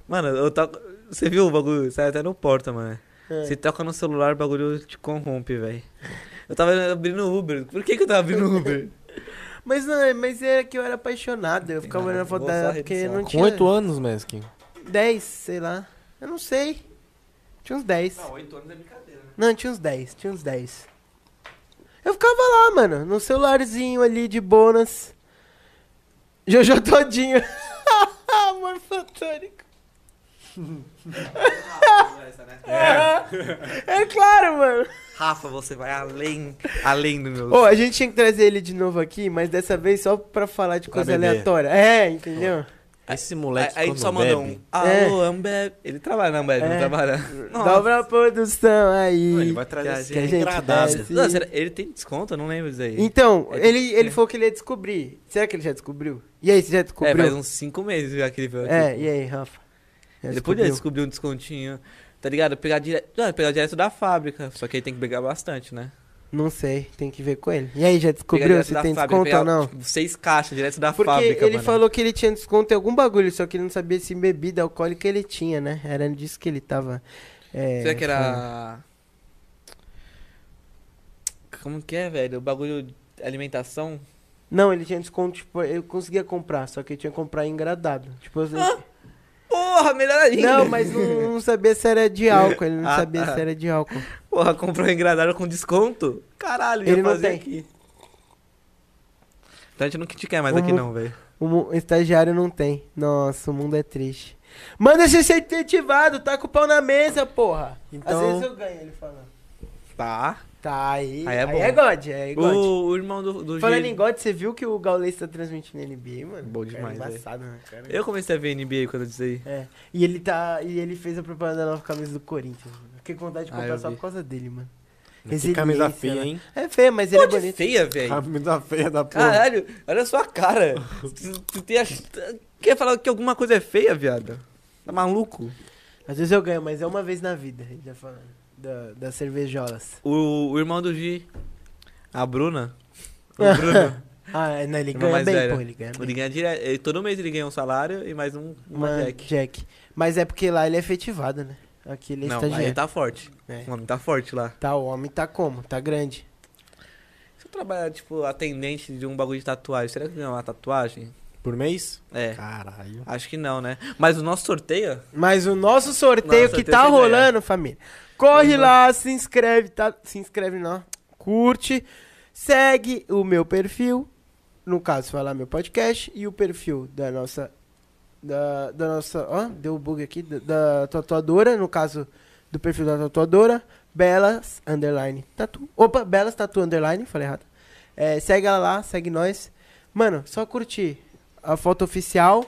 Speaker 3: mano, eu toco. Você viu o bagulho? Sai até no porta, mano.
Speaker 1: É.
Speaker 3: Você toca no celular, o bagulho te corrompe, velho. Eu tava abrindo Uber. Por que, que eu tava abrindo Uber?
Speaker 1: Mas não, é- mas era que eu era apaixonado. Eu
Speaker 3: Tem
Speaker 1: ficava
Speaker 3: nada,
Speaker 1: olhando a foto
Speaker 3: vou só
Speaker 1: dela porque
Speaker 3: redução.
Speaker 1: não
Speaker 2: Com
Speaker 1: tinha.
Speaker 2: 8 anos, Meskin.
Speaker 1: 10, sei lá. Eu não sei. Tinha uns 10.
Speaker 3: 8 anos é brincadeira, né?
Speaker 1: Não, tinha uns 10, tinha uns 10. Eu ficava lá, mano, no celularzinho ali de bônus. Jojo <laughs> todinho. Amor platônico. <laughs> É claro, mano.
Speaker 3: Rafa, você vai além, além do meu.
Speaker 1: Ô, a gente tinha que trazer ele de novo aqui, mas dessa vez só pra falar de
Speaker 2: Pra
Speaker 1: coisa
Speaker 2: beber.
Speaker 1: aleatória. É, entendeu?
Speaker 2: Esse
Speaker 3: Aí,
Speaker 2: moleque
Speaker 3: aí
Speaker 2: quando
Speaker 3: só
Speaker 2: bebe,
Speaker 3: manda um. Alô, Ambev. Ele trabalha na Ambev,
Speaker 1: É.
Speaker 3: não trabalha.
Speaker 1: Dobra a produção aí.
Speaker 2: Não, ele vai trazer
Speaker 3: Que a
Speaker 2: esse
Speaker 1: gente
Speaker 2: engradado.
Speaker 1: desce.
Speaker 3: Não, será- ele tem desconto? Eu não lembro disso aí.
Speaker 1: Então,
Speaker 3: É,
Speaker 1: ele, ele
Speaker 3: é.
Speaker 1: falou que ele ia descobrir. Será que ele já descobriu? E aí, você já
Speaker 3: é,
Speaker 1: descobriu?
Speaker 3: faz uns 5 meses já que ele veio aqui.
Speaker 1: É, e aí, Rafa? Já
Speaker 3: Ele
Speaker 1: descobriu?
Speaker 3: podia descobrir um descontinho, tá ligado? Pegar direto, não, pegar direto da fábrica, só que aí tem que pegar bastante, né?
Speaker 1: Não sei, tem que ver com ele. E aí, já
Speaker 3: pegar
Speaker 1: descobriu
Speaker 3: direto
Speaker 1: se
Speaker 3: da
Speaker 1: tem
Speaker 3: fábrica,
Speaker 1: desconto
Speaker 3: pegar,
Speaker 1: ou não?
Speaker 3: Tipo, seis caixas direto da
Speaker 1: Porque
Speaker 3: fábrica,
Speaker 1: ele
Speaker 3: mano.
Speaker 1: falou que ele tinha desconto em algum bagulho, só que ele não sabia se em bebida alcoólica ele tinha, né? Era disso que ele tava. É,
Speaker 3: Será que
Speaker 1: foda.
Speaker 3: era. Como que é, velho? O bagulho de alimentação?
Speaker 1: Não, ele tinha desconto, tipo, eu conseguia comprar, só que eu tinha que comprar engradado. Tipo, eu-
Speaker 3: Ah,
Speaker 1: <laughs>
Speaker 3: Porra, melhor ainda!
Speaker 1: Não, mas não, não sabia se era de álcool, ele não
Speaker 3: Ah,
Speaker 1: sabia
Speaker 3: tá.
Speaker 1: se era de álcool.
Speaker 3: <laughs> Porra, comprou um engradado com desconto? Caralho, ia
Speaker 1: Ele não
Speaker 3: fazer
Speaker 1: tem.
Speaker 3: aqui. Então a gente não te quer mais
Speaker 1: Vamos-
Speaker 3: aqui não, velho.
Speaker 1: O mu- estagiário não tem. Nossa, o mundo é triste. Manda esse incentivado, tá com o pau na mesa, porra.
Speaker 2: Então-
Speaker 1: Às vezes eu ganho ele falando.
Speaker 3: Tá.
Speaker 1: Tá, aí.
Speaker 3: Aí é bom.
Speaker 1: é God, é God.
Speaker 3: O, o irmão do, do
Speaker 1: Falando
Speaker 3: Gil-
Speaker 1: em God, você viu que o Gaules tá transmitindo NBA, mano?
Speaker 3: Bom
Speaker 1: Cara,
Speaker 3: demais, velho.
Speaker 1: embaçado, né, cara?
Speaker 3: Eu comecei a ver NBA quando eu disse aí.
Speaker 1: É. E ele tá. E ele fez a propaganda da nova camisa do Corinthians, mano. Fiquei com vontade de
Speaker 3: Ah,
Speaker 1: comprar
Speaker 3: eu
Speaker 1: só
Speaker 3: vi.
Speaker 1: por causa dele, mano.
Speaker 2: Que camisa
Speaker 1: Resiliência,
Speaker 2: feia,
Speaker 1: né?
Speaker 2: hein?
Speaker 1: É feio, mas ele
Speaker 3: Pô,
Speaker 1: é
Speaker 3: de
Speaker 1: bonito.
Speaker 3: feia, velho.
Speaker 2: Camisa feia da porra.
Speaker 3: Caralho, olha a sua cara. Tu- tu tem a- Quer falar que alguma coisa é feia, viado? Tá maluco?
Speaker 1: Às vezes eu ganho, mas é uma vez na vida, ele tá falando. Da, das cervejolas.
Speaker 3: O, o irmão do Gi, a Bruna. O Bruno.
Speaker 1: Ah, é, não, ele
Speaker 3: Irmã
Speaker 1: ganha
Speaker 3: mais
Speaker 1: bem,
Speaker 3: velha.
Speaker 1: pô, ele ganha bem.
Speaker 3: ele ganha direto. ele- Todo mês ele ganha um salário e mais um uma
Speaker 1: Uma
Speaker 3: Jack.
Speaker 1: Jack. Mas é porque lá ele é efetivado, né? Aqui ele é
Speaker 3: Não, aí
Speaker 1: estagiário. Tá...
Speaker 3: tá forte.
Speaker 1: É.
Speaker 3: O homem tá forte lá.
Speaker 1: o homem tá como? Tá grande.
Speaker 3: Se eu trabalhar, tipo, atendente de um bagulho de tatuagem, será que eu ganho uma tatuagem?
Speaker 2: Por mês?
Speaker 3: É.
Speaker 2: Caralho.
Speaker 3: Acho que não, né? Mas o nosso sorteio.
Speaker 1: Mas o nosso sorteio
Speaker 3: Nossa,
Speaker 1: que
Speaker 3: eu tenho
Speaker 1: tá
Speaker 3: essa ideia.
Speaker 1: rolando, família. Corre
Speaker 3: Uhum.
Speaker 1: lá, se inscreve, tá? Se inscreve não. Curte, segue o meu perfil, no caso, falar meu podcast e o perfil da nossa da, da nossa, ó, deu bug aqui da, da tatuadora, no caso do perfil da tatuadora, Belas underline tatu. Opa, Belas tatu underline, falei errado. É, segue ela lá, segue nós. Mano, só curtir a foto oficial,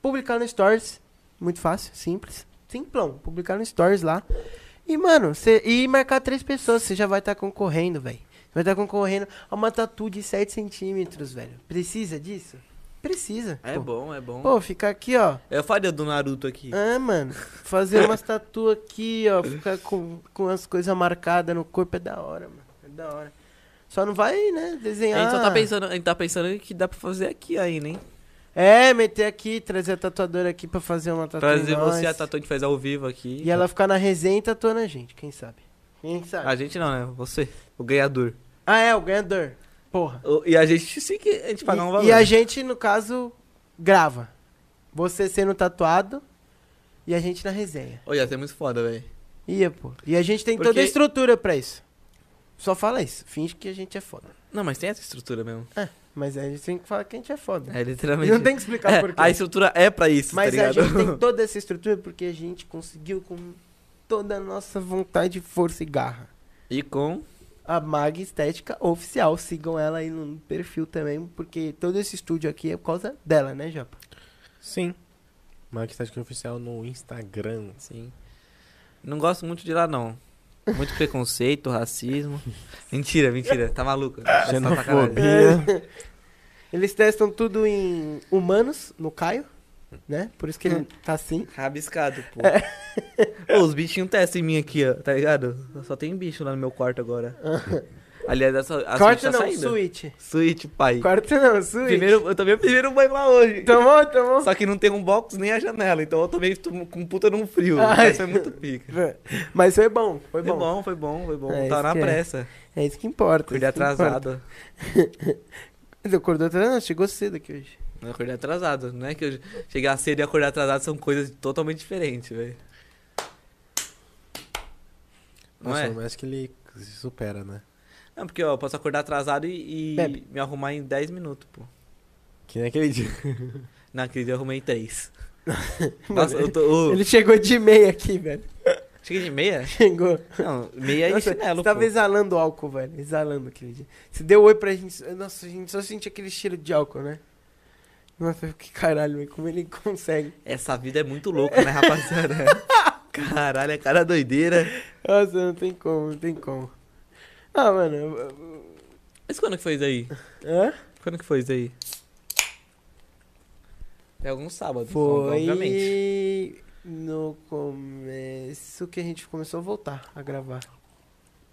Speaker 1: publicar no Stories, muito fácil, simples. Simplão, publicar no Stories lá. E, mano, cê, e marcar três pessoas, você já vai estar concorrendo, velho. Vai estar concorrendo a uma tatu de 7 centímetros, velho. Precisa disso? Precisa.
Speaker 3: É
Speaker 1: pô.
Speaker 3: bom, é bom.
Speaker 1: Pô, ficar aqui, ó.
Speaker 3: Eu faria do Naruto aqui.
Speaker 1: Ah, mano. Fazer umas tatu aqui, ó. Ficar com, com as coisas marcadas no corpo é da hora, mano. É da hora. Só não vai, né, desenhar.
Speaker 3: A gente só tá pensando, a gente tá pensando que dá pra fazer aqui ainda, hein?
Speaker 1: É, meter aqui, trazer a tatuadora aqui pra fazer uma tatu.
Speaker 3: Trazer
Speaker 1: em nós.
Speaker 3: você a tatu de faz ao vivo aqui.
Speaker 1: E ela ficar na resenha e tatuando a gente, quem sabe? Quem
Speaker 3: A
Speaker 1: sabe?
Speaker 3: gente não, né? Você, o ganhador.
Speaker 1: Ah, é, o ganhador. Porra.
Speaker 3: O- E a gente sim que a gente pagar um valor.
Speaker 1: E, e a gente, no caso, grava. Você sendo tatuado e a gente na resenha.
Speaker 3: Olha, você é muito foda, velho.
Speaker 1: Ia, pô. E a gente tem toda
Speaker 3: Porque-
Speaker 1: a estrutura pra isso. Só fala isso. Finge que a gente é foda.
Speaker 3: Não, mas tem essa estrutura mesmo.
Speaker 1: Mas aí a gente tem que falar que a gente é foda.
Speaker 3: É,
Speaker 1: e
Speaker 3: literalmente.
Speaker 1: não tem que explicar
Speaker 3: É,
Speaker 1: por quê.
Speaker 3: a estrutura é pra isso,
Speaker 1: Mas
Speaker 3: tá
Speaker 1: a
Speaker 3: ligado?
Speaker 1: gente
Speaker 3: <laughs>
Speaker 1: tem toda essa estrutura porque a gente conseguiu com toda a nossa vontade, força e garra.
Speaker 3: E com.
Speaker 1: A Mag Estética Oficial. Sigam ela aí no perfil também, porque todo esse estúdio aqui é por causa dela, né, Japa?
Speaker 2: Sim. Marca Estética Oficial no Instagram.
Speaker 3: Sim. Não gosto muito de lá, não. Muito preconceito, <laughs> racismo. Mentira, mentira. Tá maluco.
Speaker 2: Xenofobia.
Speaker 1: Eles testam tudo em humanos, no Caio, né? Por isso que
Speaker 3: Hum.
Speaker 1: ele tá assim.
Speaker 3: Rabiscado, pô.
Speaker 1: É.
Speaker 3: <laughs> Ô, os bichinhos testam em mim aqui, ó, tá ligado? Só tem bicho lá no meu
Speaker 1: <laughs>
Speaker 3: quarto agora. Aliás, essa, a
Speaker 1: Corta
Speaker 3: suíte tá
Speaker 1: não,
Speaker 3: saindo.
Speaker 1: suíte.
Speaker 3: Suíte, pai.
Speaker 1: Corta não, suíte. Então-
Speaker 3: Primeiro, eu tomei o primeiro banho lá hoje.
Speaker 1: Tomou, tomou.
Speaker 3: Só que não tem um box nem a janela, então eu tomei tum- com puta num frio.
Speaker 1: Ai.
Speaker 3: Isso é muito pica.
Speaker 1: Mas foi bom, Ah, foi
Speaker 3: Foi
Speaker 1: bom.
Speaker 3: bom, foi bom, foi bom.
Speaker 1: É, isso
Speaker 3: Tava na
Speaker 1: que é.
Speaker 3: pressa.
Speaker 1: É isso que importa.
Speaker 3: Acordei
Speaker 1: isso que importa.
Speaker 3: atrasado.
Speaker 1: Ele acordou atrasado? Não, chegou cedo aqui hoje.
Speaker 3: Eu acordei atrasado. Não é que eu chegar cedo e acordar atrasado são coisas totalmente diferentes, velho.
Speaker 2: <laughs>
Speaker 3: Não
Speaker 2: Nossa,
Speaker 3: é?
Speaker 2: mas acho que ele se supera, né?
Speaker 3: Não, porque ó, eu posso acordar atrasado e, e
Speaker 1: Bebe.
Speaker 3: me arrumar em 10 minutos, pô.
Speaker 2: Que nem aquele <laughs> dia.
Speaker 3: Naquele dia eu
Speaker 1: <laughs>
Speaker 3: arrumei 3.
Speaker 1: Mano,
Speaker 3: Nossa, eu tô. ô,
Speaker 1: Ele chegou de meia aqui, velho.
Speaker 3: Cheguei de meia?
Speaker 1: Chegou.
Speaker 3: Não, meia e
Speaker 1: Nossa,
Speaker 3: É chinelo,
Speaker 1: você tá
Speaker 3: pô.
Speaker 1: tava exalando álcool, velho. Exalando aquele dia. Você deu oi pra gente. Nossa, a gente só sentia aquele cheiro de álcool, né? Nossa, que caralho, velho. Como ele <laughs> consegue?
Speaker 3: Essa vida é muito louca, né,
Speaker 1: <laughs>
Speaker 3: rapaziada? Caralho, é cara doideira.
Speaker 1: Nossa, não tem como, não tem como. Ah, mano. eu- eu-
Speaker 3: Mas quando que foi isso aí?
Speaker 1: Hã?
Speaker 3: Quando que foi isso aí? Foi algum sábado, então, obviamente.
Speaker 1: Foi no começo que a gente começou a voltar a gravar.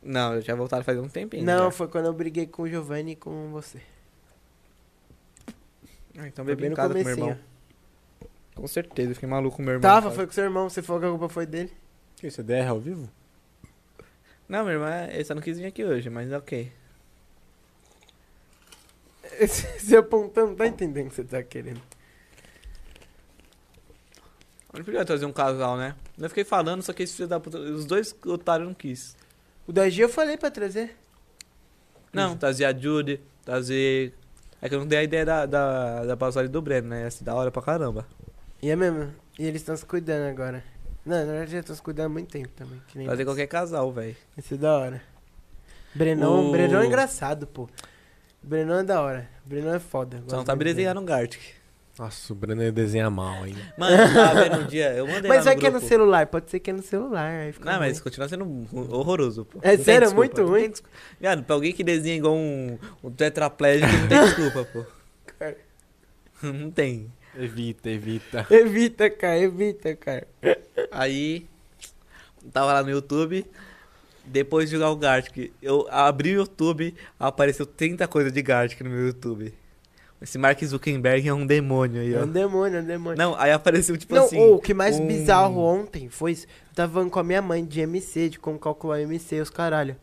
Speaker 3: Não, eu já voltaram faz um tempinho.
Speaker 1: Não,
Speaker 3: já.
Speaker 1: foi quando eu briguei com o Giovanni e com você.
Speaker 3: Ah, então
Speaker 1: Foi
Speaker 3: bebi
Speaker 1: bem
Speaker 3: em
Speaker 1: no
Speaker 3: casa com meu
Speaker 1: comecinho.
Speaker 3: irmão. Com certeza, eu fiquei maluco com meu irmão.
Speaker 1: Tava,
Speaker 3: sabe?
Speaker 1: foi com seu irmão. Você falou que a culpa foi dele. <laughs>
Speaker 2: Que isso, é DR ao vivo?
Speaker 3: Não, meu irmão, é, ele só não quis vir aqui hoje, mas é ok.
Speaker 1: Você apontando, tá entendendo o que você tá querendo.
Speaker 3: Eu não podia trazer um casal, né? Eu fiquei falando, só que esse filho da puta, os dois otários não quis.
Speaker 1: O da G eu falei pra trazer.
Speaker 3: Não, trazer a Judy, trazer... É que eu não dei a ideia da, da, da passagem do Breno, né? Ia ser da hora pra caramba.
Speaker 1: E é mesmo. E eles estão se cuidando agora. Não, na verdade já estão se cuidando há muito tempo também. Que nem
Speaker 3: Trazer qualquer casal, velho.
Speaker 1: Vai ser da hora. Brenão,
Speaker 3: O-
Speaker 1: Brenão é engraçado, pô. Brenão é da hora. Brenão é foda.
Speaker 3: Só não
Speaker 1: gosto
Speaker 3: tá
Speaker 1: muito dele.
Speaker 3: desenhando
Speaker 1: <laughs>
Speaker 3: um Gartic.
Speaker 2: Nossa, o Breno ia desenhar mal ainda.
Speaker 3: Mano, eu tava vendo um dia, eu mandei
Speaker 1: Mas
Speaker 3: lá
Speaker 1: vai
Speaker 3: no
Speaker 1: que é no
Speaker 3: grupo.
Speaker 1: celular, pode ser que é no celular. Aí fica
Speaker 3: Não,
Speaker 1: ruim.
Speaker 3: mas continua sendo ru- horroroso, pô.
Speaker 1: É
Speaker 3: Não tem
Speaker 1: sério,
Speaker 3: desculpa,
Speaker 1: muito
Speaker 3: não tem
Speaker 1: ruim.
Speaker 3: desculpa. Viado, pra alguém que desenha igual um, um tetraplégico, não tem desculpa, pô.
Speaker 1: <laughs> Cara.
Speaker 3: Não tem.
Speaker 2: Evita, evita.
Speaker 1: Evita, cara, evita, cara.
Speaker 3: Aí, tava lá no YouTube, depois de jogar o Gartic, eu abri o YouTube, apareceu 30 coisas de Gartic no meu YouTube. Esse Mark Zuckerberg é um demônio aí,
Speaker 1: É
Speaker 3: ó.
Speaker 1: um demônio, é um demônio.
Speaker 3: Não, aí apareceu tipo
Speaker 1: Não,
Speaker 3: assim...
Speaker 1: ou, o que mais
Speaker 3: um-
Speaker 1: bizarro ontem foi isso. Eu tava falando com a minha mãe de MC, de como calcular MC, os caralho.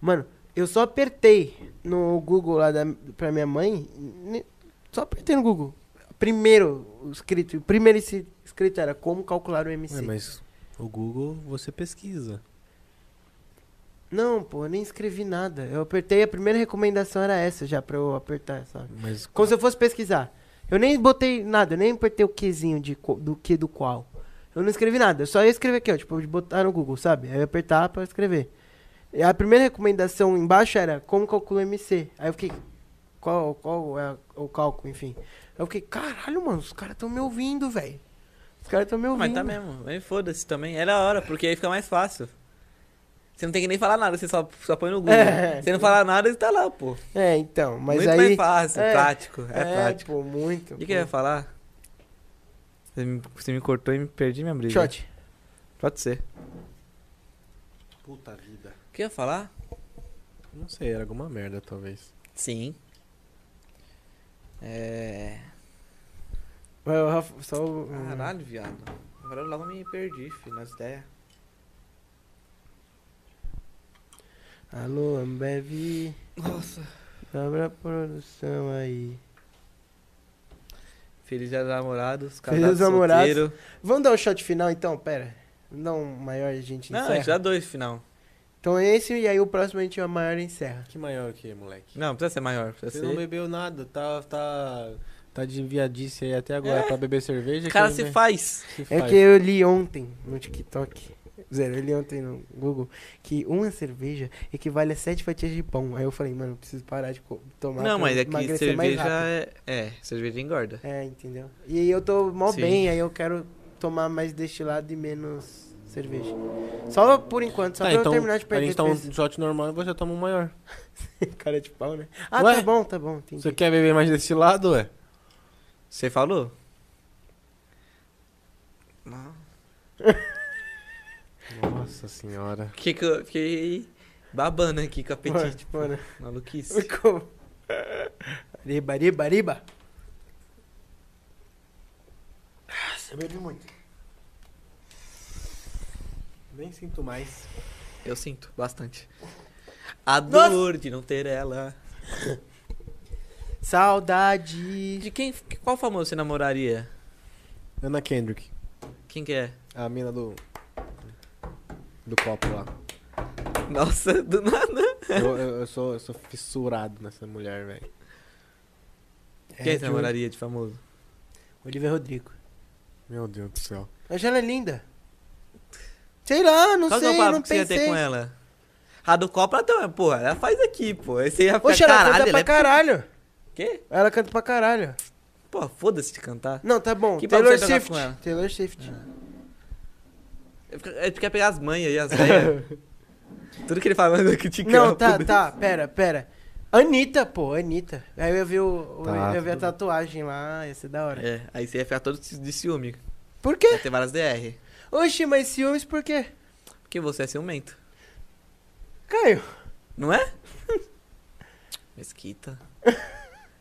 Speaker 1: Mano, eu só apertei no Google lá da, pra minha mãe. ne- Só apertei no Google. Primeiro o escrito, o primeiro esse escrito era como calcular o MC.
Speaker 2: Ué, mas o Google você pesquisa.
Speaker 1: Não, pô, eu nem escrevi nada. Eu apertei, a primeira recomendação era essa já pra eu apertar, sabe?
Speaker 2: Mas
Speaker 1: Como se eu fosse pesquisar. Eu nem botei nada, eu nem apertei o quezinho de, co- do que do qual. Eu não escrevi nada, eu só ia escrever aqui, ó, tipo, de botar no Google, sabe? Aí eu apertar pra escrever. E a primeira recomendação embaixo era como calcula o MC. Aí eu fiquei, qual, qual é o cálculo, enfim. Aí eu fiquei, caralho, mano, os caras tão me ouvindo, velho. Os caras tão me
Speaker 3: Não,
Speaker 1: ouvindo.
Speaker 3: mas tá mesmo. Mas foda-se também. É da hora, porque aí fica mais fácil. Você não tem que nem falar nada, você só, só põe no Google.
Speaker 1: É.
Speaker 3: Você não fala nada, você tá lá, pô.
Speaker 1: É, então, mas
Speaker 3: Muito
Speaker 1: aí...
Speaker 3: mais fácil,
Speaker 1: é.
Speaker 3: prático. É,
Speaker 1: é,
Speaker 3: prático.
Speaker 1: pô, muito.
Speaker 3: O que, é? que eu ia falar? Você me, você me cortou e me perdi minha briga.
Speaker 1: Shot.
Speaker 3: Pode ser.
Speaker 2: Puta vida.
Speaker 3: O que eu ia falar?
Speaker 2: Não sei, era alguma merda, talvez.
Speaker 3: Sim. É.
Speaker 1: Vai, o Rafa, só o...
Speaker 3: Caralho, viado. Agora eu logo me perdi, filho, nas ideias.
Speaker 1: Alô, Ambev...
Speaker 3: Nossa.
Speaker 1: Abre a produção aí.
Speaker 3: Feliz dia dos namorados,
Speaker 1: Feliz
Speaker 3: casado
Speaker 1: Dia dos Namorados.
Speaker 3: solteiro.
Speaker 1: Vamos dar um shot final então? Pera. Vamos dar um maior e a gente
Speaker 3: Não, é.
Speaker 1: encerra.
Speaker 3: a gente dá dois final.
Speaker 1: Então esse e aí o próximo a gente uma maior e encerra.
Speaker 2: Que maior que, moleque?
Speaker 3: Não, precisa ser maior.
Speaker 2: Você
Speaker 3: Precisa
Speaker 2: não
Speaker 3: ser...
Speaker 2: bebeu nada, tá, tá, tá de viadice aí até agora pra beber cerveja.
Speaker 3: O cara
Speaker 2: que
Speaker 3: se
Speaker 2: ele
Speaker 3: faz.
Speaker 2: be- se
Speaker 1: É
Speaker 2: faz.
Speaker 1: que eu li ontem no TikTok. Zero, eu li ontem no Google que uma cerveja equivale a sete fatias de pão. Aí eu falei, mano, preciso parar de co- tomar.
Speaker 3: Não,
Speaker 1: pra
Speaker 3: mas é que
Speaker 1: emagrecer mais
Speaker 3: cerveja
Speaker 1: rápido.
Speaker 3: é, é. Cerveja engorda.
Speaker 1: É, entendeu? E aí eu tô mó
Speaker 3: Sim.
Speaker 1: bem, aí eu quero tomar mais destilado e menos cerveja. Só por enquanto, só
Speaker 2: Tá,
Speaker 1: pra
Speaker 2: então,
Speaker 1: eu terminar de
Speaker 2: a
Speaker 1: perder
Speaker 2: gente toma
Speaker 1: peso. <laughs>
Speaker 2: um shot normal e você toma um maior.
Speaker 1: Cara de pau, né? Ah,
Speaker 2: Ué?
Speaker 1: tá bom, tá bom. Entendi.
Speaker 2: Você quer beber mais desse lado, ué?
Speaker 3: Você falou? Não.
Speaker 2: Nossa senhora.
Speaker 3: Fiquei, co- fiquei babando aqui com apetite.
Speaker 1: Mano, mano.
Speaker 3: Maluquice.
Speaker 1: Ficou. Riba, riba, riba.
Speaker 2: Ah,
Speaker 1: Nossa, eu bebi muito.
Speaker 2: Nem sinto mais.
Speaker 3: Eu sinto bastante. A
Speaker 1: Nossa!
Speaker 3: dor de não ter ela.
Speaker 1: Saudade.
Speaker 3: De quem. Qual famoso você namoraria?
Speaker 2: Ana Kendrick,
Speaker 3: Quem que é?
Speaker 2: a mina do. do copo lá.
Speaker 3: Nossa, do nada.
Speaker 2: Eu, eu- eu sou, eu sou fissurado nessa mulher, velho.
Speaker 3: quem
Speaker 1: É,
Speaker 3: você namoraria de famoso?
Speaker 1: Oliver Rodrigo.
Speaker 2: Meu Deus do céu.
Speaker 1: Mas ela é linda. Sei lá, não
Speaker 3: qual que é
Speaker 1: sei,
Speaker 3: o papo
Speaker 1: não
Speaker 3: que você ia ter
Speaker 1: pensei.
Speaker 3: com ela? A do copo, ela também, porra, ela faz aqui, pô. Aí você ia ficar,
Speaker 1: Poxa, ela canta
Speaker 3: caralho,
Speaker 1: pra
Speaker 3: ela é...
Speaker 1: caralho.
Speaker 3: Quê?
Speaker 1: Ela canta pra caralho.
Speaker 3: Pô, foda-se de cantar.
Speaker 1: Não, tá bom.
Speaker 3: Que papo
Speaker 1: Taylor
Speaker 3: você ia tocar
Speaker 1: Swift.
Speaker 3: com ela? Ah.
Speaker 1: Taylor Swift.
Speaker 3: Eu fica- eu quer pegar as manhas e as velhas.
Speaker 1: <laughs>
Speaker 3: Tudo que ele fala mano, que te
Speaker 1: Não,
Speaker 3: canta,
Speaker 1: tá,
Speaker 3: tudo.
Speaker 1: tá, pera, pera. Anitta, pô, Anitta. Aí eu ia ver, o, o-
Speaker 2: Tá,
Speaker 1: eu ia ver a
Speaker 2: tudo bem.
Speaker 1: tatuagem lá, ia ser da hora.
Speaker 3: É, aí você ia ficar todo ci- de ciúme.
Speaker 1: Por quê?
Speaker 3: Ia ter várias DR.
Speaker 1: Oxi, mas ciúmes por quê?
Speaker 3: Porque você é ciumento.
Speaker 1: Caio,
Speaker 3: Não <laughs> é? Mesquita.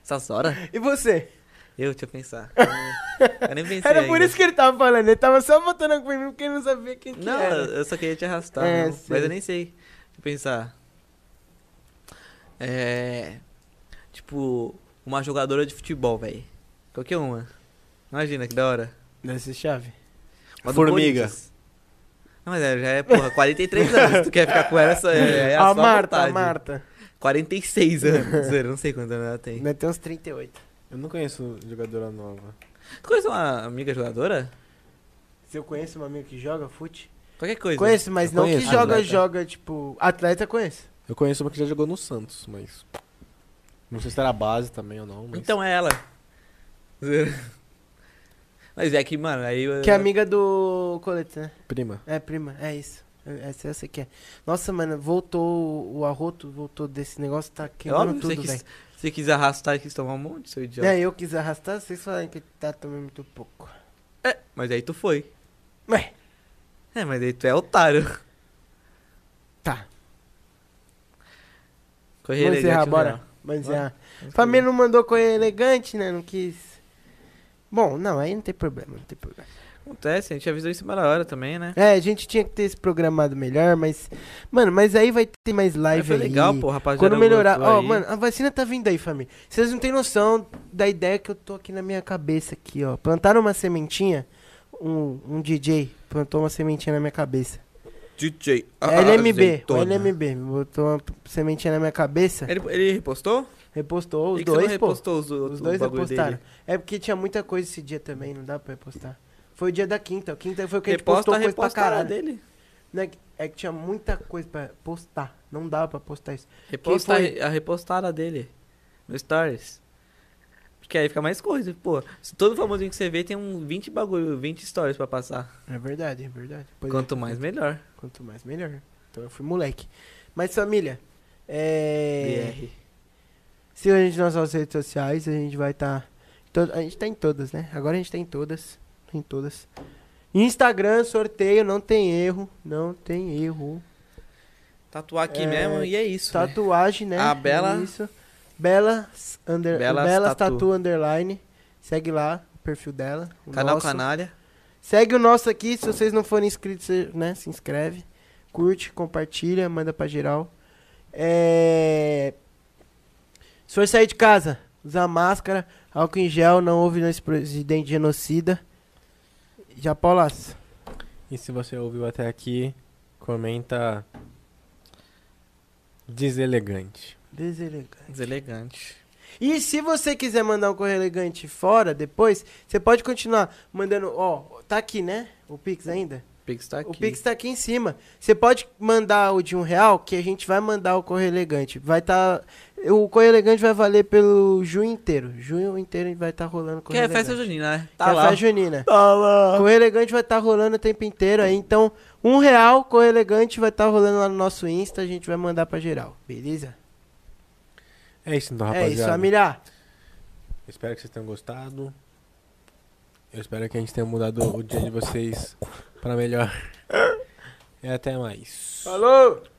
Speaker 3: Essas horas.
Speaker 1: e você?
Speaker 3: Eu, deixa eu pensar. Eu nem- Eu nem pensei.
Speaker 1: Era por
Speaker 3: ainda.
Speaker 1: isso que ele tava falando. Ele tava só botando a culpa em mim porque ele não sabia quem que
Speaker 3: Não,
Speaker 1: era.
Speaker 3: eu só queria te arrastar,
Speaker 1: É,
Speaker 3: não.
Speaker 1: sim.
Speaker 3: mas eu nem sei. Deixa eu pensar. É. Tipo, uma jogadora de futebol, velho. Qualquer uma. Imagina que da hora.
Speaker 1: Nessa chave.
Speaker 3: Uma do
Speaker 2: Formiga.
Speaker 3: Corinthians. Não, mas é, já é, porra, 43 anos. Tu quer ficar com ela, só, é, é a,
Speaker 1: a
Speaker 3: sua
Speaker 1: Marta,
Speaker 3: vontade.
Speaker 1: a Marta. <laughs>
Speaker 3: 46 anos. Zoeira, não sei quantos anos ela tem.
Speaker 1: Deve ter uns 38.
Speaker 2: Eu não conheço jogadora nova.
Speaker 3: Tu conhece uma amiga jogadora?
Speaker 1: Se eu conheço um amigo que joga fute.
Speaker 3: Qualquer coisa.
Speaker 1: Conheço, mas
Speaker 2: Eu
Speaker 1: não
Speaker 2: conheço.
Speaker 1: que joga,
Speaker 3: é. Atleta.
Speaker 1: joga, tipo. Atleta eu conheço.
Speaker 2: Eu conheço uma que já jogou no Santos, mas. Não sei se era base também ou não. Mas...
Speaker 3: Então é ela. Zoeira. Mas é que, mano, aí. eu-
Speaker 1: Que é amiga do Colete, né?
Speaker 2: Prima.
Speaker 1: É, prima, é isso. É- Essa eu sei que é. Nossa, mano, voltou o arroto, voltou desse negócio, tá
Speaker 3: É
Speaker 1: queimando
Speaker 3: óbvio,
Speaker 1: tudo,
Speaker 3: você quis,
Speaker 1: velho.
Speaker 3: você quis arrastar e quis tomar um monte, seu idiota.
Speaker 1: É, eu quis arrastar, vocês falarem que tá tomando muito pouco.
Speaker 3: É, mas aí tu foi.
Speaker 1: Ué,
Speaker 3: É, mas aí tu é otário. <laughs>
Speaker 1: tá.
Speaker 3: Correria
Speaker 1: Vamos encerrar,
Speaker 3: de
Speaker 1: bora.
Speaker 3: atividade.
Speaker 1: Mas
Speaker 3: Vai.
Speaker 1: é. Família não mandou correr elegante, né? Não quis. Bom, não, aí não tem problema, não tem problema.
Speaker 3: Acontece, a gente avisou em cima da hora também, né?
Speaker 1: É, a gente tinha que ter esse programado melhor, mas. Mano, mas aí vai ter mais
Speaker 3: Aí
Speaker 1: live
Speaker 3: foi
Speaker 1: aí.
Speaker 3: legal, pô, rapaziada.
Speaker 1: Quando melhorar.
Speaker 3: gostou
Speaker 1: Ó,
Speaker 3: aí.
Speaker 1: mano, a vacina tá vindo aí, família. Vocês não têm noção da ideia que eu tô aqui na minha cabeça aqui, ó. Plantaram uma sementinha. Um, um DJ plantou uma sementinha na minha cabeça.
Speaker 3: DJ.
Speaker 1: É LMB, o
Speaker 3: azeitona.
Speaker 1: LMB. Botou uma p- sementinha na minha cabeça.
Speaker 3: Ele, ele repostou?
Speaker 1: Repostou os
Speaker 3: E que você não
Speaker 1: dois, pô.
Speaker 3: repostou os,
Speaker 1: Os dois
Speaker 3: repostaram.
Speaker 1: repostaram. É porque tinha muita coisa esse dia também, não dá pra repostar. Foi o dia da quinta. o Quinta foi o que
Speaker 3: Reposta,
Speaker 1: a gente postou coisa pra
Speaker 3: reposta né?
Speaker 1: caralho.
Speaker 3: dele.
Speaker 1: Não é, que, é que tinha muita coisa pra postar. Não dava pra postar isso.
Speaker 3: Reposta
Speaker 1: foi?
Speaker 3: a repostada dele. No Stories. Porque aí fica mais coisa, pô. Se todo famosinho que você vê tem um 20 bagulho, 20 stories pra passar.
Speaker 1: É verdade, é verdade. Pois é.
Speaker 3: Quanto mais, melhor.
Speaker 1: Quanto mais, melhor. Então eu fui moleque. Mas família, é...
Speaker 3: BR.
Speaker 1: siga a gente nas nossas redes sociais, a gente vai estar... A gente tá em todas, né? Agora a gente tá em todas. Em todas. Instagram, sorteio, não tem erro. Não tem erro.
Speaker 3: Tatuar aqui
Speaker 1: É,
Speaker 3: mesmo e é isso. né?
Speaker 1: Tatuagem, né?
Speaker 3: A Bela-
Speaker 1: É Isso. Belas, under...
Speaker 3: Belas
Speaker 1: Belas,
Speaker 3: Tatu.
Speaker 1: Tatu. Underline. Segue lá o perfil dela. o
Speaker 3: Canal
Speaker 1: nosso.
Speaker 3: Canária.
Speaker 1: Segue o nosso aqui, se vocês não forem inscritos, você, né, se inscreve, curte, compartilha, manda pra geral. É... Se for sair de casa, usar máscara, álcool em gel, não houve nesse presidente genocida. Já Paulaço.
Speaker 2: E se você ouviu até aqui, comenta. Deselegante.
Speaker 1: Deselegante.
Speaker 3: Deselegante.
Speaker 1: E se você quiser mandar um correio elegante fora depois, você pode continuar mandando. Ó, tá aqui, né? O Pix ainda?
Speaker 3: O Pix tá aqui.
Speaker 1: O Pix tá aqui em cima. Você pode mandar o de um real, que a gente vai mandar o Correio Elegante. Vai tá. O Correio Elegante vai valer pelo junho inteiro. Junho inteiro vai estar rolando
Speaker 3: Que
Speaker 1: Correio
Speaker 3: é
Speaker 1: Elegante.
Speaker 3: festa junina, né?
Speaker 1: Que é
Speaker 3: Tá
Speaker 1: a
Speaker 3: lá.
Speaker 1: festa junina.
Speaker 3: Tá lá.
Speaker 1: Correio Elegante vai estar rolando o tempo inteiro aí. Então, um real, Correio Elegante vai estar rolando lá no nosso Insta. A gente vai mandar pra geral. Beleza?
Speaker 2: É isso então,
Speaker 1: É
Speaker 2: rapaziada.
Speaker 1: isso, família.
Speaker 2: Espero que vocês tenham gostado. Eu espero que a gente tenha mudado o dia de vocês pra melhor. E até mais.
Speaker 1: Falou!